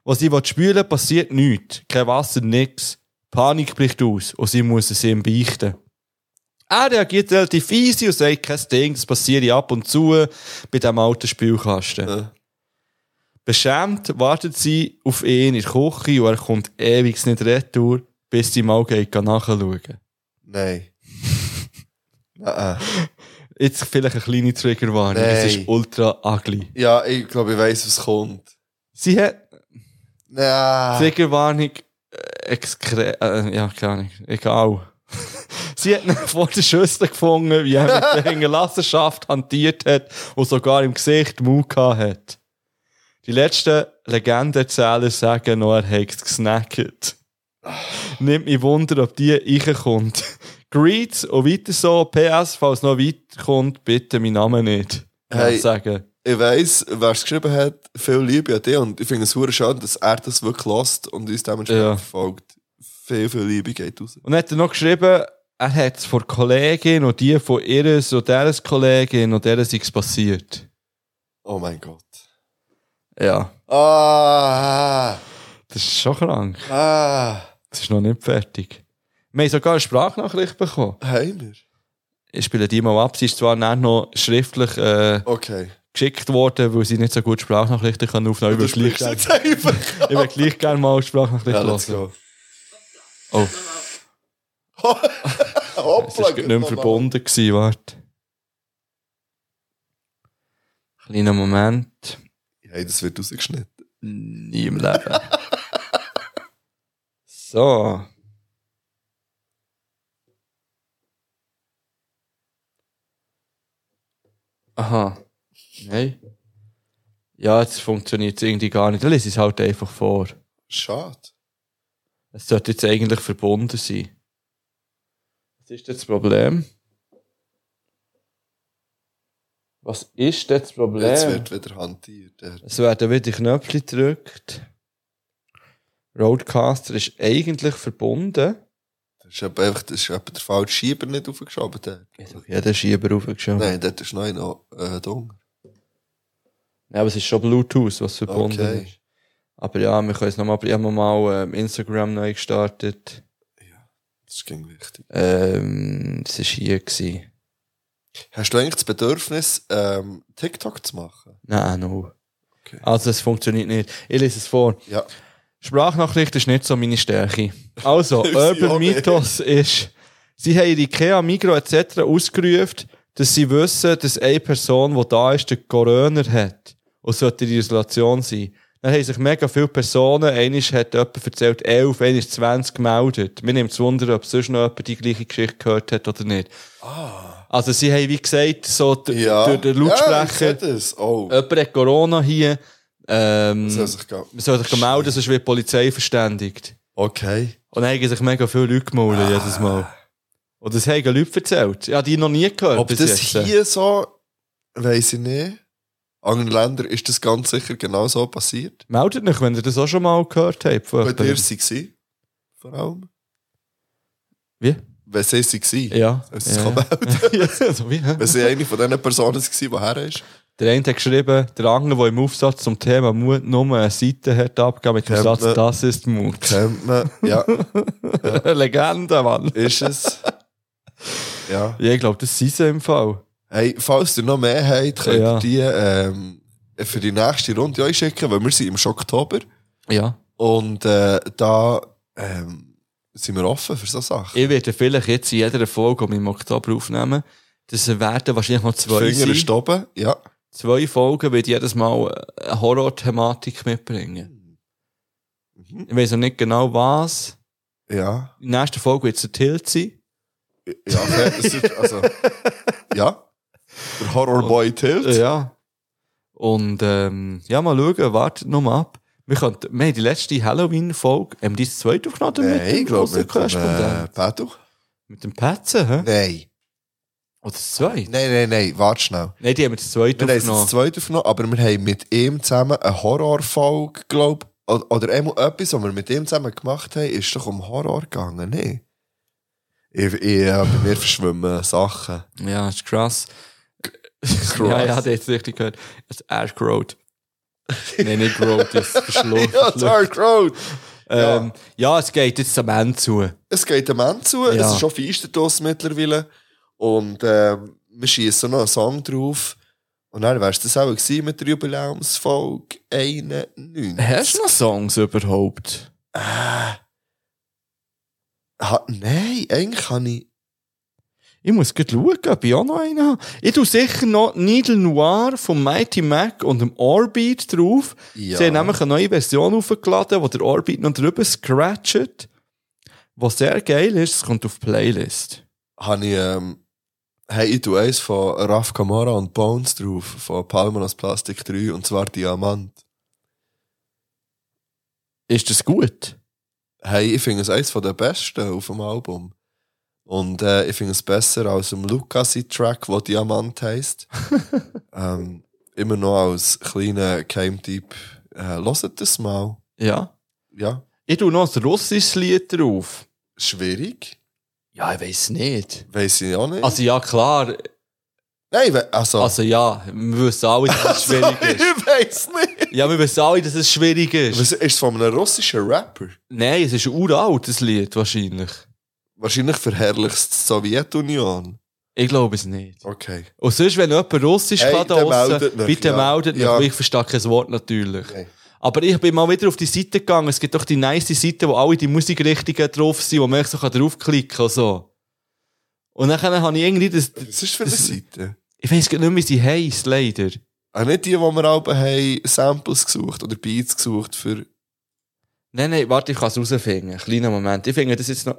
Was sie will spülen will, passiert nichts. Kein Wasser, nichts. Panik bricht aus und sie muss es ihm beichten. Er reagiert relativ easy und sagt, kein Ding, das passiere ab und zu bei diesem alten Spielkasten. Beschämt wartet sie auf ihn in der Küche und er kommt ewig nicht retour, bis sie mal geht nachschauen. Nein. Nein. Jetzt vielleicht eine kleine Triggerwarnung, es Nein. ist ultra ugly. Ja, ich glaube, ich weiss, was kommt. Sie hat Nein. Triggerwarnung, äh, exkre äh, ja, keine Ahnung, egal. Sie hat ihn vor der Schüssel gefunden, wie er mit der Hinterlassenschaft hantiert hat und sogar im Gesicht Mut gehabt hat. Die letzten Legendenerzähler sagen noch, er hat es gesnackt. Nimmt mich Wunder, ob die reinkommt. Greets und weiter so. PS, falls noch weiterkommt, bitte meinen Namen nicht. Hey. Sagen. Ich weiss, wer es geschrieben hat, viel Liebe an dich und ich finde es sehr schade, dass er das wirklich lässt und uns dementsprechend Ja. verfolgt. Viel, viel Liebe geht raus. Und hat er noch geschrieben, er hat es von Kollegin und die von ihres und deres Kollegin und deres ist passiert. Oh mein Gott. Ja. Ah, Das ist schon krank. ah. Das ist noch nicht fertig. Wir haben sogar eine Sprachnachricht bekommen. Haben wir? Ich spiele die mal ab. Sie ist zwar nicht noch schriftlich äh, Okay. geschickt worden, weil sie nicht so gut Sprachnachrichten kann aufnehmen kann. Ich würde gleich, Jetzt einfach. gern- ich würd gleich gerne mal eine Sprachnachricht Ja, hören. let's Oh, es Hoppla, war nicht mehr verbunden. Gewesen, warte. Kleiner Moment. Hey, das wird rausgeschnitten. Nie im Leben. so. Aha. Nein. Ja, jetzt funktioniert es irgendwie gar nicht. Dann lese ich es halt einfach vor. Schade. Es sollte jetzt eigentlich verbunden sein. Was ist denn das Problem? Was ist denn das Problem? Jetzt wird wieder hantiert. Der- Es werden wieder Knöpfe gedrückt. Roadcaster ist eigentlich verbunden. Das ist eben einfach das ist eben der falsche Schieber nicht aufgeschoben. Der. Ja, der Schieber aufgeschoben. Nein, dort ist noch einer äh, dunkel. Ja, aber es ist schon Bluetooth, was verbunden Okay. ist. Aber ja, wir können es nochmal, ich habe mal ähm, Instagram neu gestartet. Das ging wichtig. Ähm, es war hier. Gewesen. Hast du eigentlich das Bedürfnis, ähm, TikTok zu machen? Nein, no. Also, es funktioniert nicht. Ich lese es vor. Ja. Sprachnachricht ist nicht so meine Stärke. Also, Ich sie auch Urban nicht. Mythos ist, sie haben in Ikea, Migro etc. ausgerufen, dass sie wissen, dass eine Person, die da ist, den Corona hat und sollte in Isolation sein. Dann haben sich mega viele Personen, eines hat jemand erzählt, 11, eines 20 gemeldet. Mir nimmt es Wunder, ob sonst noch jemand die gleiche Geschichte gehört hat oder nicht. Also sie haben, wie gesagt, so d- durch den Ah. Ja, ich sehe Lautsprecher... Ähm, das. Oh. Jemand hat Corona hier. Ähm, soll sich ge- man soll sich melden, sonst wird die Polizei verständigt. Okay. Und dann haben sich mega viele Leute gemeldet jedes Mal. Und das haben Leute erzählt. Ja, die noch nie gehört. Ob bis das jetzt. äh, hier so, weiss ich nicht. In anderen Ländern ist das ganz sicher genau so passiert. Meldet euch, wenn ihr das auch schon mal gehört habt. Von Bei jemandem. dir war vor allem. Wie? Wenn sie war. Ja. Es Ja, kann ja. melden. so wie, hä? Wenn sie eine von diesen Personen war, die her ist. Der eine hat geschrieben, der andere, der im Aufsatz zum Thema Mut nur eine Seite hat abgegeben mit dem Kennt Satz, man. das ist Mut. Kennt man, ja. Legende, Mann. Ist es. Ja. Ja, ich glaube, das sind sie im Fall. Hey, falls ihr noch mehr habt, könnt Ja. ihr die ähm, für die nächste Runde einschicken, weil wir sind im Schocktober. Ja. Und äh, da ähm, sind wir offen für so Sachen. Ich werde vielleicht jetzt in jeder Folge, die wir im Oktober aufnehmen, das werden wahrscheinlich noch zwei Finger sein. ist oben, ja. Zwei Folgen wird jedes Mal eine Horror-Thematik mitbringen. Mhm. Ich weiß noch nicht genau was. Ja. In der nächsten Folge wird es der Tilt sein. Ja, okay, das ist, also, ja. Der Horrorboy Tilt. Ja. Und ähm, ja, mal schauen, wartet noch mal ab. Wir, könnten, wir haben die letzte Halloween-Folge, haben wir die zweite aufgenommen Nein, ich glaube mit dem äh, Korrespondent? Pedro. Mit dem Petzen, hä? Nein. Oder das zweite? Nein, nein, nein, warte schnell. Nein, die haben wir das zweite Wir haben es aufgenommen. jetzt zweit aufgenommen, aber wir haben mit ihm zusammen eine Horrorfolge, glaube ich. Oder einmal etwas, was wir mit ihm zusammen gemacht haben, ist doch um Horror gegangen, ne? Ich, ich, äh, bei mir verschwimmen Sachen. Ja, ist krass. krass. Ja, ja, der jetzt richtig gehört. Das Ash Road. Nein, nicht Road, das ist verschluckt. ja, Dark Road. Ähm, ja, es geht jetzt am Ende zu. Es geht dem Ende zu, Ja. es ist schon feister draus mittlerweile. Und ähm, wir schießen noch einen Song drauf. Und dann wär's das auch gewesen mit der Jubiläumsfolge 91. Hast du noch Songs überhaupt? Ha, nein, eigentlich habe ich. Ich muss gleich schauen, ob ich auch noch einen habe. Ich tue sicher noch Needle Noir von Mighty Mac und dem Orbit drauf. Ja. Sie haben nämlich eine neue Version aufgeladen, wo der Orbit noch drüber scratchet. Was sehr geil ist, es kommt auf die Playlist. habe ich, ähm, hey, ich tue eins von Raf Kamara und Bones drauf, von Palmeras Plastik 3, und zwar Diamant. Ist das gut? Hey, ich finde es eins von der besten auf dem Album. Und äh, ich finde es besser als dem Lucasi-Track, der Diamant heisst. ähm, immer noch als kleiner Keimtyp. Äh, hört das mal. Ja. Ja, Ich tue noch ein russisches Lied drauf. schwierig. Ja, ich weiß nicht. Weiß ich auch nicht. Also ja, klar. Nein, also. Also ja, wir wissen alle, dass es schwierig ist. ich weiß nicht. Ja, wir wissen alle, dass es schwierig ist. Was, ist es von einem russischen Rapper? Nein, es ist ein uraltes Lied wahrscheinlich. Wahrscheinlich verherrlicht die Sowjetunion. Ich glaube es nicht. Okay. Und sonst, wenn jemand Russisch Hey, kann, da dann draussen, meldet mich, bitte ja. meldet mich, Ja. weil ich verstehe kein Wort natürlich. Aber ich bin mal wieder auf die Seite gegangen. Es gibt doch die nice Seite, wo alle die Musikrichtungen drauf sind, wo man echt so kann draufklicken kann. und So. Und dann habe ich irgendwie das. Was ist für eine Seite? Ich weiß nicht mehr, wie sie heisst, leider. Auch nicht die, wo wir alle haben Samples gesucht oder Beats gesucht für. Nein, nein, warte, ich kann es rausfinden. Kleiner Moment. Ich finde das jetzt noch.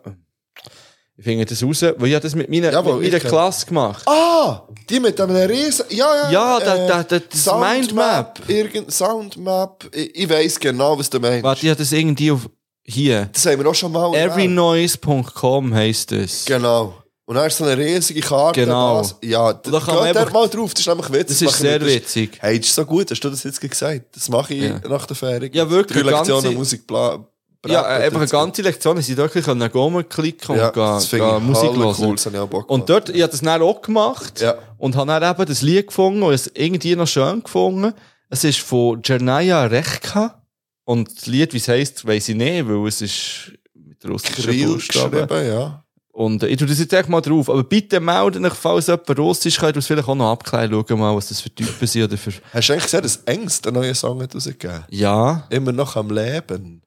Ich finde das raus, weil ich hab das mit meiner, Jawohl, mit meiner ich kenn- Klasse gemacht Ah! Die mit einem riesen. Ja, ja. Ja, da- da- da- das Soundmap. Irgend Soundmap. Ich, ich weiss genau, was du meinst. Warte, ich habe das irgendwie auf. Hier. Das haben wir auch schon mal. erwähnt. Everynoise.com heisst es. Genau. Und dann ist so eine riesige Karte. Genau. Das, ja, Und da da kann man geht einfach- einfach, mal drauf. Das ist nämlich witzig. Das ist mache ich sehr mit- witzig. Hey, das ist so gut. Hast du das jetzt gesagt? Das mache ich Ja. nach der Ferien. Ja, wirklich, Drei ganze- Lektionen Musik. Bla, Ja, äh, einfach eine ganze Lektion. Sie dort können gehen, klicken und Ja, gehen, das finde gehen ich Musik hella hören. cool, das habe ich auch Bock und dort, ich habe das dann auch gemacht und habe dann eben das Lied gefunden und es irgendwie noch schön gefunden. Es ist von Jernaya Rechka und das Lied, wie es heisst, weiss ich nicht, weil es ist mit russischen Krill Buchstaben. geschrieben, ja. Und äh, ich tue das jetzt echt mal drauf. Aber bitte melden euch, falls jemand russisch kann, ich tue es vielleicht auch noch abklären, schauen mal, was das für Typen sind oder für... Hast du eigentlich gesehen, dass Ängst einen neuen Song hat rausgegeben Ja. Immer noch am Leben.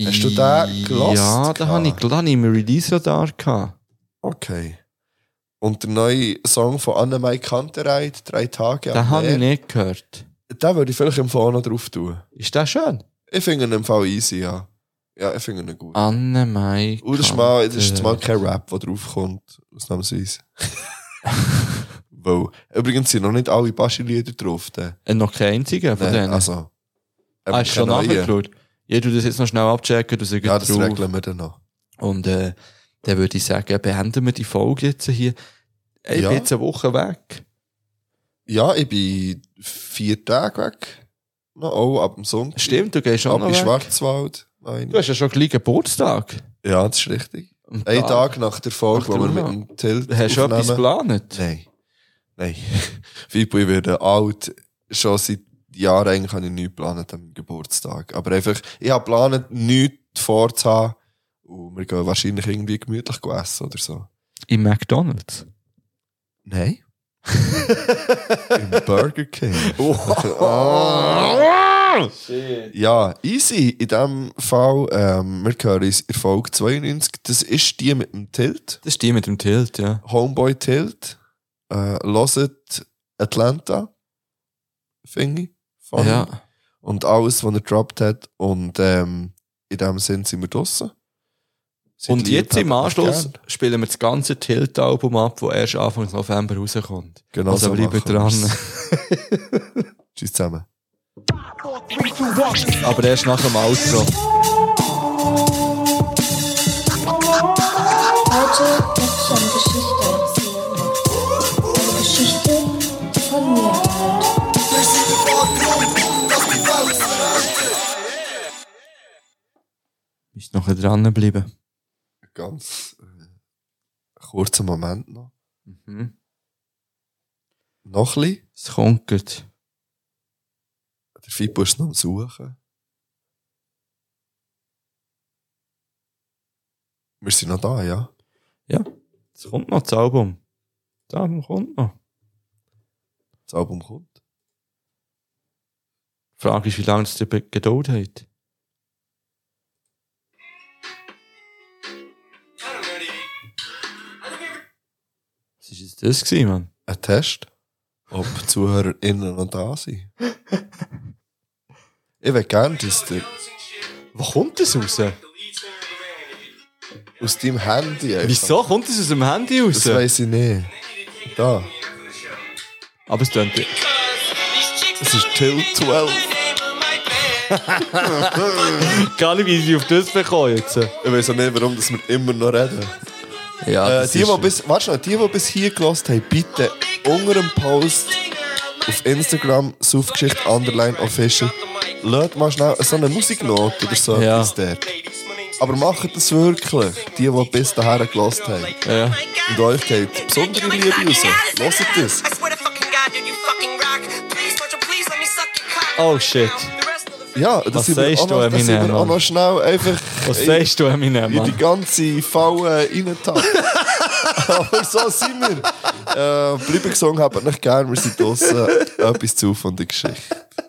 Hast du den gelost? Ja, da habe ich, da habe ich im Release-Radar gehabt. Okay. Und der neue Song von Annemai Kantereit, «Drei Tage den habe ich nicht gehört. Den würde ich vielleicht im Vorne drauf tun. Ist der schön? Ich finde ihn im Fall easy, ja. Ja, ich finde ihn Ah, gut. Anne äh, Mai. Und Oh, das ist, mal, das ist mal kein Rap, der draufkommt, ausnahmsweise. Weil, übrigens sind noch nicht alle Baschi-Lieder drauf. dann. Äh, noch kein einziger von Nein, denen. also, ah, ist schon keine neuen. nachgeschaut. Ja, du das jetzt noch schnell abchecken, du sagst Ja, das regeln wir dann noch. Und äh, dann würde ich sagen, beenden wir die Folge jetzt hier. Ey, Ich Ja. bin jetzt eine Woche weg. Ja, ich bin vier Tage weg. Noch auch ab dem Sonntag. Stimmt, du gehst auch Ab noch in weg. Schwarzwald. Nein. Du hast ja schon gleich Geburtstag. Ja, das ist richtig. Und Ein da- Tag nach der Folge, Ach, wo wir du mit noch. dem Till Hast du etwas geplant? Nein. Nein. Fibu, ich werde alt. Schon seit Jahren eigentlich habe ich nichts geplant an meinem Geburtstag. Aber einfach, ich habe geplant, nichts vorzuhaben. Und wir gehen wahrscheinlich irgendwie gemütlich essen oder so. Im McDonalds. Nein. Im Burger King. Ah. Oh. Ja, easy. In dem Fall, ähm, wir hören uns in Folge 92. Das ist die mit dem Tilt. Das ist die mit dem Tilt, ja. Homeboy Tilt. Äh, hört Atlanta. Finde ich. Funny. Ja. Und alles, was er gedroppt hat. Und ähm, in dem Sinn sind wir draussen. Seid Und lieb, jetzt im habt euch Anschluss gern. spielen wir das ganze Tilt-Album ab, das erst Anfang November rauskommt. Genau also so bleiben machen dran. Tschüss zusammen. Aber erst nach dem Outro. Heute möchte ich eine Geschichte erzählen. Eine Geschichte, die von mir handelt. Bist noch dranbleiben. Ganz äh, kurzen Moment noch. Mhm. Noch ein bisschen. Es kommt gut. Der Fibu ist noch am Suchen. Wir sind noch da, ja? Ja, es kommt noch das Album. Das Album kommt noch. Das Album kommt. Die Frage ist, wie lange es dir be- Geduld hat. Was ist jetzt das gewesen, Mann? Ein Test, ob die ZuhörerInnen noch da sind. ich will gerne, dass der... Wo kommt das raus? Aus deinem Handy einfach. Wieso kommt das aus dem Handy raus? Das weiss ich nicht. Da. Aber es tönt. Es ist Till 12. Gar nicht, wie sie auf das bekommen jetzt. Ich weiß auch nicht, warum dass wir immer noch reden. Ja, äh, das die, ist- die bis, warte schnell, die, die bis hier gelost haben, bitte unter dem Post auf Instagram Saufgeschichte Underline Official. Lasst mal schnell so eine Musiknote oder so Ja. etwas dort. Aber macht das wirklich, die, die bis dahin gelost haben. Ja. Und euch geht besondere Liebe raus. Hört das. Oh shit. Ja, das Was sind wir sagst auch noch- du, das sind wir Eminem, auch noch Mann? schnell einfach... Was sagst du, Eminem, In die Mann? ganze Falle reintappen. Aber so sind wir. Äh, bleiben gesungen, habt euch gerne, wir sind draussen. Etwas zu von der Geschichte.